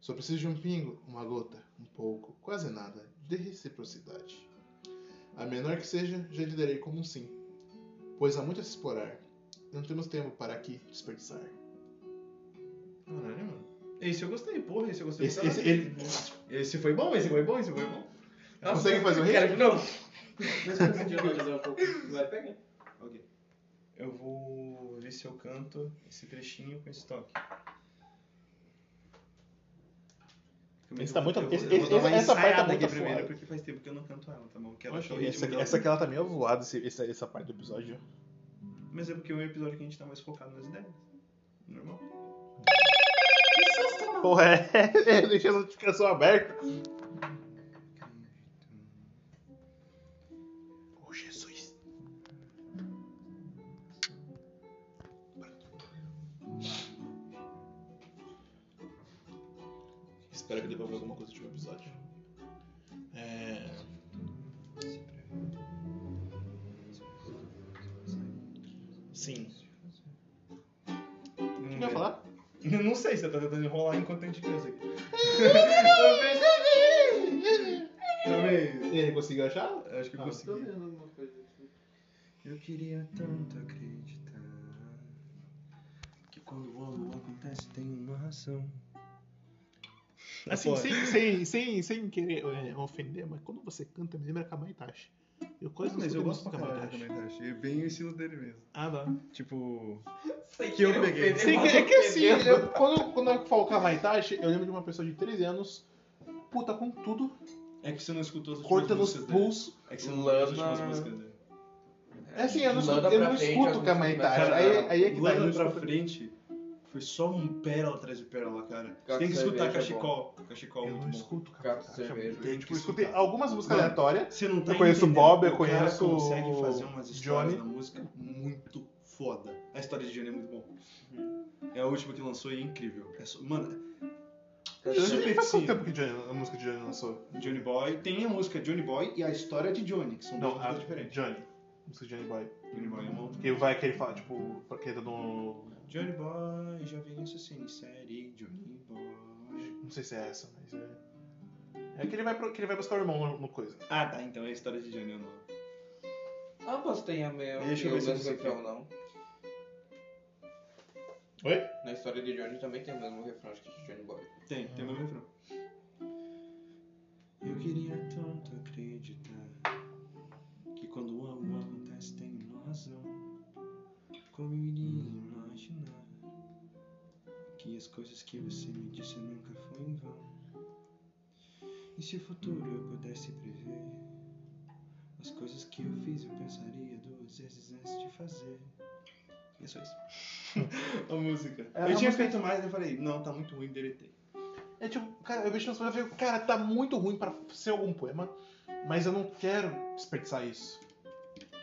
S1: Só preciso de um pingo, uma gota, um pouco, quase nada, de reciprocidade. A menor que seja, já lhe darei como um sim, pois há muito a se explorar. Não temos tempo para aqui desperdiçar. Caralho, mano.
S6: Esse eu gostei, porra, esse eu gostei.
S1: Esse,
S6: pra
S1: esse,
S6: caralho.
S1: ele
S6: Esse foi bom, esse foi bom, esse foi bom.
S1: consegue fazer o
S6: Quero
S1: ritmo?
S6: de novo.
S2: Mas como você dialogar um pouco? Vai, pega.
S6: Ok. Eu vou ver se eu canto esse trechinho com esse toque.
S1: Esse tá muito-
S6: Eu vou-
S1: esse-
S6: eu vou dar uma
S1: esse- essa parte tá
S6: ensaiada
S1: muito
S6: aqui primeiro,
S1: foda.
S6: porque faz tempo que eu não canto ela, tá bom? Que ela
S1: Essa,
S6: achou o ritmo
S1: aqui-
S6: dela.
S1: essa aqui ela tá meio voada, esse- essa, essa parte do episódio.
S6: Mas é porque é um episódio que a gente tá mais focado nas ideias. Normal.
S1: Porra, é, (laughs) eu deixei a notificação aberta. Oh, Jesus. Espero que dê pra ver alguma coisa do último episódio. É... Sim. O que eu ia falar?
S6: Eu não sei se você tá tentando enrolar enquanto a gente canta isso aqui. Talvez.
S1: E ele conseguiu achar?
S6: Talvez. Acho que eu
S1: Ah,
S6: consegui.
S2: vendo uma coisa aqui.
S6: Eu queria tanto acreditar que quando algo acontece tem uma razão.
S1: Assim, sem, sem, sem, sem querer é, ofender, mas quando você canta, me lembra Kamaitachi. Eu quase não
S6: mas eu
S1: escuto muito
S6: gosto pra caralho
S1: Kamaitachi.
S6: também, Tachi. É bem o estilo dele mesmo.
S1: Ah, tá.
S6: Tipo.
S2: Sem
S6: Que eu peguei.
S1: Sei que, é que assim, eu- quando, quando eu falo Kamaitachi, eu lembro de uma pessoa de 13 anos, puta com tudo,
S6: É que você não escutou as últimas
S1: cortando os
S6: músicas dele.
S1: pulsos.
S6: É que você não escutou as últimas
S5: Lana-
S6: músicas dele.
S1: É assim, eu não
S5: Manda
S1: escuto, eu
S5: pra
S1: não
S5: frente, as
S1: escuto
S5: músicas
S1: Kamaitachi.
S5: da-
S1: Aí, aí é que tá. eu não
S6: Lana pra
S1: escuto.
S6: frente foi só um pérola atrás de pérola, cara.
S5: Caco
S6: Tem que escutar
S5: Cerveja é
S6: cachecol. Cachecol é
S1: Eu
S6: muito
S1: não
S6: bom.
S1: escuto
S5: Caco
S1: Kamaitachi.
S5: Cerveja.
S1: Eu, Tipo,
S6: Tem que
S1: escutei
S6: escutar.
S1: algumas músicas
S6: Não.
S1: aleatórias.
S6: Você não tá
S1: Eu conheço o
S6: entendendo.
S1: Bob, eu
S6: O cara
S1: conheço
S6: consegue
S1: o
S6: fazer umas histórias
S1: Johnny.
S6: na música muito foda. A história de Johnny é muito bom. É a última que lançou e é incrível. É só- Mano,
S1: Johnny, Faz quanto
S6: Supercinho.
S1: tempo que Johnny- a música de Johnny lançou?
S6: Johnny Boy tem a música Johnny Boy e a história de Johnny, que são duas
S1: Não, a
S6: coisas diferentes.
S1: Johnny. A música de Johnny Boy.
S6: Johnny Boy é uma outra.
S1: Que vai que ele fala, tipo, pra quem tá no.
S6: Johnny Boy, já vi assassino em série, Johnny Boy.
S1: Não sei se é essa, mas é. É que ele vai, pro- que ele vai buscar o irmão no- no coisa.
S6: Ah, tá, então é a história de Johnny, eu não.
S5: Ambas têm a mesma.
S6: Deixa eu ver se eu consigo.
S5: refrão, não.
S1: Oi?
S5: Na história de Johnny também tem o mesmo refrão, acho que de Johnny Boy.
S6: Tem, tem o
S1: Ah.
S6: mesmo refrão. Eu queria tanto acreditar que quando algo acontece tem uma razão. Como eu iria imaginar que as coisas que você me disse nunca foi em vão? E se o futuro eu pudesse prever, as coisas que eu fiz eu pensaria duas vezes antes de fazer. E é só isso.
S1: (laughs)
S6: a música.
S1: É,
S6: eu
S1: a
S6: tinha
S1: música-
S6: feito mais, eu falei, não, tá muito ruim, deletei.
S1: É tipo, cara, eu vejo nas coisas e fico, cara, tá muito ruim pra ser algum poema, mas eu não quero desperdiçar isso.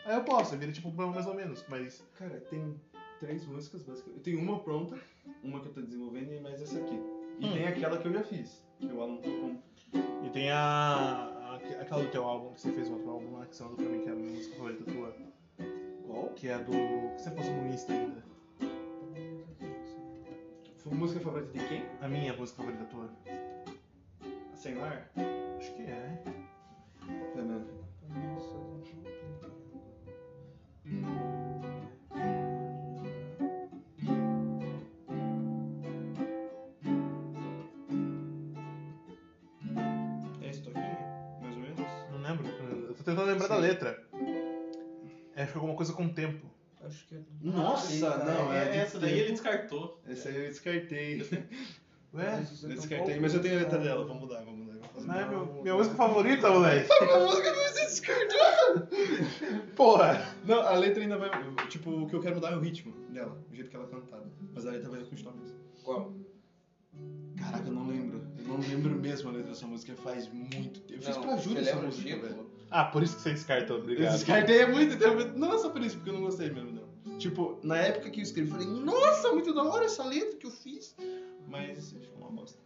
S1: Aí eu posso, vira tipo um poema mais ou menos, mas.
S6: Cara, tem três músicas basicamente. Eu tenho uma pronta, uma que eu tô desenvolvendo e mais essa aqui. E
S1: Hum.
S6: tem aquela que eu já fiz, que o Alan tocou.
S1: E tem a. a- aquela do teu álbum que você fez um outro álbum lá, que você mandou pra mim, que é a minha música favorita tua.
S6: Qual?
S1: Que é a do. que você postou no Insta ainda.
S6: Foi a música favorita de quem?
S1: A minha música favorita tua.
S6: A Sem Lar?
S1: Acho que é.
S6: Fernando. É É esse toquinho? Mais ou menos?
S1: Não lembro. Eu tô tentando lembrar da
S6: Sim.
S1: letra. É, acho que alguma coisa com o tempo.
S5: Acho que é.
S6: Nossa, não, é.
S2: É,
S6: de
S2: essa daí
S6: tempo.
S2: ele descartou.
S6: Essa aí eu descartei.
S1: Ué?
S6: Eu descartei, mas eu tenho a letra dela, vou mudar, vou mudar. Vou fazer
S1: Não é
S6: uma-
S1: meu, minha música favorita, (laughs) moleque.
S6: A música não existe descartar.
S1: Porra.
S6: Não, a letra ainda vai. eu- Tipo, o que eu quero mudar é o ritmo dela, o jeito que ela é cantada. Mas a letra vai continuar mesmo.
S5: Qual?
S6: Caraca, eu não lembro. Eu não lembro mesmo a letra dessa música, faz muito tempo. Eu fiz
S5: Não,
S6: pra Júlia
S5: você
S6: essa
S5: lembra o
S6: música,
S5: título?
S6: velho.
S1: Ah, por isso que você descartou,
S6: Eu
S1: obrigado.
S6: descartei há muito tempo. Não é só por isso, porque eu não gostei mesmo, não. Tipo, na época que eu escrevi, eu falei, nossa, muito da hora essa letra que eu fiz. Mas ficou uma bosta.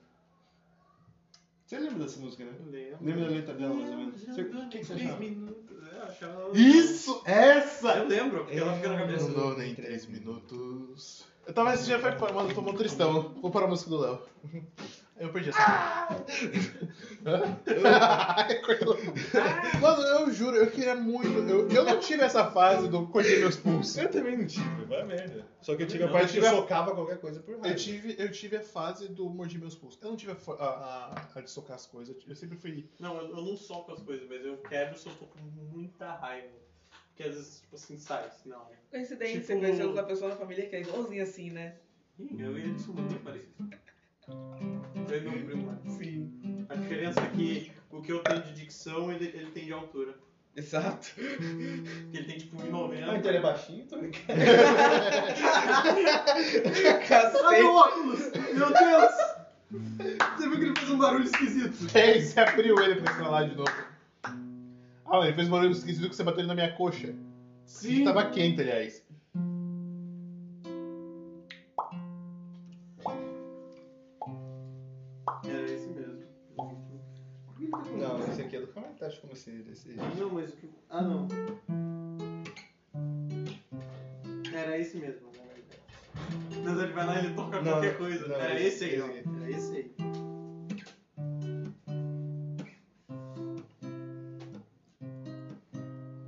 S6: Você lembra dessa música, né?
S2: Lembro.
S6: Lembra da letra dela, mais ou menos? Você- O que, que você
S2: Três
S6: achava?
S2: minutos. Eu achava.
S1: Isso! Essa!
S2: Eu lembro, porque ela fica na cabeça.
S1: Não dou nem três minutos. Eu tava assistindo Fé Formando, tô muito tristão. Vou parar a música do Léo. Eu perdi essa.
S6: Ah!
S1: Hã? Cortou. Mano, eu juro, eu queria muito. Eu, eu não tive essa fase do cortei meus pulsos.
S6: Eu também não tive, vai merda. Só que eu tive a
S1: Não, eu
S6: parte que
S1: tive a-
S6: socava qualquer coisa por
S1: Eu
S6: raiva.
S1: tive, eu tive a fase do mordi meus pulsos. Eu não tive a, fa- a- a- a de socar as coisas. Eu sempre fui.
S2: Não, eu, eu não soco as coisas, mas eu quebro se eu tô com muita raiva. Porque às vezes, tipo assim, sai, sinal. né?
S7: Coincidência,
S2: Tipo-
S7: conheceu uma pessoa na família que é igualzinho assim, né?
S2: Ih, Eu e ele somos muito parecidos. Eu e meu primo. né? A diferença é que o que eu tenho de dicção, ele, ele tem de altura.
S7: Exato.
S2: Porque ele tem tipo
S6: Ah, então ele é
S2: 1,90.
S6: baixinho, tô
S5: (laughs)
S2: Cadê o óculos? Meu Deus! Você viu que ele fez um barulho esquisito?
S1: Ei, É, você abriu ele pra escalar de novo. Ah, ele fez um barulho esquisito que você bateu ele na minha coxa.
S2: Sim.
S1: Tava quente, aliás.
S2: Era esse mesmo.
S6: Não, esse aqui é do Kamatachi, como assim? Esse...
S2: (laughs) Não, mas o que. Ah, não. Era esse mesmo, na verdade. Mas ele vai lá e ele toca
S6: Não,
S2: qualquer coisa.
S6: não,
S2: Era esse aí,
S6: esse
S2: ó.
S6: aí.
S2: Era esse aí.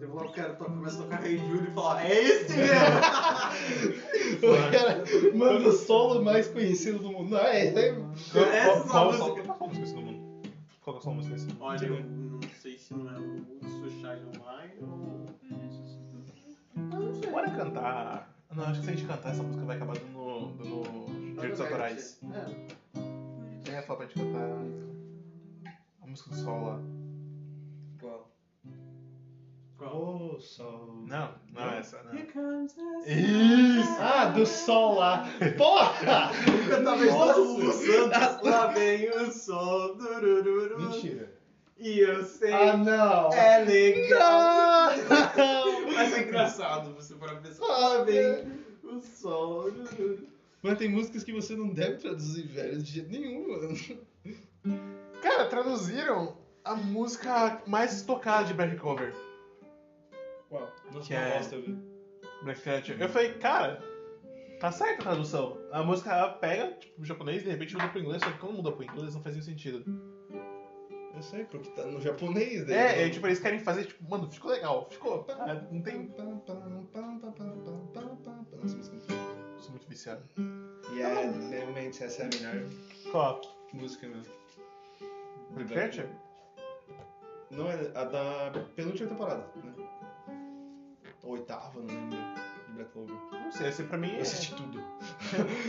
S2: Eu vou lá pro cara, to- começa a tocar Rei Júlio e falar, é esse mesmo!
S6: O cara manda o solo mais conhecido do mundo. Não, é, é...
S2: Essa é a
S1: Qual-
S2: música.
S1: qual- qual a música desse mundo? Qual que é a música desse
S2: Olha, eu não sei se não é o Sushai Online ou.
S1: Bora cantar. Não, acho que se a gente cantar, essa música vai acabar dando, dando direitos autorais.
S2: É.
S1: Eu ia falar pra gente cantar a música do sol lá.
S7: Qual?
S2: Qual?
S6: Oh, sol.
S1: Não, não é essa, não.
S2: Here comes the
S1: Isso!
S6: Ah, do sol lá. Porra!
S2: Talvez todo mundo Santos.
S6: (laughs)
S2: Lá vem o sol. durururu,
S6: Mentira.
S2: E eu sei.
S6: Ah, não.
S2: é legal. Mas é engraçado você para pensar. Lá vem o sol. durururu.
S6: Mano, Ah, tem músicas que você não deve traduzir, velho, de jeito nenhum, mano.
S1: Cara, traduziram a música mais tocada de Black Cover.
S6: Qual? Nossa,
S1: Que é-
S6: bosta, velho.
S1: Black Cat. Eu falei, cara, tá certa a tradução. A música ela pega, tipo, o japonês, de repente muda pro inglês, só que quando muda pro inglês não faz nenhum sentido.
S6: Eu sei, porque tá no japonês, né?
S1: É, é, tipo, eles querem fazer, tipo, mano, ficou legal, ficou. Ah, não tem.
S6: Nossa, música.
S1: Sou muito viciado.
S6: Yeah, realmente, essa é a melhor
S1: Qual?
S6: música, mesmo.
S1: Black Cat?
S6: Não é a da penúltima temporada, né? Oitava, não lembro. De Black Clover.
S1: Não sei, esse pra mim
S6: Eu
S1: é.
S6: assisti tudo.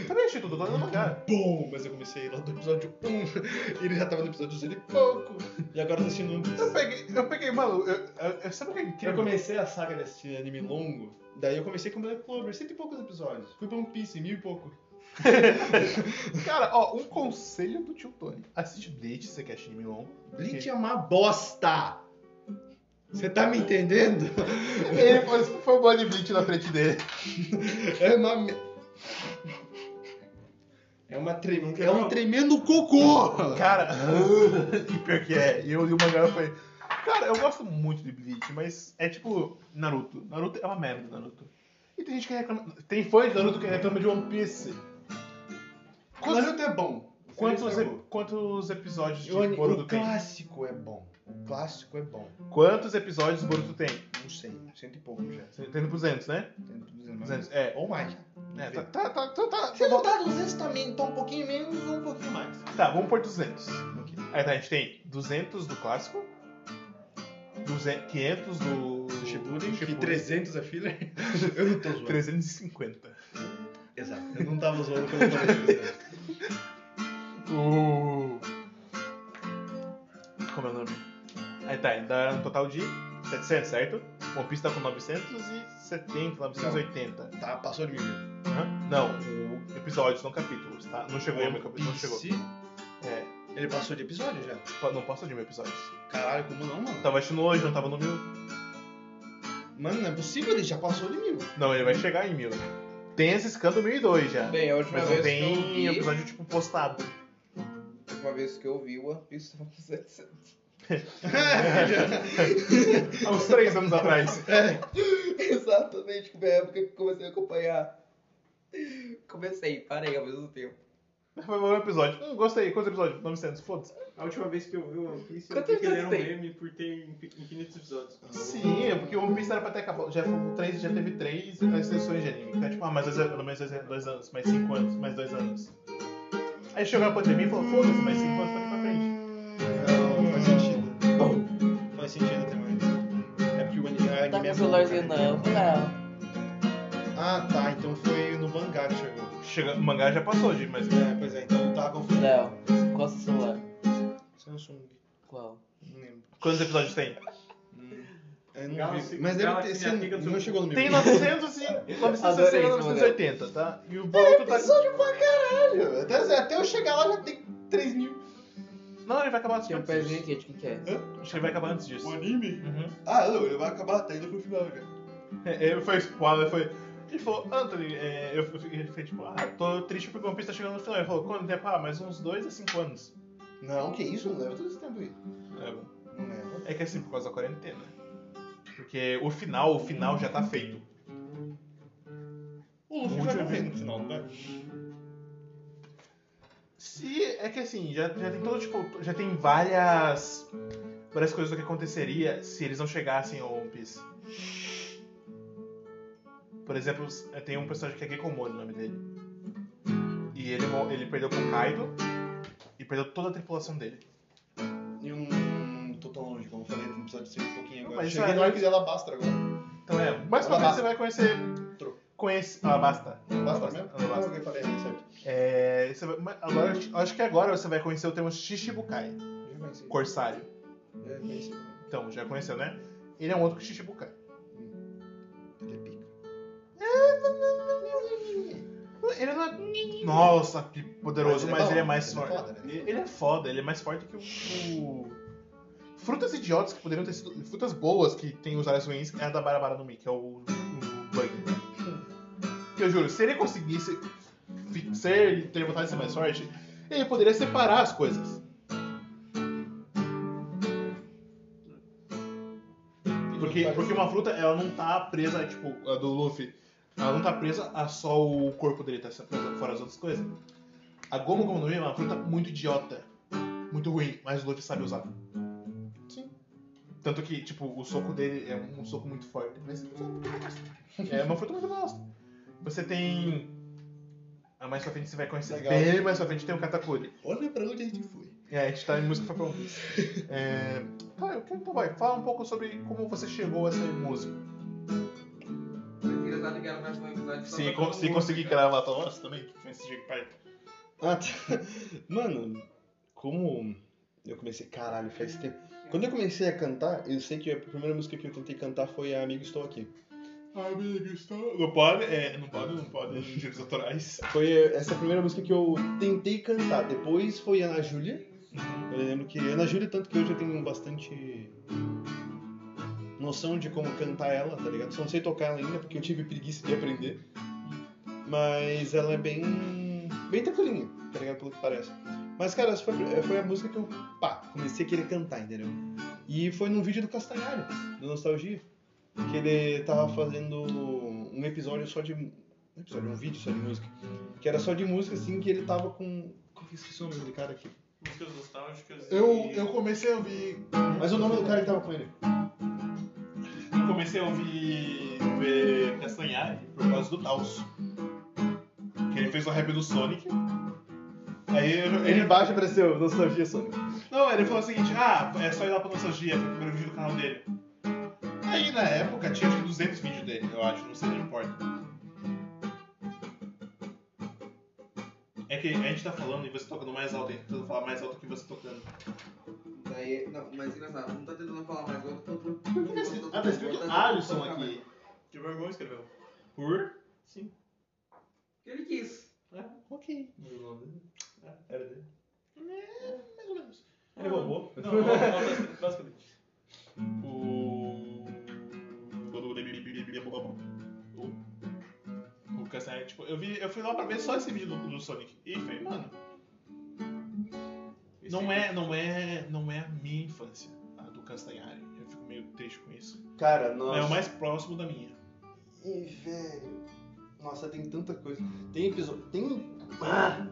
S1: Também achei tudo, tô lendo mangá.
S6: Bom, mas eu comecei lá do episódio 1. (laughs) Ele já tava no episódio 0 e pouco. E agora tá assistindo um.
S1: Eu peguei, eu peguei, mano, eu, eu, eu- sabe o que é
S6: Eu
S1: incrível?
S6: comecei a saga de assistir anime longo. Daí eu comecei com Black Clover, cento e poucos episódios. Fui pra One Piece, mil e pouco.
S1: Cara, ó, um conselho do tio Tony. Assiste Bleach, se você quer anime longo.
S6: Bleach é uma bosta! Você tá me entendendo?
S1: Ele É, foi, foi o Bonnie Bleach na frente dele.
S6: É uma. me- É uma tremenda. É um tremendo cocô!
S1: Cara, (laughs) e pior que é, eu li o mangá e falei, cara, eu gosto muito de Bleach, mas é tipo Naruto. Naruto é uma merda, Naruto. E tem gente que reclama, tem fã de Naruto que reclama de One Piece. Quantos,
S6: Naruto é bom.
S1: quantos,
S6: é
S1: ep- quantos episódios de
S6: O, ani-
S1: Boruto
S6: o
S1: tem?
S6: clássico é bom. O clássico é bom.
S1: Quantos episódios Boruto tem?
S6: Não sei, cento e pouco já.
S1: Você Tá indo pro 200, né?
S6: Cento e duzentos, mas-
S1: 200, é.
S6: Ou mais.
S1: É, tá, tá, tá, tá, tá,
S6: Se não tá 200 também, tá um pouquinho menos ou um pouquinho mais.
S1: Tá, vamos por 200.
S6: então.
S1: Aí tá, a gente tem 200 do clássico, 200, 500 do
S6: Shippuden, que
S1: Shippuden,
S6: 300 é filler. Eu não tô zoando.
S1: 350.
S6: Exato. Eu não tava zoando quando eu falei. isso.
S1: O... Como é o nome? Aí tá, dá um total de 700, certo? One Piece tá com 970, 980.
S6: Tá, passou de mim.
S1: Hã? Não, o episódio, não capítulos, tá? Não chegou
S6: One
S1: meu capítulo, não chegou.
S6: Piece,
S1: É,
S6: Ele passou de episódio já.
S1: pa- não passa de mil episódios.
S6: Caralho, como não, mano?
S1: Eu tava assistindo hoje, não tava no mil.
S6: Mano, não é possível, ele já passou de mil.
S1: Não, ele vai chegar em mil. Tem esse scan do 1002 já.
S12: Bem, a última
S1: Mas
S12: vez
S1: não
S12: que
S1: tem
S12: eu vi,
S1: episódio, tipo, postado.
S12: a última vez que eu vi One Piece tava com 700.
S1: Há uns três anos atrás.
S12: (laughs) Exatamente, que foi a época que eu comecei a acompanhar. Comecei, parei ao mesmo tempo.
S1: Foi um episódio. Hum, gostei. Quantos episódios? 900, foda-se.
S11: A última vez que eu vi o One Piece, eu
S12: Quantos
S11: vi que ele era um
S12: episódios tem?
S11: meme por ter infi- infinitos episódios. Então,
S1: Sim, é porque o One Piece era pra ter acabado. Já, foi três, já teve três extensões de anime. Então, tipo, ah, mais dois, anos, mais dois, dois anos, mais cinco anos, mais dois anos. Aí chegou a pandemia e falou, foda-se, mais cinco anos pra ir pra frente.
S6: Não, não faz sentido. Não faz sentido também. É porque o anime...
S7: Tá com o celularzinho novo, Léo.
S6: Ah, tá, então foi no mangá que chegou.
S1: Chega, o mangá já passou de mais...
S6: É, pois é, então eu tava confundindo.
S7: Léo, qual é seu celular?
S6: Samsung,
S7: Qual?
S6: não lembro.
S1: Quantos episódios tem?
S6: Eu é, não
S11: Galaxy-
S6: vi. Mas deve ter
S11: Galaxy
S6: sido. um-
S11: Amiga do
S6: Não
S11: seu-
S6: chegou no meu.
S1: Tem 900
S6: (laughs)
S1: e... 960
S7: Adorei
S1: e
S7: esse
S1: 980, tá? E o Boruto tá...
S6: Caralho, até, até eu chegar lá já tem 3 mil.
S1: Não, ele vai acabar antes
S7: Tem um
S1: disso.
S7: pezinho aqui, de quem que é?
S1: Acho que ele vai acabar antes disso.
S6: O anime?
S1: Uhum.
S6: Ah, não, ele vai acabar até indo pro final já.
S1: É, Ele foi spoiler, foi. Ele falou, Anthony, é, eu fui- ele foi tipo, ah, tô triste porque o One Piece tá chegando no final. Ele falou, quanto tempo? Ah, mais uns dois a cinco anos.
S6: Não, que isso, não leva todo esse tempo aí.
S1: É,
S6: Não leva.
S1: É que assim, por causa da quarentena. Porque o final, o final já tá feito.
S6: O
S1: Luffy vai
S6: Luffy
S1: morrer
S6: vai morrer no final, não vai?
S1: né? Se é que assim, já, já tem todo tipo, já tem várias várias coisas do que aconteceria se eles não chegassem ao One Piece. Por exemplo, s- tem um personagem que é Gekomori, o nome dele. E ele, mo- ele perdeu pro Kaido e perdeu toda a tripulação dele.
S6: Eu não um tô tão longe, como eu falei no episódio 5 um pouquinho agora.
S1: Mas
S6: Cheguei
S1: isso é-
S6: na hora que ela Alabastra agora.
S1: Então é, mais pra frente
S6: Alabasta.
S1: você vai conhecer.
S6: Tro.
S1: Conhece. Alabasta.
S6: Alabastra mesmo?
S1: Alabastra.
S6: Ah, ok, falei errado, certo.
S1: É, você vai- mas agora, acho que agora você vai conhecer o termo Shichibukai,
S6: Já conheci.
S1: corsário.
S6: Já conheci também.
S1: Então, já conheceu, né? Ele é um outro Shichibukai.
S6: Ele é pica.
S1: Ele não é. Nossa, que poderoso, mas ele é
S6: bom,
S1: mais
S6: ele é
S1: forte.
S6: foda, né?
S1: Ele é foda, ele é mais forte que o. o- Frutas idiotas que poderiam ter sido. Frutas boas que tem os áreas ruins é a da Barabara no Mi, que é o, o Bug. Que eu juro, se ele conseguisse fi- ser, ter vontade de ser mais forte, ele poderia separar as coisas. Porque, porque uma fruta, ela não tá presa, tipo, a do Luffy. Ela não tá presa a só o corpo dele, tá presa fora as outras coisas. A Gomu Gomu no Mi é uma fruta muito idiota. Muito ruim, mas o Luffy sabe usar. Sim. Tanto que, tipo, o soco dele é um soco muito forte. Mas é uma fruta muito bosta. Você tem... Ah, mais pra frente você vai conhecer.
S6: Legal.
S1: Bem mais pra frente tem o Katakuri.
S6: Olha pra onde a gente foi.
S1: É, a gente tá em música (laughs) pra Piece. É... Tá, eu quero, então vai, fala um pouco sobre como você chegou a ser músico.
S5: Prefiro estar ligado mais um episódio só
S1: Se,
S5: pra
S1: con-
S5: todo
S1: se
S5: mundo.
S1: conseguir gravar a tua voz também, que foi esse dia que pai.
S6: Ah, tá. (laughs) Mano, como eu comecei. Caralho, faz tempo. Quando eu comecei a cantar, eu sei que a primeira música que eu tentei cantar foi a Amigo Estou Aqui.
S1: Amigo, estou... Não pode, é, não pode, não pode, direitos autorais.
S6: (laughs) Foi essa a primeira música que eu tentei cantar. Depois foi Ana Júlia.
S1: Uhum.
S6: Eu lembro que Ana Júlia, tanto que hoje eu tenho bastante noção de como cantar ela, tá ligado? Só não sei tocar ela ainda porque eu tive preguiça de aprender. Mas ela é bem. bem tranquilinha, tá ligado? Pelo que parece. Mas, cara, essa foi, foi a música que eu, pá, comecei a querer cantar, entendeu? E foi num vídeo do Castanhari, do Nostalgia, que ele tava fazendo um episódio só de. Um episódio, um vídeo só de música. Que era só de música, assim, que ele tava com. Qual que eu esqueci o nome do cara aqui?
S11: Músicas nostálgicas.
S1: Eu,
S11: e-
S1: eu comecei a ouvir...
S6: Mas o nome do cara que tava com ele.
S1: Eu comecei a ouvir ver Castanhari por causa do Taos. Que ele fez o rap do Sonic. Aí eu- ele
S6: embaixo apareceu Nostalgia Sonic.
S1: Não, ele falou o seguinte, ah, é só ir lá pra nostalgia, foi o primeiro vídeo do canal dele. Aí na época tinha acho que 200 vídeos dele, eu acho, não sei, não importa. É que a gente tá falando e você tocando mais alto, a gente tá tentando falar mais alto que você tocando.
S5: Daí, não, mas engraçado, não tá tentando falar mais alto, então tu.
S1: Por que assim? Ah, tá escrito Alisson aqui.
S11: Que meu irmão escreveu.
S1: Por?
S11: Sim.
S5: quis.
S13: Ok.
S6: Era dele.
S13: Mais ou menos.
S6: Ele roubou. Não, não, não, basicamente.
S2: O. O o Castanheira, tipo, eu, vi, eu fui lá pra ver só esse vídeo do, do Sonic. E falei, mano, não é, não é, não é a minha infância, a do Castanhari. Eu fico meio triste com isso.
S1: Cara,
S2: É o
S1: nossa.
S2: mais próximo da minha.
S1: Ih, velho. Nossa, tem tanta coisa.
S14: Hum.
S1: Tem episódio. Tem. Ah!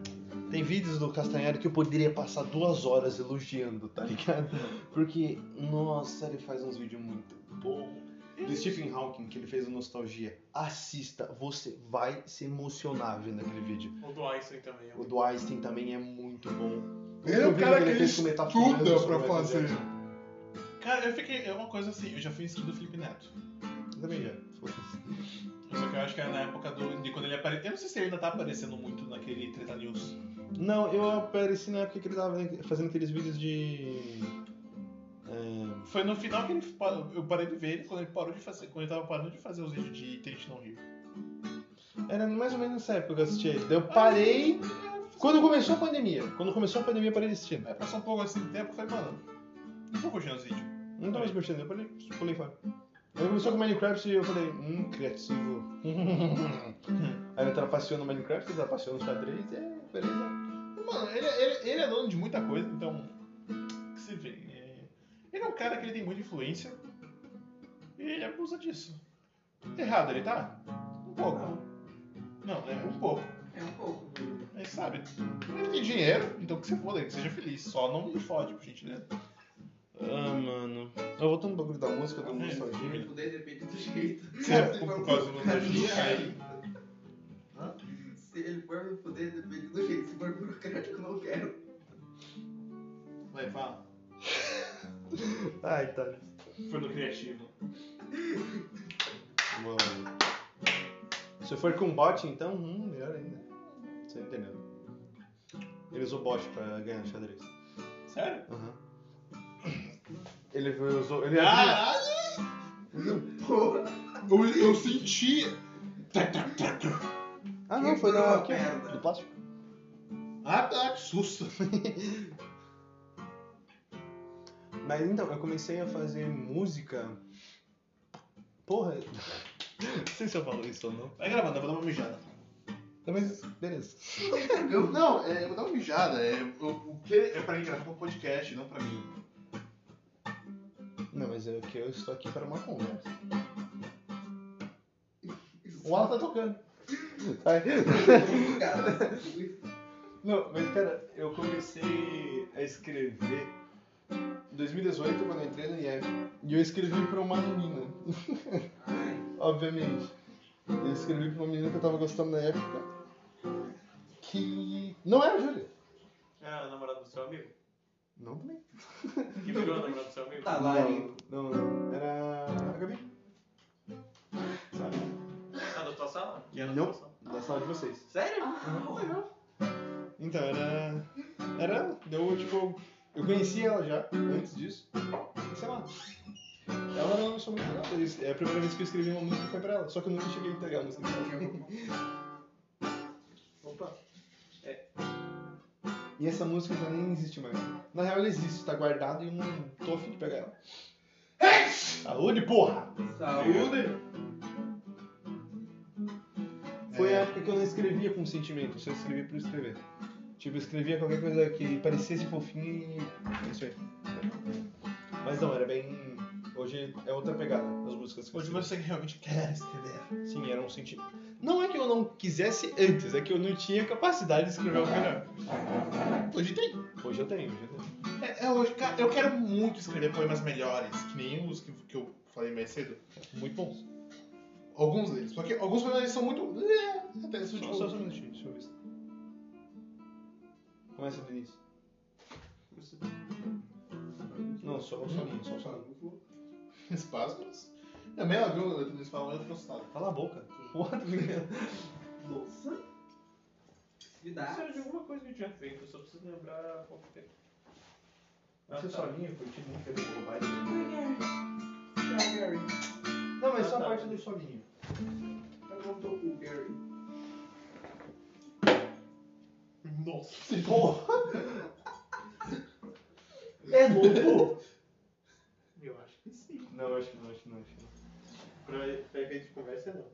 S1: Tem vídeos do Castanhari que eu poderia passar duas horas elogiando, tá ligado?
S14: Hum.
S1: Porque, nossa, ele faz uns vídeos muito bons. Do Stephen Hawking, que ele fez o Nostalgia. Assista, você vai se emocionar vendo aquele vídeo.
S6: O do Einstein também.
S1: O do Einstein também é muito bom.
S14: Ele é o
S1: Outro vídeo
S14: cara que
S1: ele fez com metaforas
S14: estuda
S1: sobre
S14: pra
S1: Michael
S14: fazer.
S1: Jackson.
S2: Cara, eu fiquei. É uma coisa assim, eu já fui skin do Felipe Neto.
S1: Eu Também já. né? Foda-se.
S2: Só que eu acho que era na época do, de quando ele apareceu. Eu não sei se ele ainda tá aparecendo muito naquele Treta News.
S1: Não, eu apareci na época que ele tava fazendo aqueles vídeos de. é,
S2: Foi no final que ele pa- eu parei de ver ele quando ele parou de fazer. Quando ele tava parando de fazer os vídeos de Triste Não Rio.
S1: Era mais ou menos nessa época que eu assisti ele. Daí eu parei quando começou a pandemia. Quando começou a pandemia, eu parei de assistir.
S2: Aí passou um pouco assim de tempo e falei, mano, deixa eu continuar os vídeos.
S1: Não tava mais curtindo, eu parei, pulei fora. Aí começou com Minecraft e eu falei, hum, criativo. (laughs) Aí ele trapaceou no Minecraft, trapaceou no xadrez, é, beleza.
S2: Mano, ele, ele, ele é dono de muita coisa, então. Que se vê. é- Ele é um cara que ele tem muita influência. E ele abusa disso. Errado, ele tá? Um pouco. Não, é um pouco.
S5: É um pouco.
S2: Mas sabe, ele tem dinheiro, então que se foda, que seja feliz. Só não me fode, por gentileza.
S1: Ah, mano. Eu voltando no bagulho da música,
S2: Tá
S1: do nostalgia.
S5: Se puder, depende do
S6: (laughs)
S5: jeito.
S2: Se ele for é um por causa do nostalgia, aí.
S5: Se ele for me fuder, depende do jeito. Se for burocrático, não quero.
S2: Vai, fala.
S1: (laughs) Ai, tá.
S2: Foi no criativo.
S1: Mano. Se for com bot, então, hum, melhor ainda. Você entendeu? Ele usou bot pra ganhar no xadrez.
S2: Sério?
S1: Aham. Ele usou. Ele
S2: Caralho!
S14: Eu, eu senti.
S1: Ah, não, foi
S5: Quebrou
S1: da.
S5: a perna.
S1: Do plástico.
S2: Ah tá, que susto!
S1: Mas então, eu comecei a fazer música. Porra. Não sei se eu falo isso ou não.
S2: Vai gravando, eu vou dar uma mijada.
S1: Não, Tá, Mas beleza.
S14: Eu- não, é, eu vou dar uma mijada. É, o, o que é pra ele gravar um podcast, não pra mim.
S1: Não, mas é que eu estou aqui para uma conversa.
S14: O Alan tá tocando. (laughs)
S1: Ai.
S5: Cara,
S1: Não, mas cara, eu comecei a escrever em 2018, quando eu entrei no IEF. E eu escrevi pra uma menina,
S5: Ai,
S1: obviamente. Eu escrevi pra uma menina que eu tava gostando na época. Que. Não era a Júlia.
S6: É a namorada do seu amigo?
S1: Não também.
S6: Que virou a namorada do seu amigo?
S5: tá lá, hein?
S1: Não, não, não. Era. A Gabi. Sabe?
S6: Ah, da tua sala? Que era da
S1: Não.
S6: tua sala.
S1: Da sala de vocês.
S6: Sério?
S1: Então, era. Era. Deu tipo. Eu conheci ela já, antes disso. Sei lá. Ela não lançou muito nada. isso- É a primeira vez que eu escrevi uma música foi pra ela. Só que eu nunca cheguei a entregar a música pra ela.
S6: Opa.
S1: E essa música já nem existe mais. Na real, ela existe, tá guardada e eu não tô afim de pegar ela. Saúde, porra!
S5: Saúde.
S1: Foi
S2: É.
S1: a época que eu não escrevia com sentimento, só escrevia por escrever. Tipo, eu escrevia qualquer coisa que parecesse fofinha e. É isso aí. Mas não, era bem. Hoje é outra pegada as músicas que eu
S2: Hoje
S1: escrevo.
S2: você realmente quer escrever.
S1: Sim, era um sentimento. Não é que eu não quisesse antes, é que eu não tinha capacidade de escrever algo melhor.
S2: Hoje tem.
S1: Hoje eu tenho, hoje eu tenho.
S2: É, é hoje, cara, eu quero muito escrever poemas melhores, que nem os que, que eu falei mais cedo.
S1: Muito bons.
S14: Alguns deles. Só que alguns poemas eles são muito. É, até isso,
S1: Só,
S14: tipo,
S1: só, só um minutinho, deixa eu ver. se- Começa do início. Não, só um o soninho, só o
S14: um
S1: soninho.
S14: (laughs) espaço, mas. Também ela viu, né? eles falam, é eu tô assustado.
S1: Cala a boca. What, menino?
S5: Nossa. Me
S6: Eu
S5: dá.
S6: preciso de alguma coisa que a gente já fez, eu só preciso lembrar qual que é. Ah,
S1: Você
S6: tá.
S1: sozinho, curtindo muito aquele bobagem. Não, mas só a parte do solinho.
S5: Eu não tô com o Gary.
S15: Nossa, porra! É
S6: (laughs)
S15: novo?
S16: Eu acho que sim.
S6: Não, acho que não, acho que não. Acho que não.
S16: Pra, pra efeito de conversa, não.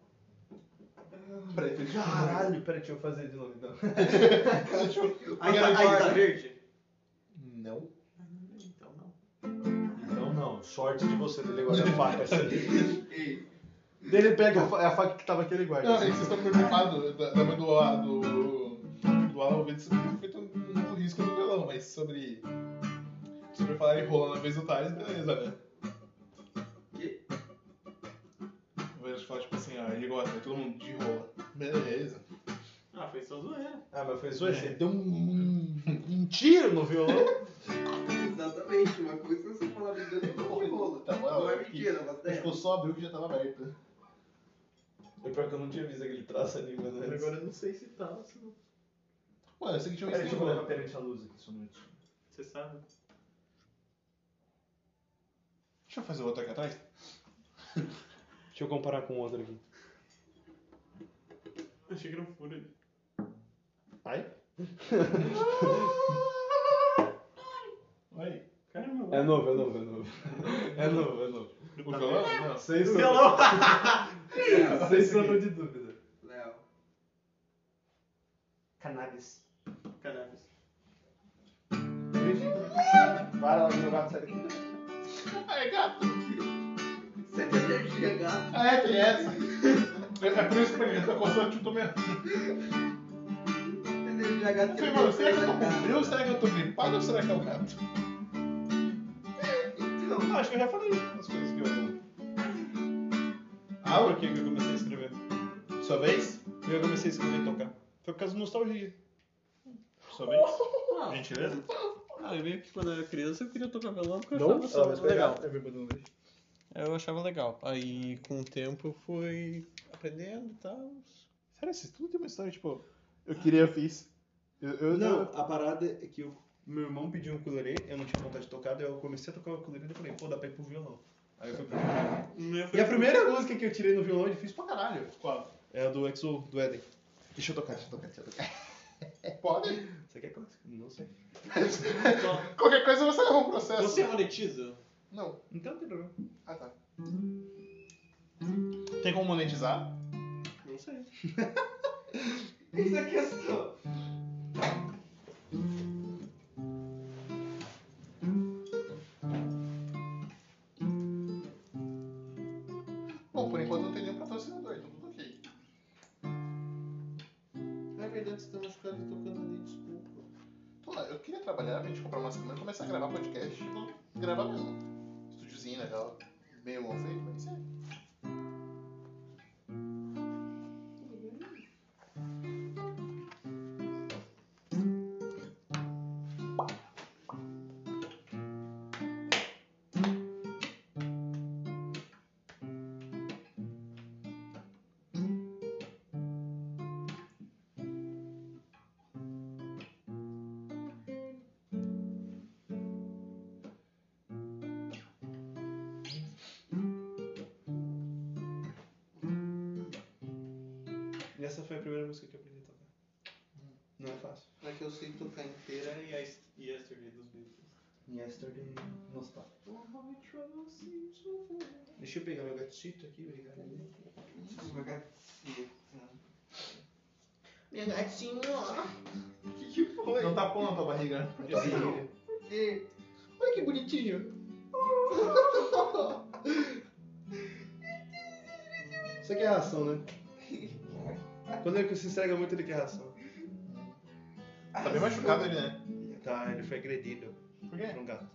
S6: Peraí, Ah, peraí.
S15: Caralho, peraí, deixa eu fazer de novo então.
S16: Aí tá, aí tá verde?
S6: Não.
S16: Então não.
S6: Então não. Sorte de você dele guarda (laughs) a faca. assim.
S16: Ei,
S6: Ele pega a fa- é a faca que tava aqui ele guarda.
S1: Não, e vocês estão preocupados né? da, da mãe do, A- do, do Alan Alves ter feito um, um risco no violão, mas sobre. Sobre falar em rolando a vez do Thales, beleza, né?
S16: Que?
S1: O Vênus fala tipo assim, ó, ele gosta, todo mundo de rola. Beleza. É.
S16: ah, foi só zoeira.
S6: Ah, mas foi zoeira. Ele deu um, um, um tiro no violão.
S5: Exatamente, uma coisa que você falava de Deus não foi rola.
S1: Tá bom,
S5: Não é
S1: ó,
S5: mentira, mas é.
S1: Tipo, só abriu que já tava aberta.
S6: E pior que eu não tinha visto aquele traço ali, mas
S16: Mas agora eu não sei se tá ou se não.
S1: Ué, eu sei que tinha um
S6: Peraí, deixa eu
S1: esquema.
S6: colocar perante a luz aqui, só um minuto.
S16: Você sabe?
S1: Deixa eu fazer outro aqui atrás.
S6: Deixa eu comparar com o outro aqui.
S16: Achei que não fura ali.
S6: Ai?
S1: Oi.
S16: Caramba.
S6: É novo, é novo, é novo. É novo, é novo.
S1: O violão? Tá Não.
S6: Sem
S16: O
S6: sono,
S16: violão!
S6: sem sono de dúvida.
S5: Léo.
S15: Cannabis.
S16: Cannabis.
S6: Vai lá, meu
S5: (laughs)
S6: gato, sai daqui.
S1: Ah, é gato.
S5: Você tem energia, gato.
S1: Ah, é, tem essa. É por isso que ele tá coçando, tipo, tô meio...
S5: Você tem energia, gato.
S1: Eu falei,
S5: Você
S1: mano, será
S5: tem
S1: que eu tô
S5: energia,
S1: com frio? ou Será que eu tô gripado? Ou será que é o gato?
S5: gato.
S1: Não, acho que eu já falei as coisas que eu. Ah, o que eu comecei a escrever? Sua vez? Eu comecei a escrever e tocar. Foi por causa de nostalgia.
S2: Sua vez?
S1: Gentileza?
S2: Ah, eu meio que quando eu era criança eu queria tocar violão porque eu
S6: Não?
S2: achava
S6: mas
S2: isso legal.
S6: É bêbado não deixa.
S2: Eu achava legal. Aí com o tempo eu fui aprendendo e tal.
S17: Sério, vocês tudo tem uma história, tipo, eu queria, eu fiz. Eu, eu
S6: Não, a parada é que eu- meu irmão pediu um ukulele, eu não tinha vontade de tocar, daí eu comecei a tocar o ukulele e eu falei, pô, dá pra ir pro violão. Aí eu fui pro violão. E a primeira música que eu tirei no violão é difícil pra caralho. Qual? É a do Exo, do Eden. Deixa eu tocar, deixa eu tocar, deixa eu
S1: (laughs)
S6: tocar.
S1: Pode?
S6: Isso aqui é clássico? Não sei.
S1: (laughs) Qualquer coisa você leva um processo.
S16: Você monetiza?
S1: Não.
S6: Então não tem problema.
S1: Ah, tá. Tem como monetizar?
S16: Não sei.
S5: Isso é questão.
S1: Bom, por enquanto não tem nenhum patrocinador, então tudo ok.
S16: Na verdade, você tá machucado e tocando ali, desculpa.
S1: Então, lá, eu queria trabalhar, a gente comprar umas câmeras e começar a gravar podcast, tipo, gravar mesmo. Estúdiozinho legal, meio mal feito, mas é.
S6: E essa foi a primeira música que eu aprendi a tocar. Não é fácil.
S16: É que eu sei tocar inteira e a e a cerveja dos Beatles.
S6: Yesterday. Nossa, tá. Deixa eu pegar meu gatito aqui, obrigado.
S5: Minha gatinha, ó.
S1: Não tá pondo na tua barriga. Porque assim,
S6: Olha que (laughs) bonitinho. Isso aqui é ração, né? Quando ele se estrega muito, ele quer ração.
S1: tá bem machucado ele, né?
S6: Tá, ele foi agredido
S1: Por quê?
S6: por um
S7: tá
S6: gato.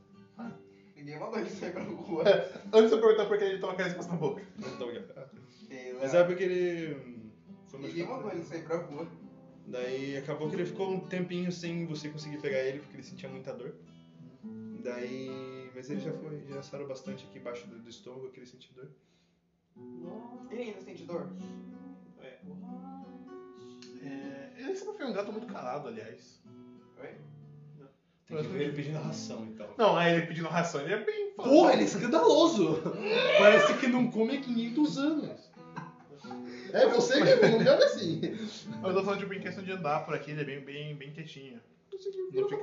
S5: Ninguém mandou ele sair pra rua.
S1: Antes de eu perguntar por que ele toca a resposta na boca.
S5: Ei, Léo.
S6: Mas é porque ele. hum, Foi
S5: Ninguém mandou ele
S6: machucado.
S5: sair pra rua.
S6: Daí acabou que ele ficou um tempinho sem você conseguir pegar ele, porque ele sentia muita dor. Daí. Mas ele já foi, já sarou bastante aqui embaixo do, do estômago, que ele sentia dor.
S5: Ele ainda sente dor?
S16: É.
S1: É, ele sempre foi um gato muito calado, aliás.
S6: Tem que ver ele pedindo ração e tal.
S1: Não, aí ele pedindo ração, ele é bem. (laughs)
S6: Porra, ele é escandaloso! Parece que não come há 500 anos. É você que é burro, não me olha assim.
S1: Eu tô falando, tipo, em questão de andar por aqui, ele é bem, bem, bem quietinho. Não fica...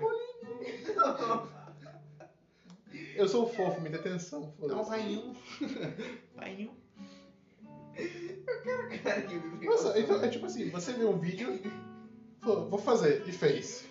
S7: Eu sou fofo, me dá atenção.
S1: É
S6: Tá
S1: um
S7: foda-se.
S1: painho. Painho.
S7: Nossa, então, é tipo assim, você vê um vídeo, falou, vou fazer, e fez.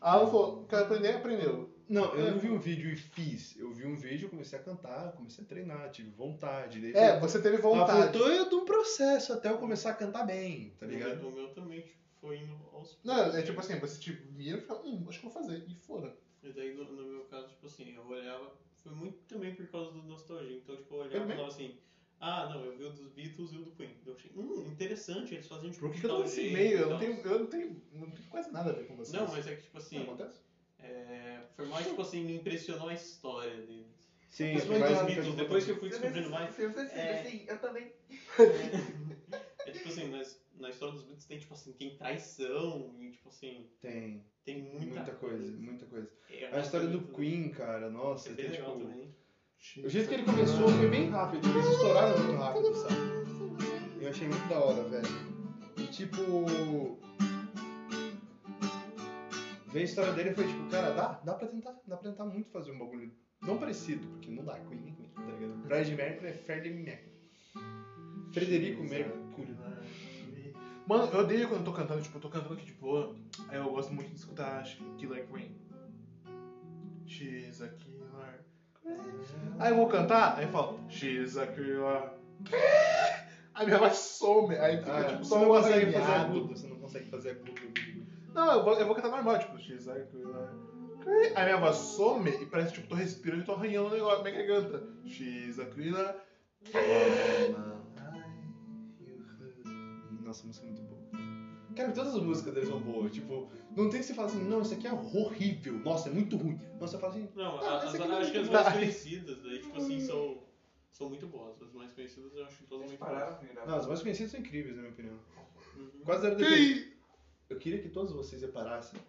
S7: A Alan falou, quer aprender? Aprendeu. É,
S6: Não, eu não vi um vídeo e fiz. Eu vi um vídeo, comecei a cantar, comecei a treinar, tive vontade. Daí
S7: É, você teve vontade.
S6: Tô eu de um processo até eu começar a cantar bem, tá
S2: O
S6: ligado?
S2: meu- O é meu também, tipo, foi indo aos poucos.
S7: Não, é tipo assim, você tipo, vira e fala, hum, acho que vou fazer, e fora.
S2: E daí, no, no meu caso, tipo assim, eu olhava. Foi muito também por causa do nostalgia. Então, tipo, eu
S7: Eu
S2: olhava e
S7: também.
S2: falava assim. Ah, não, eu vi o dos Beatles e o do Queen. Eu achei, hum, interessante, eles fazem tipo
S7: Por que, que eu tô
S2: tal
S7: nesse
S2: jeito
S7: meio?
S2: e
S7: Eu não,
S2: tal.
S7: tenho, eu não tenho. Não tenho quase nada a ver com vocês.
S2: Não, mas é que, tipo
S7: Não
S2: assim,
S7: acontece?
S2: é, foi mais, tipo assim, me impressionou a história deles.
S6: Sim,
S7: é
S2: Mas
S6: mas-
S7: um
S2: dos Beatles, depois que eu fui descobrindo mais,
S5: Você pensa
S2: É.
S5: assim, eu também.
S2: (laughs) é tipo assim, nas, na história dos Beatles tem, tipo assim, tem traição e, tipo assim,
S6: Tem
S2: tem muita,
S6: muita coisa, muita coisa.
S2: É,
S6: A história do
S2: muito-
S6: Queen, cara, nossa,
S2: É
S6: tem
S2: bem legal
S7: né?
S6: tipo.
S2: também.
S6: O jeito que ele começou foi bem rápido, eles estouraram muito rápido, sabe? Eu achei muito da hora, velho. E tipo. Ver a história dele foi tipo, cara, dá, dá pra tentar, dá pra tentar muito fazer um bagulho não parecido, porque não dá, Queen é Queen, tá ligado? Fred Mercury é Fred Mercury. Frederico Mercury.
S1: Mano, eu odeio quando eu tô cantando, tipo, eu tô cantando aqui de boa. Aí eu gosto muito de escutar acho que Killer Queen. She's a killer. Aí eu vou cantar, aí eu falo, She's a killer.
S7: (laughs) Aí minha voz some, aí fica
S6: Ah,
S7: tipo
S6: você
S7: só
S6: não
S7: um
S6: consegue fazer
S7: assanhado.
S6: agudo, você não consegue fazer agudo.
S7: Não, eu vou, eu vou cantar normal, tipo, She's a killer. Aí minha voz some e parece tipo, tô respirando e tô arranhando o negócio, é minha garganta. She's a killer.
S6: Nossa, a música é muito boa. Cara, todas as músicas deles são boas. Tipo, não tem que você falar assim, não, isso aqui é horrível. Nossa, é muito ruim. Nossa, eu falo assim,
S2: Não,
S6: Ah,
S2: a-
S6: esse
S2: as,
S6: aqui não
S2: acho que as
S6: é
S2: mais
S6: verdade.
S2: conhecidas, daí, tipo assim, são, são muito boas. As mais conhecidas eu acho totalmente boas.
S5: Pararam de
S6: não,
S5: gravar.
S6: as mais conhecidas são incríveis, na minha opinião.
S2: Uhum.
S6: Quase era
S7: Que
S6: daqui. Eu queria que todos vocês reparassem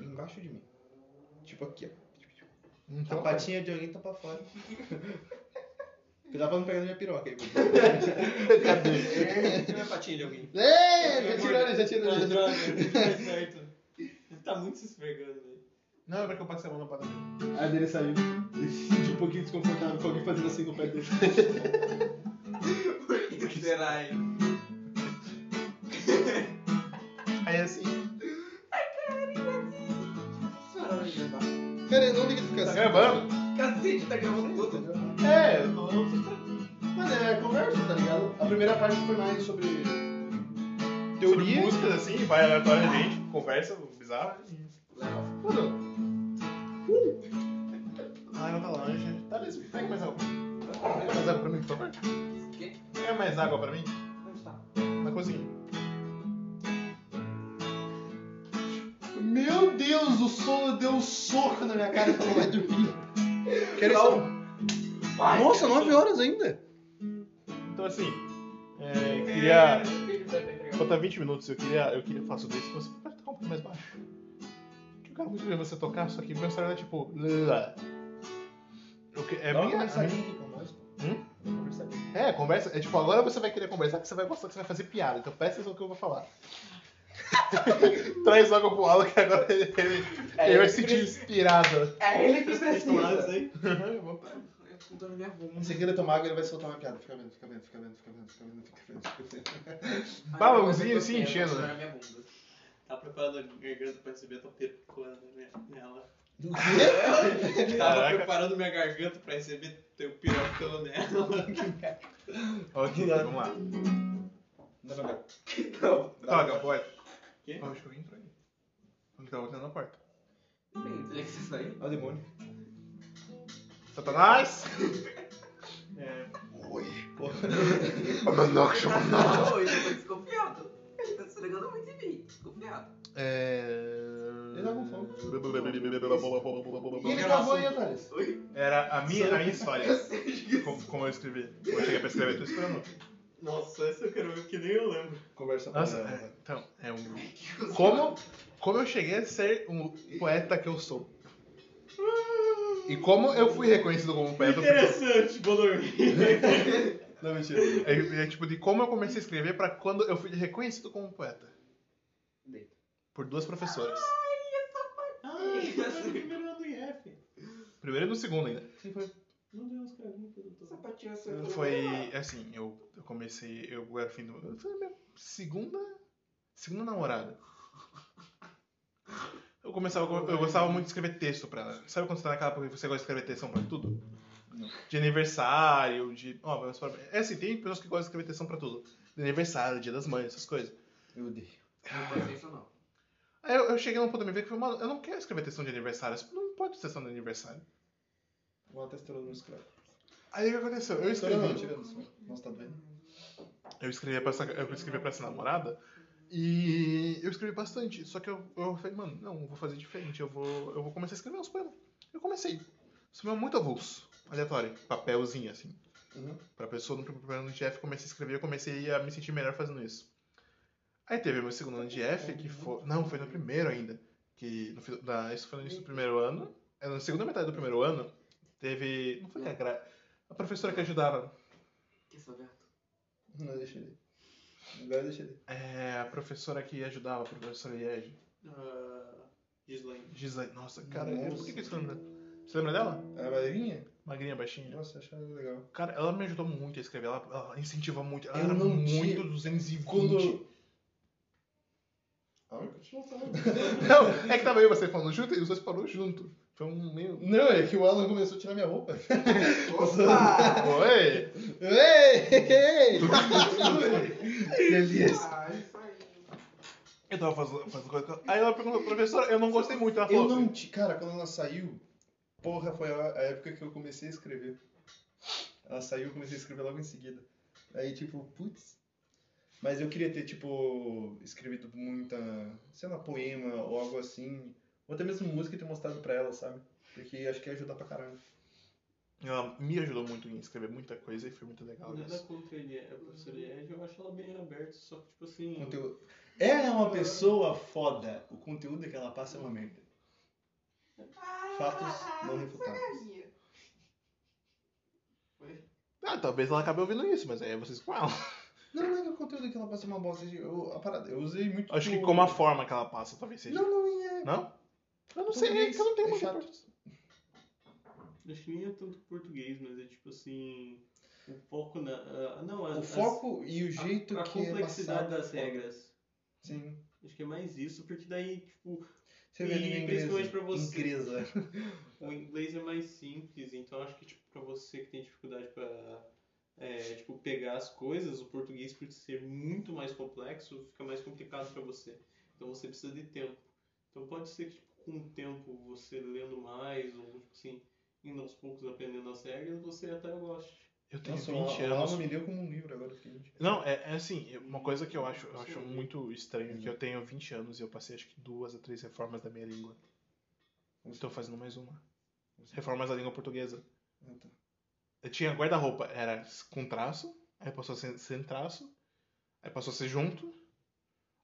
S6: embaixo de mim. Tipo aqui, ó. a patinha de alguém tá pra fora. Cuidado pra não pegar na minha piroca aí. É,
S2: Tira a patinha de alguém.
S6: Ei, É, já tirou, ele, já tirou.
S2: Ah,
S6: ele.
S2: droga, tá certo. Ele tá muito se esfregando, velho.
S7: Não, é pra que eu passei a mão na pata dele.
S6: Aí dele saiu. Senti um pouquinho desconfortável com alguém fazendo assim com o pé dele.
S5: Por
S6: É.
S5: que será, hein?
S7: Aí assim,
S5: Pararam de gravar.
S6: Cara, eu não liga do
S7: tá
S6: cacete.
S7: gravando?
S5: Cacete, tá gravando tudo.
S7: É, eu tô.
S6: Mano, é conversa, tá ligado? A primeira parte foi mais sobre
S1: Sobre
S6: teoria.
S1: músicas assim, vai aleatoriamente, conversa, bizarro.
S7: Mano,
S1: Ah, não tá longe.
S7: tá liso, pega mais água. Pega mais água pra mim, por favor.
S5: Quê?
S7: Pega mais água pra mim,
S5: Onde tá?
S7: na cozinha. Meu Deus, o sono deu um soco na minha cara e falou, vai dormir.
S6: Quero isso. Nossa, 9 horas ainda.
S1: Então assim, é, queria.
S5: Filho da Pedregal.
S1: Falta 20 minutos, eu queria, eu queria falar sobre isso. Você pode tocar um pouco mais baixo? Eu quero muito ver você tocar, só que meu celular é tipo. lá. Eu que- é
S6: Dá uma
S1: minha-
S6: conversadinha aqui com nós.
S1: Hum?
S6: Uma conversadinha.
S7: É, conversa. É tipo, agora você vai querer conversar que você vai gostar, que você vai fazer piada. Então presta atenção no que eu vou
S6: (laughs)
S7: falar. Traz logo pro Alan que agora ele, ele-
S6: É,
S7: ele vai se sentir inspirado.
S5: É ele que precisa.
S6: né?
S2: aí.
S5: Eu tô dando minha bomba.
S6: Se querer Um tomar água, ele vai soltar uma piada. Fica vendo, fica vendo, fica vendo, fica vendo, fica vendo, fica vendo. Fica vendo.
S1: Balãozinho assim, enchendo, né?
S5: minha bunda.
S2: Tá preparando a garganta pra receber a tua pirocona né, nela. (laughs) Tava
S1: Caraca.
S2: Tá preparando minha garganta pra receber teu pirocão nela.
S1: Ok, vamos lá.
S6: Não, não, não.
S5: Então.
S1: Toca, pode.
S2: Quê?
S1: Eu acho que alguém entrou aí. Alguém
S7: tá
S1: tava batendo na porta.
S5: Bem, teria que ser isso aí.
S6: Ó, demônio.
S5: (laughs)
S1: Satanás!
S5: É. tá Não, eu tô desconfiado. Ele tá se ligando muito em mim. Desconfiado.
S1: É.
S6: Ele tá com fome.
S1: Ele
S6: gravou aí, Thales.
S1: Era a minha, a minha história. Como, como eu escrevi. Como eu cheguei pra escrever, eu tô esperando.
S2: Nossa, essa eu quero ver que nem eu lembro.
S6: Conversa
S1: Nossa,
S6: pra-
S1: é, então, é um. Como, como eu cheguei a ser um poeta que eu sou. E como eu fui reconhecido como poeta. porque-
S2: Interessante, Bolor.
S18: Não, mentira.
S1: É, é tipo de como eu comecei a escrever pra quando eu fui reconhecido como poeta. Por duas professoras.
S2: Ai, eu sou o primeiro ano do IF.
S1: Primeiro e no segundo ainda.
S2: Não deu uns carinhos que eu tô.
S5: Sapatinho assim.
S1: Foi assim, eu, eu comecei, eu era fim do. Foi a minha segunda. Segunda namorada. Eu começava, com- eu gostava muito de escrever texto pra ela. Sabe quando você tá naquela época que você gosta de escrever textão pra tudo? De aniversário, de. Ó, meus parabéns. é assim, tem pessoas que gostam de escrever textão pra tudo. De aniversário, dia das mães, essas coisas.
S6: Eu odeio.
S5: Não fazia isso não.
S1: Aí eu, eu cheguei num ponto da minha vida que eu falei, mano, eu não quero escrever textão de aniversário. Não pode ser textão de aniversário.
S6: Vou até estourando no escravo.
S1: Aí o que aconteceu? Eu
S6: Estourando não,
S1: escrevi.
S6: tirando isso. Nossa, tá doendo.
S1: eu escrevia pra essa, eu escrevia pra essa namorada e eu escrevi bastante. Só que eu, eu falei, mano, não, eu vou fazer diferente. Eu vou, eu vou começar a escrever uns poemas. Eu comecei. Escreveu muito avulso, aleatório, papelzinho assim. Pra pessoa no primeiro ano de F comecei a escrever, eu comecei a me sentir melhor fazendo isso. Aí teve o meu segundo ano de F, que foi. Não, foi no primeiro ainda. Que no, fi- da, isso foi no início do primeiro ano. É, Na segunda metade do primeiro ano, teve. Não foi a, gra, a professora que ajudava
S5: Que salgato.
S6: Não, deixa ele. Agora deixa ele.
S1: É, a professora que ajudava, a professora Iege.
S2: Ah, Gislaine.
S1: Gisele. Nossa, cara,
S6: Nossa.
S1: eu- por que, que eu lembro dela? Você lembra dela?
S6: É A madeirinha?
S1: Magrinha, baixinha.
S6: Nossa, eu achava legal.
S1: Cara, ela me ajudou muito a escrever, ela, ela incentiva muito. Ela
S6: Eu
S1: era
S6: não
S1: muito
S6: tinha-
S1: 220.
S6: Quando- Ah, continua
S1: (laughs)
S6: falando. (laughs)
S1: Não, é que tava eu e você falando junto e os dois parou junto. Foi um meio...
S6: Não, é que o Alan começou a tirar
S1: (laughs)
S6: minha roupa.
S1: Oi!
S6: Ei! Delícia.
S5: Ah, isso aí.
S1: Eu tava fazendo, fazendo coisa com ela. Aí ela perguntou, professora, eu não gostei muito. Ela
S6: Eu
S1: falou, assim.
S6: não te. Cara, quando ela saiu, porra, foi a a época que eu comecei a escrever. Ela saiu, eu comecei a escrever logo em seguida. Aí, tipo, putz. Mas eu queria ter, tipo, escrevido muita, sei lá, poema ou algo assim. Ou até mesmo música e ter mostrado pra ela, sabe? Porque acho que ia ajudar pra caramba.
S1: ela me ajudou muito em escrever muita coisa e foi muito
S6: Uhum.
S1: legal
S2: Nada
S1: isso.
S2: contra ele, a professora Iege, eu acho ela bem aberta, só que tipo assim.
S6: Conteúdo. Ela é uma pessoa foda. O conteúdo que ela passa é uma merda. Fatos não refutáveis.
S1: Ah, talvez ela acabe ouvindo isso, mas aí é vocês com ela.
S6: Não, não é que o conteúdo que ela passa é uma bosta. Eu, a parada, eu usei muito.
S1: Acho que
S6: tipo,
S1: como a forma que ela passa, talvez seja.
S6: Não, não, nem é.
S1: Não? Eu não sei, é que eu não tenho
S6: É
S1: muita
S6: chato.
S1: importância.
S2: Acho que nem é tanto português, mas é tipo assim. O foco na. ah, não, as,
S6: O
S2: as-
S6: foco e o jeito
S2: a, a
S6: que
S2: complexidade
S6: é passado.
S2: das regras.
S6: Sim.
S2: Acho que é mais isso, porque daí, tipo,
S6: Você vê a
S2: E
S6: língua
S2: principalmente
S6: inglesa.
S2: pra você.
S6: Inglesa.
S2: (laughs) o inglês é mais simples, então acho que, tipo, pra você que tem dificuldade pra. é, tipo, pegar as coisas, o português, por ser muito mais complexo, fica mais complicado pra você. Então você precisa de tempo. Então pode ser que, tipo, com o tempo, você lendo mais, ou, tipo assim, indo aos poucos aprendendo as regras, você até goste.
S1: Eu tenho
S6: Nossa,
S1: 20
S6: a- a
S1: anos.
S6: alma me deu como um livro agora. fiquei, gente.
S1: Não, é, é assim, eu- uma coisa que eu acho, eu acho
S2: Sim.
S1: muito estranho é que eu tenho 20 anos e eu passei acho que duas a três reformas da minha língua. Estou fazendo mais uma. Reformas da língua portuguesa.
S6: Ah, tá.
S1: Eu tinha guarda-roupa, era com traço, aí passou a ser sem traço, aí passou a ser junto,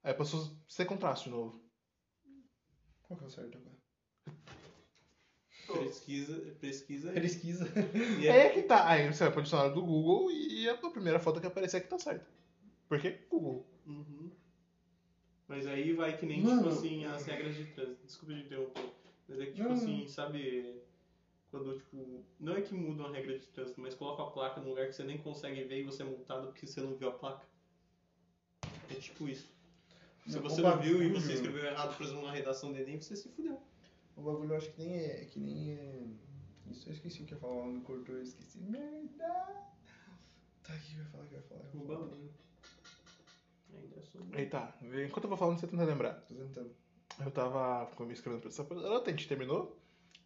S1: aí passou a ser com traço de novo.
S6: Qual que é o certo agora?
S2: Pesquisa, pesquisa aí.
S6: Pesquisa.
S2: E é-
S1: É que tá, aí você vai pro dicionário do Google e a primeira foto que aparecer é que tá certa. Porque Google.
S2: Uhum. Mas aí vai que nem,
S6: Mano.
S2: tipo assim, as regras de trânsito. Desculpa de interromper. Mas é que, tipo
S6: Não.
S2: assim, sabe... Quando, tipo... Não é que muda uma regra de trânsito, mas coloca a placa num lugar que você nem consegue ver e você é multado porque você não viu a placa. É tipo isso. Se
S6: Não,
S2: você
S6: o
S2: não viu e
S6: bagulho-
S2: você escreveu errado, por exemplo, na redação do Enem, você se fudeu.
S6: (laughs) O bagulho eu acho que nem é. Que nem é. Isso eu esqueci o que eu ia falar lá no cortou, eu esqueci. Merda! Tá aqui, vai falar o que eu ia falar. eu
S2: O
S6: ia falar.
S2: bagulho. né? Ainda é sou...
S1: Aí tá, enquanto eu vou falando, você tenta lembrar.
S6: Tô tentando.
S1: Eu tava com- escrevendo pra essa professora, a gente terminou.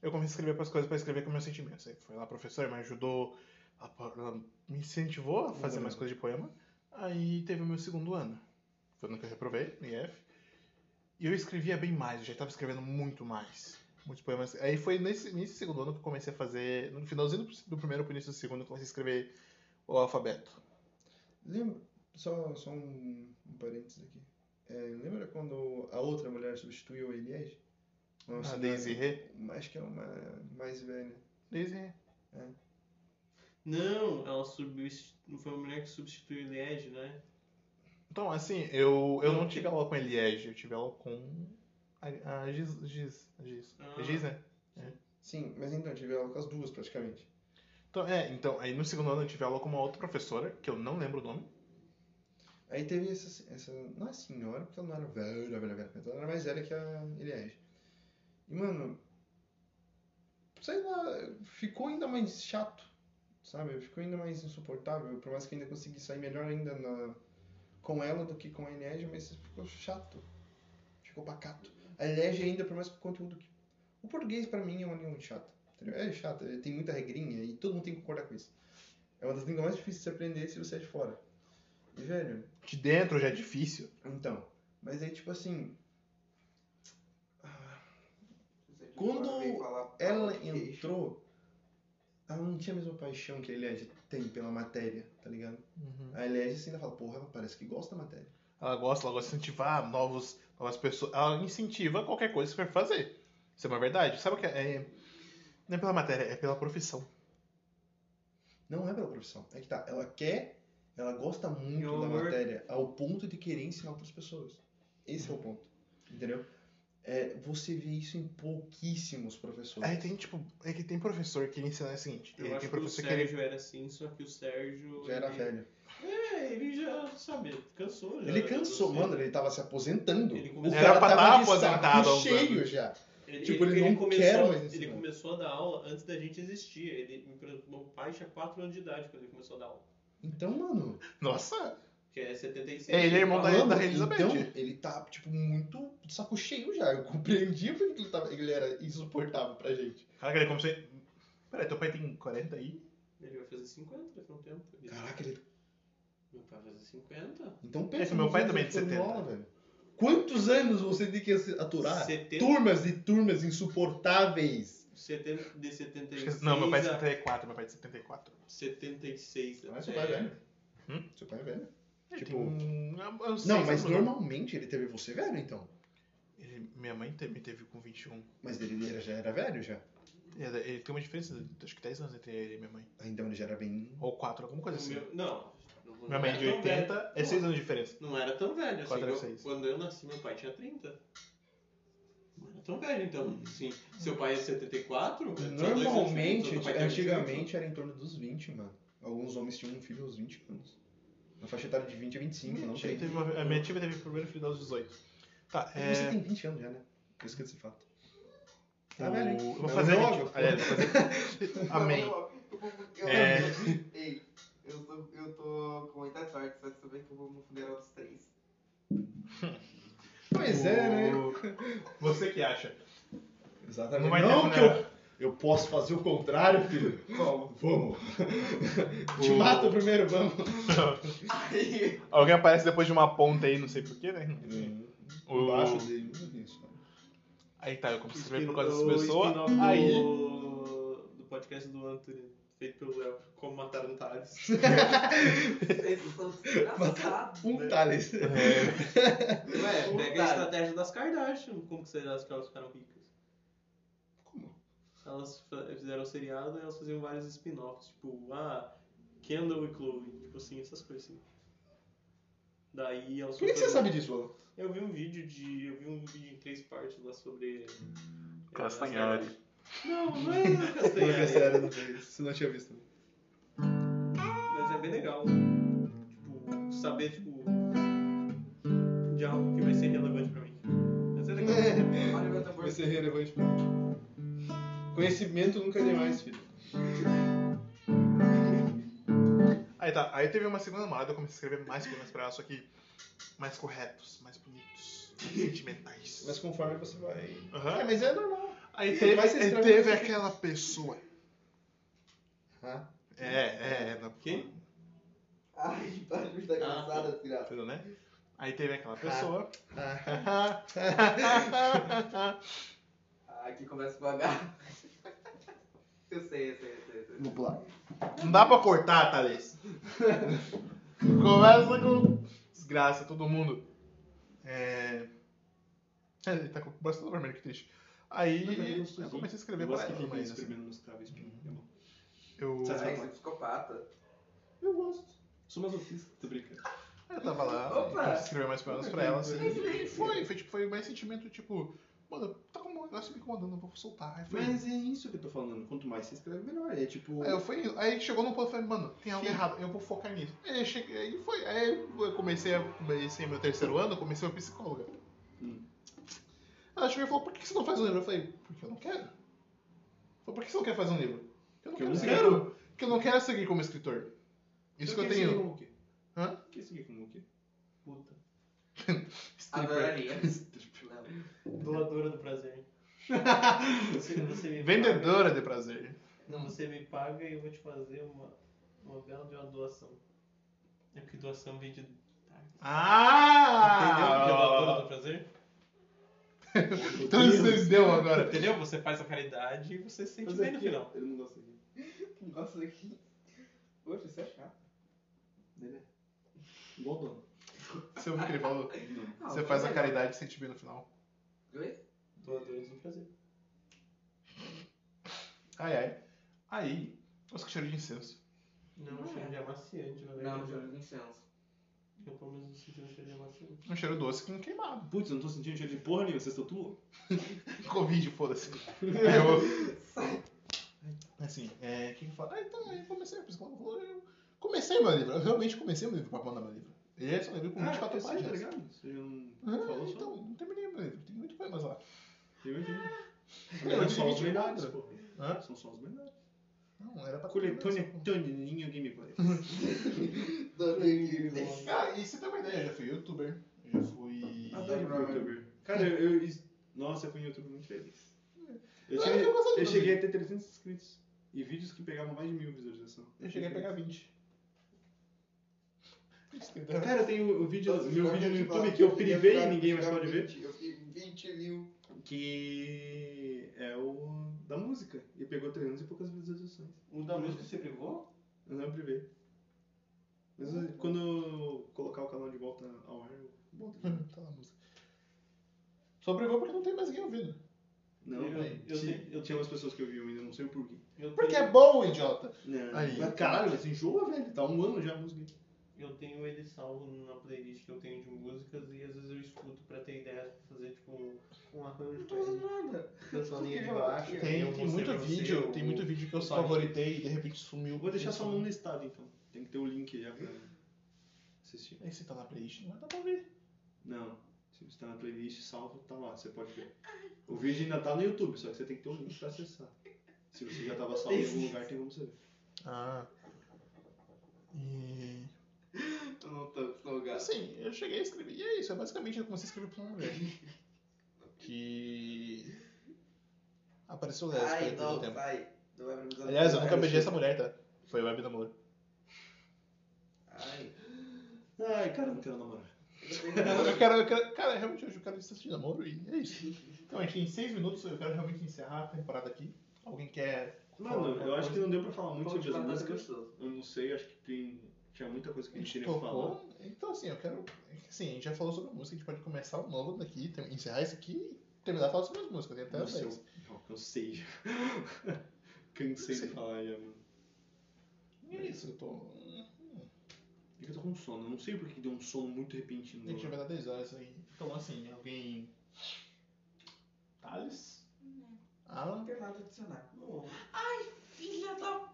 S1: Eu comecei a escrever pras coisas pra escrever com meus sentimentos. Aí assim. foi lá, a professora me ajudou, ela, pa- ela me incentivou a fazer mais coisas de poema. Aí teve o meu segundo ano. Foi no que eu reprovei, no IF. E eu escrevia bem mais, eu já tava escrevendo muito mais. Muitos poemas. Aí foi nesse, nesse segundo ano que eu comecei a fazer, no finalzinho do, do primeiro pro início do segundo, eu comecei a escrever o alfabeto.
S6: Lembra, só, só um, um parênteses aqui. É, lembra quando a outra mulher substituiu a Elias? Uma
S1: A
S6: cidade-
S1: Daisy Rê.
S6: uma- Acho que é uma mais velha.
S1: Daisy Rê.
S2: Não, ela substituiu... Não foi uma mulher que substituiu Liege, né?
S1: Então, assim, eu, eu não tive aula com a Eliege, eu tive aula com a, a Giz, Giz, a Giz.
S2: Ah.
S1: É Giz, né?
S6: Sim, mas então, tive aula com as duas praticamente.
S1: Então, é, então, aí no segundo ano eu tive aula com uma outra professora, que eu não lembro o nome.
S6: Aí teve essa, essa. Não é senhora, porque ela não era velha, velha, velha. Então ela era mais velha que a Eliege. E, mano. Sei lá, ficou ainda mais chato, sabe? Ficou ainda mais insuportável. Por mais que eu ainda consegui sair melhor ainda na- com ela do que com a Eliege, mas ficou chato. Ficou pacato. A Eliege ainda, por mais que o conteúdo que. O português pra mim é uma língua muito chata. entendeu? É chato, ele tem muita regrinha e todo mundo tem que concordar com isso. É uma das línguas mais difíceis de se aprender se você é de fora. E, velho.
S1: De dentro já é difícil.
S6: Então, mas aí tipo assim, Quando ela entrou, ela não tinha a mesma paixão que a Eliade tem pela matéria, tá ligado? A Eliade assim ainda fala, porra, ela parece que gosta da matéria.
S1: Ela gosta, ela gosta de incentivar novos, novas pessoas. Ela incentiva qualquer coisa que você for fazer. Isso é uma verdade. Sabe o que é? é- Não é pela matéria, é pela profissão.
S6: Não é pela profissão, é que tá, ela quer, ela gosta muito
S2: Meu
S6: da
S2: amor.
S6: matéria, ao ponto de querer ensinar outras pessoas. Esse é o ponto, entendeu? É, você vê isso em pouquíssimos professores.
S1: Aí tem, tipo, é que tem professor que ensina o seguinte.
S2: Eu
S1: é,
S2: acho
S1: tem
S2: que o
S1: professor que ele
S2: Sérgio era assim, só que o Sérgio.
S6: Já era
S2: ele-
S6: velho.
S2: É, ele já, sabe, cansou já. né?
S6: Ele cansou,
S2: Você-
S6: mano, ele tava se aposentando.
S2: Ele
S6: O
S2: começou-
S6: cara
S1: Era pra
S6: tava
S1: tá
S6: de saco
S1: aposentado há uns
S6: cheio
S1: anos.
S6: já.
S2: Ele,
S6: Tipo, ele não
S2: começou,
S6: quer mais né? ensinar.
S2: Ele começou a dar aula antes da gente existir. Ele, meu pai tinha 4 anos de idade quando ele começou a dar aula.
S6: Então, mano,
S1: Nossa!
S2: Que é 76.
S1: É, ele é irmão da,
S6: falando,
S1: da Elizabeth.
S6: então ele tá, tipo, muito de saco cheio já. Eu (laughs) compreendi porque ele, tava, ele era insuportável pra gente.
S1: Caraca, ele começou. em- Peraí, teu pai tem 40 aí?
S2: Ele vai fazer 50 daqui a um tempo. Ele-
S6: Caraca, ele...
S2: Meu pai vai fazer 50.
S6: Então pensa...
S1: É que meu
S6: nos
S1: pai
S6: anos
S1: também é
S6: de
S1: de 70.
S6: formola, velho. Quantos anos você tem que aturar?
S2: 70.
S6: Turmas e turmas insuportáveis.
S2: Seten- De 76
S1: Não, meu pai é de
S2: a
S1: 74, meu pai é de 74.
S2: 76.
S6: Mas seu pai é velho.
S1: Hum?
S6: Seu pai é velho.
S1: Ele
S6: Tipo-
S1: tem um- eu- eu sei
S6: Não,
S1: se
S6: mas
S1: eu não-
S6: normalmente ele teve você velho, então.
S1: Ele- Minha mãe te- me teve com 21.
S6: Mas ele era- já era velho, já.
S1: Ele, É, ele tem uma diferença, de- acho que 10 anos entre ele e minha mãe.
S6: Ah, Então ele já era bem...
S1: Ou 4, alguma coisa
S2: O
S1: assim.
S2: meu- Não. não- não
S1: Minha mãe é
S2: era
S1: de
S2: tão
S1: 80,
S2: velho.
S1: é 6 anos de diferença.
S2: Não era tão velho assim.
S1: Quatro era
S2: Eu-
S1: seis.
S2: quando eu nasci, meu pai tinha 30. Não era tão velho, então. Sim. Seu pai é 74? são dois anos de
S6: Normalmente,
S2: diferença, seu pai tem 28.
S6: antigamente era em torno dos 20, mano. Alguns homens tinham um filho aos 20 anos. Na faixa etária de 20 a 25,
S1: Minha
S6: não
S1: tia,
S6: tem.
S1: teve uma- a minha tia teve o primeiro filho aos 18. Tá, é.
S6: Você tem 20 anos já, né? Eu esqueci esse fato. Tá
S1: o-
S6: velho, hein?
S1: eu vou
S6: Tá
S1: fazer.
S6: jovem,
S1: 20.
S6: pô.
S1: Aliás, vou fazer. Amém. É.
S5: É. (laughs) Ei, eu tô, eu tô com muita sorte, só de saber que eu vou no funeral dos três.
S6: Pois é, né?
S1: O- Você que acha.
S6: Exatamente.
S1: Não vai
S6: Não,
S1: ter
S6: que
S1: funeral.
S6: eu... Eu posso fazer o contrário, filho.
S5: Como?
S6: (laughs) Vamos. Te
S1: O-
S6: mata primeiro, vamos.
S5: Aí,
S1: Alguém aparece depois de uma ponta aí, não sei porquê, né? O-
S6: Embaixo dele. não é isso, cara.
S1: Aí tá, eu comecei a
S2: Spin-
S1: ver por causa dessa
S2: o
S1: pessoa.
S2: spin-off do-
S1: Aí.
S2: Do podcast do Anthony, feito pelo Léo, como matar um Thales.
S5: (laughs) vocês estão desgraçados.
S6: Um Thales.
S2: Ué, pega a
S5: Otário.
S2: estratégia das Kardashian. Como que será que elas ficaram ricas?
S6: Como?
S2: Elas fa- fizeram o seriado e elas faziam vários spin-offs, tipo, ah, Kendall e Chloe, tipo assim, essas coisas assim. Daí elas
S6: (laughs) Por que que você
S2: foram-
S6: sabe disso, Lolo?
S2: Eu vi um vídeo de. Eu vi um vídeo em três partes lá sobre. eh, as
S1: Castanhari.
S2: Kardashian. Não, não
S6: (laughs)
S2: é
S6: Porque
S2: Castanhari.
S6: sério, não sei. Você não tinha visto.
S2: Mas é bem legal. Tipo, saber, tipo. De algo que vai ser relevante pra mim. Mas é legal.
S5: Olha meu tambor.
S6: Vai ser relevante. Conhecimento nunca é demais, filho.
S1: Aí tá, aí teve uma segunda namorada, eu comecei a escrever mais poemas pra ela, só que mais corretos, mais bonitos, sentimentais.
S6: Mas conforme você vai.
S1: Aham.
S6: É, mas é normal.
S1: Aí teve,
S6: Mas vocês
S1: aí
S6: trabalham
S1: teve
S6: com-
S1: aquela pessoa.
S6: Ah.
S1: É, é, é. Não,
S2: Quem?
S5: Ai, tá me dá engraçada, filha.
S1: Entendeu, né? Aí teve aquela pessoa.
S5: Ah, aqui começa a pagar. Eu sei, eu sei, eu sei, eu sei.
S6: Vamos lá.
S1: Não dá pra cortar, Thales. Começa com. Desgraça, todo mundo. É. é, Ele tá com bastante vermelho, que triste. Aí eu comecei a escrever pra ela,
S6: tipo,
S1: mas assim,
S6: é
S2: nos
S1: eu.
S5: Ai, você é psicopata.
S6: Eu gosto. Sou masoquista, tô brincando.
S1: Eu tava lá,
S2: Opa!
S1: eu escrevi mais poemas pra ela, assim.
S2: Excelente.
S1: E foi, foi, tipo, foi mais sentimento, tipo, mano, tá com um negócio me incomodando, eu vou soltar. Aí, foi,
S6: Mas é isso que eu tô falando. Quanto mais você escreve, melhor. É tipo.
S1: aí eu fui, aí chegou num ponto e falei, mano, tem algo errado, eu vou focar nisso. Aí, eu cheguei, aí foi, aí eu comecei, a, comecei meu terceiro ano, eu comecei uma psicóloga.
S6: Hum.
S1: Ela chegou e falou, por que você não faz um livro? Eu falei, porque eu não quero. Ela Falou, por que você não quer fazer um livro? Eu não
S6: Porque eu
S1: quero.
S6: não
S1: quero. Porque eu não quero seguir como escritor. Isso que eu
S6: quer seguir
S1: tenho.
S6: como o quê?
S1: Hã?
S6: Quer seguir como o quê? Puta.
S5: Adoraria. (laughs)
S6: Doadora do (laughs) prazer. Você, você
S2: um
S6: me paga-
S1: Vendedora de prazer.
S6: não, você me paga e eu vou te fazer uma, uma bela de uma doação. É porque doação vem de.
S2: Ah!
S6: Entendeu? Porque é doadora
S1: Ah!
S6: do prazer?
S1: Então você entendeu agora.
S6: Entendeu? Você faz a caridade e você se sente
S5: é
S2: Fazer
S6: bem no
S2: aqui, ó.
S6: final.
S2: Ele não gosta aqui.
S5: Nossa, que. Poxa, isso é chato.
S2: Igual o dono.
S1: Você ouviu o que ele falou?
S5: Ah,
S1: Você
S5: vai
S1: faz a
S5: ver.
S1: caridade e sente bem no final.
S5: Oi?
S6: Doadores do prazer.
S1: Ai, ai. Aí, nossa, que cheiro de incenso.
S6: Não, cheiro de amaciante, na
S5: Não,
S6: verdade.
S5: juro, não incenso.
S6: Eu pelo menos não senti um cheiro de amaciante.
S1: Um cheiro doce com queimado.
S6: Putz, eu não tô sentindo cheiro de porra nenhuma, vocês estão tudo?
S1: (laughs) Covid, foda-se. Aí eu... (laughs) Assim, é, o que que eu falo? Ah, então, aí eu comecei a psicóloga falou, eu comecei meu livro. Eu realmente comecei meu livro pra mandar meu livro. Ele é só um livro com 24
S6: eu sei, tá
S1: páginas.
S6: ligado? Você não
S1: Ah,
S6: falou só?
S1: então, não terminei meu livro. Tem muito poemas lá. Ah,
S6: Eu entendi.
S1: Eu
S6: São só os
S1: dividi em
S6: melhores,
S1: quatro.
S6: pô.
S1: Hã?
S6: São só os melhores.
S1: Não, era pra ter
S6: Coletânea um
S1: mais, pô.
S6: Toninho Gameplay.
S1: Ah, e você tem uma ideia, eu já fui youtuber. eu Já fui.
S6: Adoro youtuber. Cara, eu, eu. Nossa, eu fui um youtuber muito feliz. Eu,
S1: Ah,
S6: cheguei-
S1: eu gostava de
S6: eu
S1: fazer.
S6: cheguei a ter 300 inscritos. E vídeos que pegavam mais de mil visualizações.
S1: Eu cheguei a pegar 20.
S6: Cara, tem o, o vídeo, meu vídeo no
S5: tipo,
S6: YouTube que
S19: Eu
S6: eu
S19: queria
S6: privei e
S19: ficar-
S6: ninguém mais
S19: ficar
S6: pode ver.
S19: 20, Eu fiquei 20 mil.
S6: Que é o da música. E pegou 300 e poucas visualizações.
S2: O da música você privou?
S6: Eu não privei. Mas eu- quando eu colocar o canal de volta ao ar, eu boto.
S1: (laughs)
S6: de novo.
S1: Tá na música. Só privou porque não tem mais ninguém ouvindo.
S6: Não,
S2: Eu-
S6: velho.
S2: eu
S6: Ti-
S2: tenho- eu
S6: Tinha umas pessoas que eu vi ainda, não sei o porquê.
S2: Eu
S1: Porque
S2: tenho,
S1: é bom, idiota.
S6: Não.
S1: Aí.
S6: Né? Mas caralho, mas enjoa, velho. Tá um ano já a música.
S2: eu tenho ele salvo na playlist que eu tenho de músicas e às vezes eu escuto pra ter ideias pra fazer tipo um arranjo. pra ele.
S5: nada.
S2: Dança uma linha de baixo.
S1: Tem,
S2: eu
S1: tem
S2: mostrei
S1: muito
S2: pra você
S1: vídeo,
S2: o-
S1: tem muito vídeo que eu
S2: site.
S1: favoritei e de repente sumiu.
S6: Eu vou deixar só
S1: só
S6: um listado então. Tem que ter o link já pra assistir.
S1: Aí você tá na playlist, não vai dar pra ver.
S6: Não. Se você tá na playlist salvo, tá lá, você pode ver. O vídeo ainda tá no YouTube, só que você tem que ter um link pra acessar. Se você já tava salvo em algum lugar, tem como você ver.
S1: Ah. E.
S5: Eu não tô com lugar.
S1: Assim, eu cheguei a escrever. E é isso, é basicamente eu comecei a escrever pra uma (laughs) mulher. que. Apareceu lésbica
S5: Ai,
S1: depois do
S5: não,
S1: tempo.
S5: sai. Não vai pra mim.
S1: Aliás, eu nunca beijei essa mulher, tá? Foi web namoro.
S5: Ai.
S6: Ai, cara, eu não quero namorar.
S1: (laughs) Eu quero, eu quero, cara, realmente hoje eu quero distância de namoro e é isso. Então, a gente tem seis minutos, eu quero realmente encerrar a temporada aqui. Alguém quer.
S6: Mano, eu acho que não deu pra falar muito
S5: Pão de
S6: sobre as
S5: batata
S6: músicas.
S5: gostoso.
S6: Eu não sei, acho que tem. Tinha muita coisa que
S1: A
S6: a gente
S1: gente
S6: teria que falar.
S1: tocou. Então, assim, eu quero. Assim, a gente já falou sobre música, a gente pode começar o novo daqui, ter- encerrar esse aqui e terminar a falar sobre as músicas. Tem até
S6: Não
S1: as
S6: sei.
S1: dez.
S6: Não, eu sei.
S1: (laughs)
S6: Cansei de falar já, mano.
S1: E é isso, eu tô.
S6: É que eu tô com sono. Eu não sei porque deu um sono muito repentino.
S1: A gente já
S6: agora.
S1: vai dar 10 horas aí. Então, assim, alguém. Thales? Alan?
S5: Não tem nada a adicionar.
S2: Não,
S5: Filha da.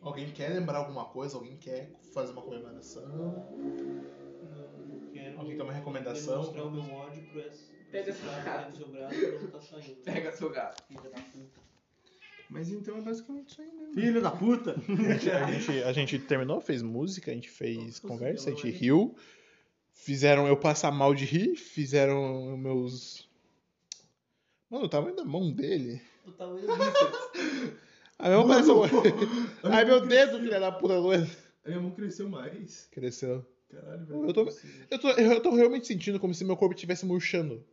S1: Alguém quer lembrar alguma coisa? Alguém quer fazer uma comemoração?
S2: não quero
S1: Alguém tem uma recomendação?
S2: demonstrar o meu ódio pro esse pra
S5: Pega
S2: esse cara que
S5: essa
S2: tá
S5: cara.
S2: no seu braço e não tá saindo.
S5: Pega seu gato.
S2: Filha da puta.
S6: Mas então é basicamente isso aí mesmo.
S20: Filho da puta!
S1: A gente, a gente terminou, fez música, a gente fez conversa, a gente riu. Fizeram eu passar mal de rir, fizeram meus. Mano, o tamanho da mão dele.
S2: Do tamanho disso.
S1: A minha mão parece (laughs) um- Ai, meu dedo, filha da puta, Luan.
S6: A minha mão cresceu mais.
S1: Cresceu.
S6: Caralho, velho. é
S1: Eu tô, eu, tô, eu tô realmente sentindo como se meu corpo estivesse murchando.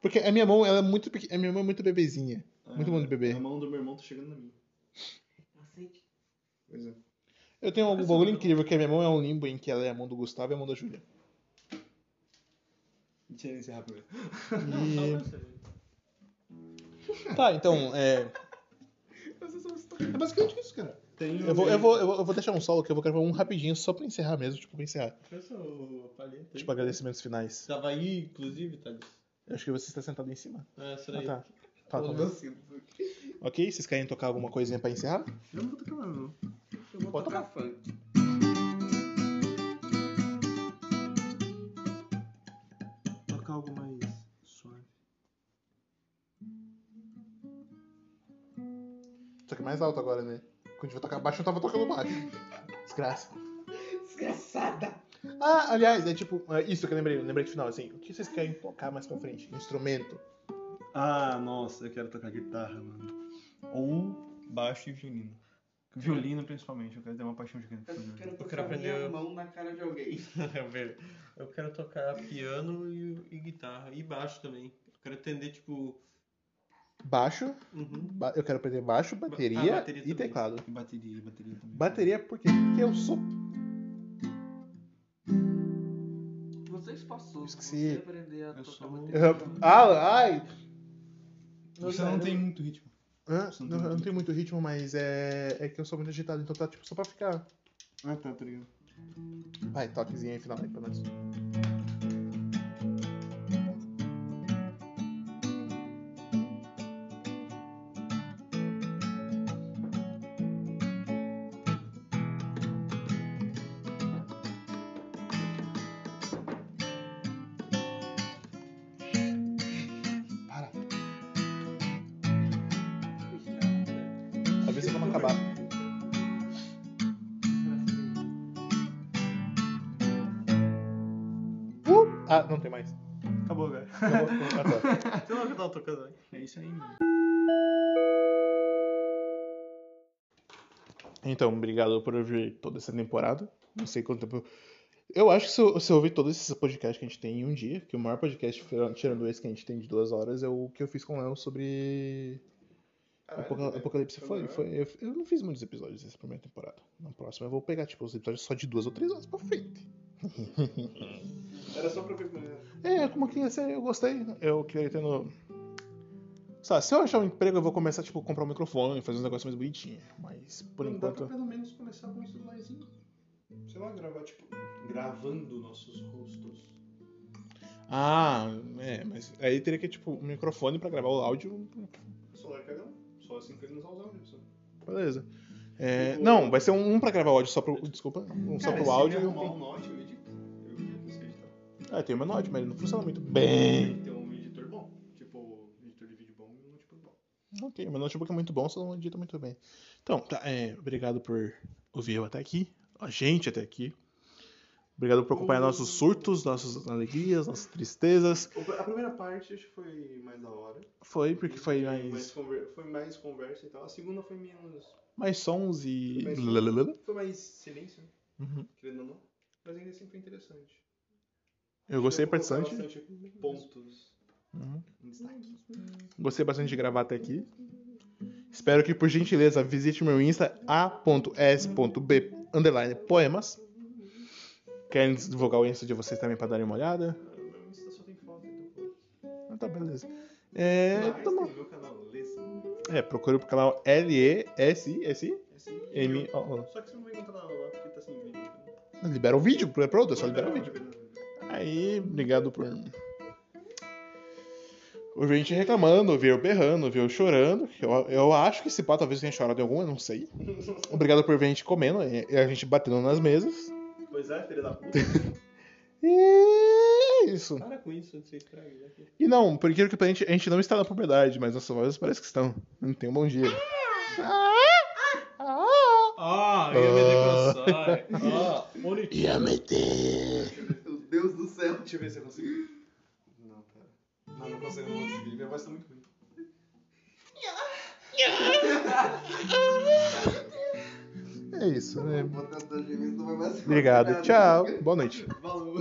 S1: Porque a minha mão, ela é muito pequ- A minha mão é muito bebezinha. Muito bom de bebê.
S6: A mão do meu irmão tá chegando na minha.
S5: Aceite.
S6: Pois é.
S1: Eu tenho algum bagulho incrível, que a minha mão é um limbo em que ela é a mão do Gustavo e a mão da Júlia.
S6: Deixa eu encerrar primeiro.
S1: E...
S2: Só pra você ver.
S1: Tá, então, é. É basicamente isso, cara.
S6: Tem
S1: Eu vou, eu, vou, eu vou- eu vou deixar um solo que eu vou gravar um rapidinho só pra encerrar mesmo, tipo, pra encerrar.
S11: Pensa o palheta.
S1: Tipo, agradecimentos finais.
S11: Tava aí, inclusive, Thales.
S1: Eu acho que você está sentado em cima.
S11: Ah, será
S1: Ah,
S11: aí.
S1: tá. Tá, tá bom. Ok, vocês querem tocar alguma coisinha pra encerrar?
S5: Não vou tocar mais, não. Eu vou
S1: Pode
S5: tocar funk.
S11: Tocar algo mais suave.
S1: Só que mais alto agora, né? Quando eu tocar baixo, eu tava tocando baixo. Desgraça.
S5: Desgraçada!
S1: Ah, aliás, é tipo, é isso que eu lembrei, eu lembrei de final, assim. O que vocês querem tocar mais pra frente? Instrumento.
S6: Ah, nossa, eu quero tocar guitarra, mano. Ou baixo e violino. Violino, principalmente. Eu quero ter uma paixão gigante por
S5: Eu
S6: violino.
S5: quero
S11: quero
S5: tocar minha
S11: aprender-
S5: mão na cara de alguém.
S11: (laughs) Eu vejo. É Eu quero tocar piano e, e guitarra. E baixo também. Eu quero entender, tipo.
S1: Baixo,
S11: Uhum.
S1: ba- eu quero aprender baixo, bateria,
S11: Ah, bateria
S1: e
S11: também.
S1: teclado.
S6: E bateria, bateria também.
S1: Bateria por quê? Porque eu sou.
S7: Você espaçou.
S1: Esqueci. um
S7: Você aprender a
S6: Eu
S7: tocar
S6: sou-
S7: bateria.
S1: (laughs) ah, ai!
S6: Você não tem muito ritmo.
S1: Hã?
S6: Você não
S1: Não,
S6: tem
S1: eu não
S6: muito
S1: tenho muito ritmo, mas é, é que eu sou muito agitado, então tá tipo só pra ficar.
S6: Ah, tá, tá ligado.
S1: Vai, toquezinho aí final aí pra nós. Avisa quando acabar. Uh! Ah, não tem mais.
S6: Acabou,
S11: (laughs)
S6: velho.
S1: Acabou. Ah, tá.
S11: Sei lá o que eu tava tocando né? aí.
S6: É isso aí, mano.
S1: Então, obrigado por ouvir toda essa temporada. Não sei quanto tempo. Eu acho que se eu, se eu ouvir todos esses podcasts que a gente tem em um dia, que o maior podcast, fora- tirando esse que a gente tem de duas horas, é o que eu fiz com o Léo sobre
S6: Ah, Um
S1: Apoca-
S6: é,
S1: Apocalipse. Foi, foi, eu, eu não fiz muitos episódios dessa primeira temporada. Na próxima eu vou pegar, tipo, os episódios só de duas ou três horas pra frente.
S4: Era só pra ver como era.
S6: né?
S1: É, como criança eu gostei. Eu queria ter no. Sabe, se eu achar um emprego, eu vou começar, tipo, comprar um microfone, fazer uns negócios mais bonitinhos. Mas, por
S6: Não, Dá
S1: enquanto.
S6: pra pelo menos começar com um celularzinho. Sei lá, gravar, tipo, gravando nossos rostos.
S1: Ah, é, mas aí teria que, tipo, um microfone pra gravar o áudio.
S6: O celular cagão. um. Só assim sincronizar os áudios. só.
S1: Beleza. É, não, vai ser um, um pra gravar o áudio só pro. Desculpa, um só
S6: Tipo, Cara,
S1: pro
S6: se
S1: áudio e
S6: ele
S1: um.
S6: arrumar
S1: pro-
S6: um note, eu edito. Eu edito esse editar.
S1: Ah, tem o meu note, mas ele não funciona muito bem.
S6: Tem que ter um editor bom. Tipo, editor de vídeo bom e um notebook bom.
S1: Ok, meu notebook é muito bom, só não edita muito bem. Então, tá, é, obrigado por ouvir eu até aqui, a gente até aqui. Obrigado por acompanhar nossos surtos, nossas alegrias, nossas tristezas.
S6: O- A primeira parte acho que foi mais da hora.
S1: Foi porque foi mais,
S6: conver- foi mais conversa e tal. A segunda foi menos.
S1: mais sons e.
S6: Mais sons.
S1: Lalalala.
S6: Foi mais silêncio, né?
S1: Uhum.
S6: querendo ou não. Mas ainda assim foi interessante.
S1: Eu gostei
S6: Deu pra colocar
S1: bastante.
S6: bastante pontos
S1: Uhum.
S6: em destaque.
S1: Gostei bastante de gravar até aqui. Espero que, por gentileza, visite meu Insta a.s.b underline poemas. Querem divulgar o Insta de vocês também para darem uma olhada?
S6: Ah, Meu Insta só tem foto, então pô.
S1: Ah, tá, beleza. É,
S6: Mas
S1: tá bom.
S6: tem meu canal, Lessa.
S1: é procure o canal L-E-S-S-I-M-O.
S6: É assim, Só que você não vai encontrar lá porque tá sem vídeo. Tá Então.
S1: Libera o vídeo, é pra outra, só libera o
S6: Não,
S1: vídeo.
S6: não, não, não.
S1: Aí, obrigado por. Ouviu a gente reclamando, ouviu eu berrando, ouviu eu chorando. que Eu, eu acho que esse pá talvez tenha chorado em algum, eu não sei. Obrigado por ver a gente comendo e e a gente batendo nas mesas.
S6: Pois é,
S11: (laughs)
S6: filha da puta.
S1: E é isso.
S11: Para com isso, antes que você estrague. já que-
S1: E não, por incrível que pareça, a gente não está na puberdade, mas nossas vozes parece que estão. Não tem um bom dia.
S11: Ah, eu ia meter com a Sora. Ah, bonitinho.
S6: Meu Deus do céu. né? Deixa eu ver se eu consigo. Não, pera. Não, não consigo, não consegui. Minha voz tá muito ruim.
S1: É isso, né?
S7: O podcast da Gêmeos não vai mais
S1: Obrigado, tchau. Boa noite.
S7: Falou.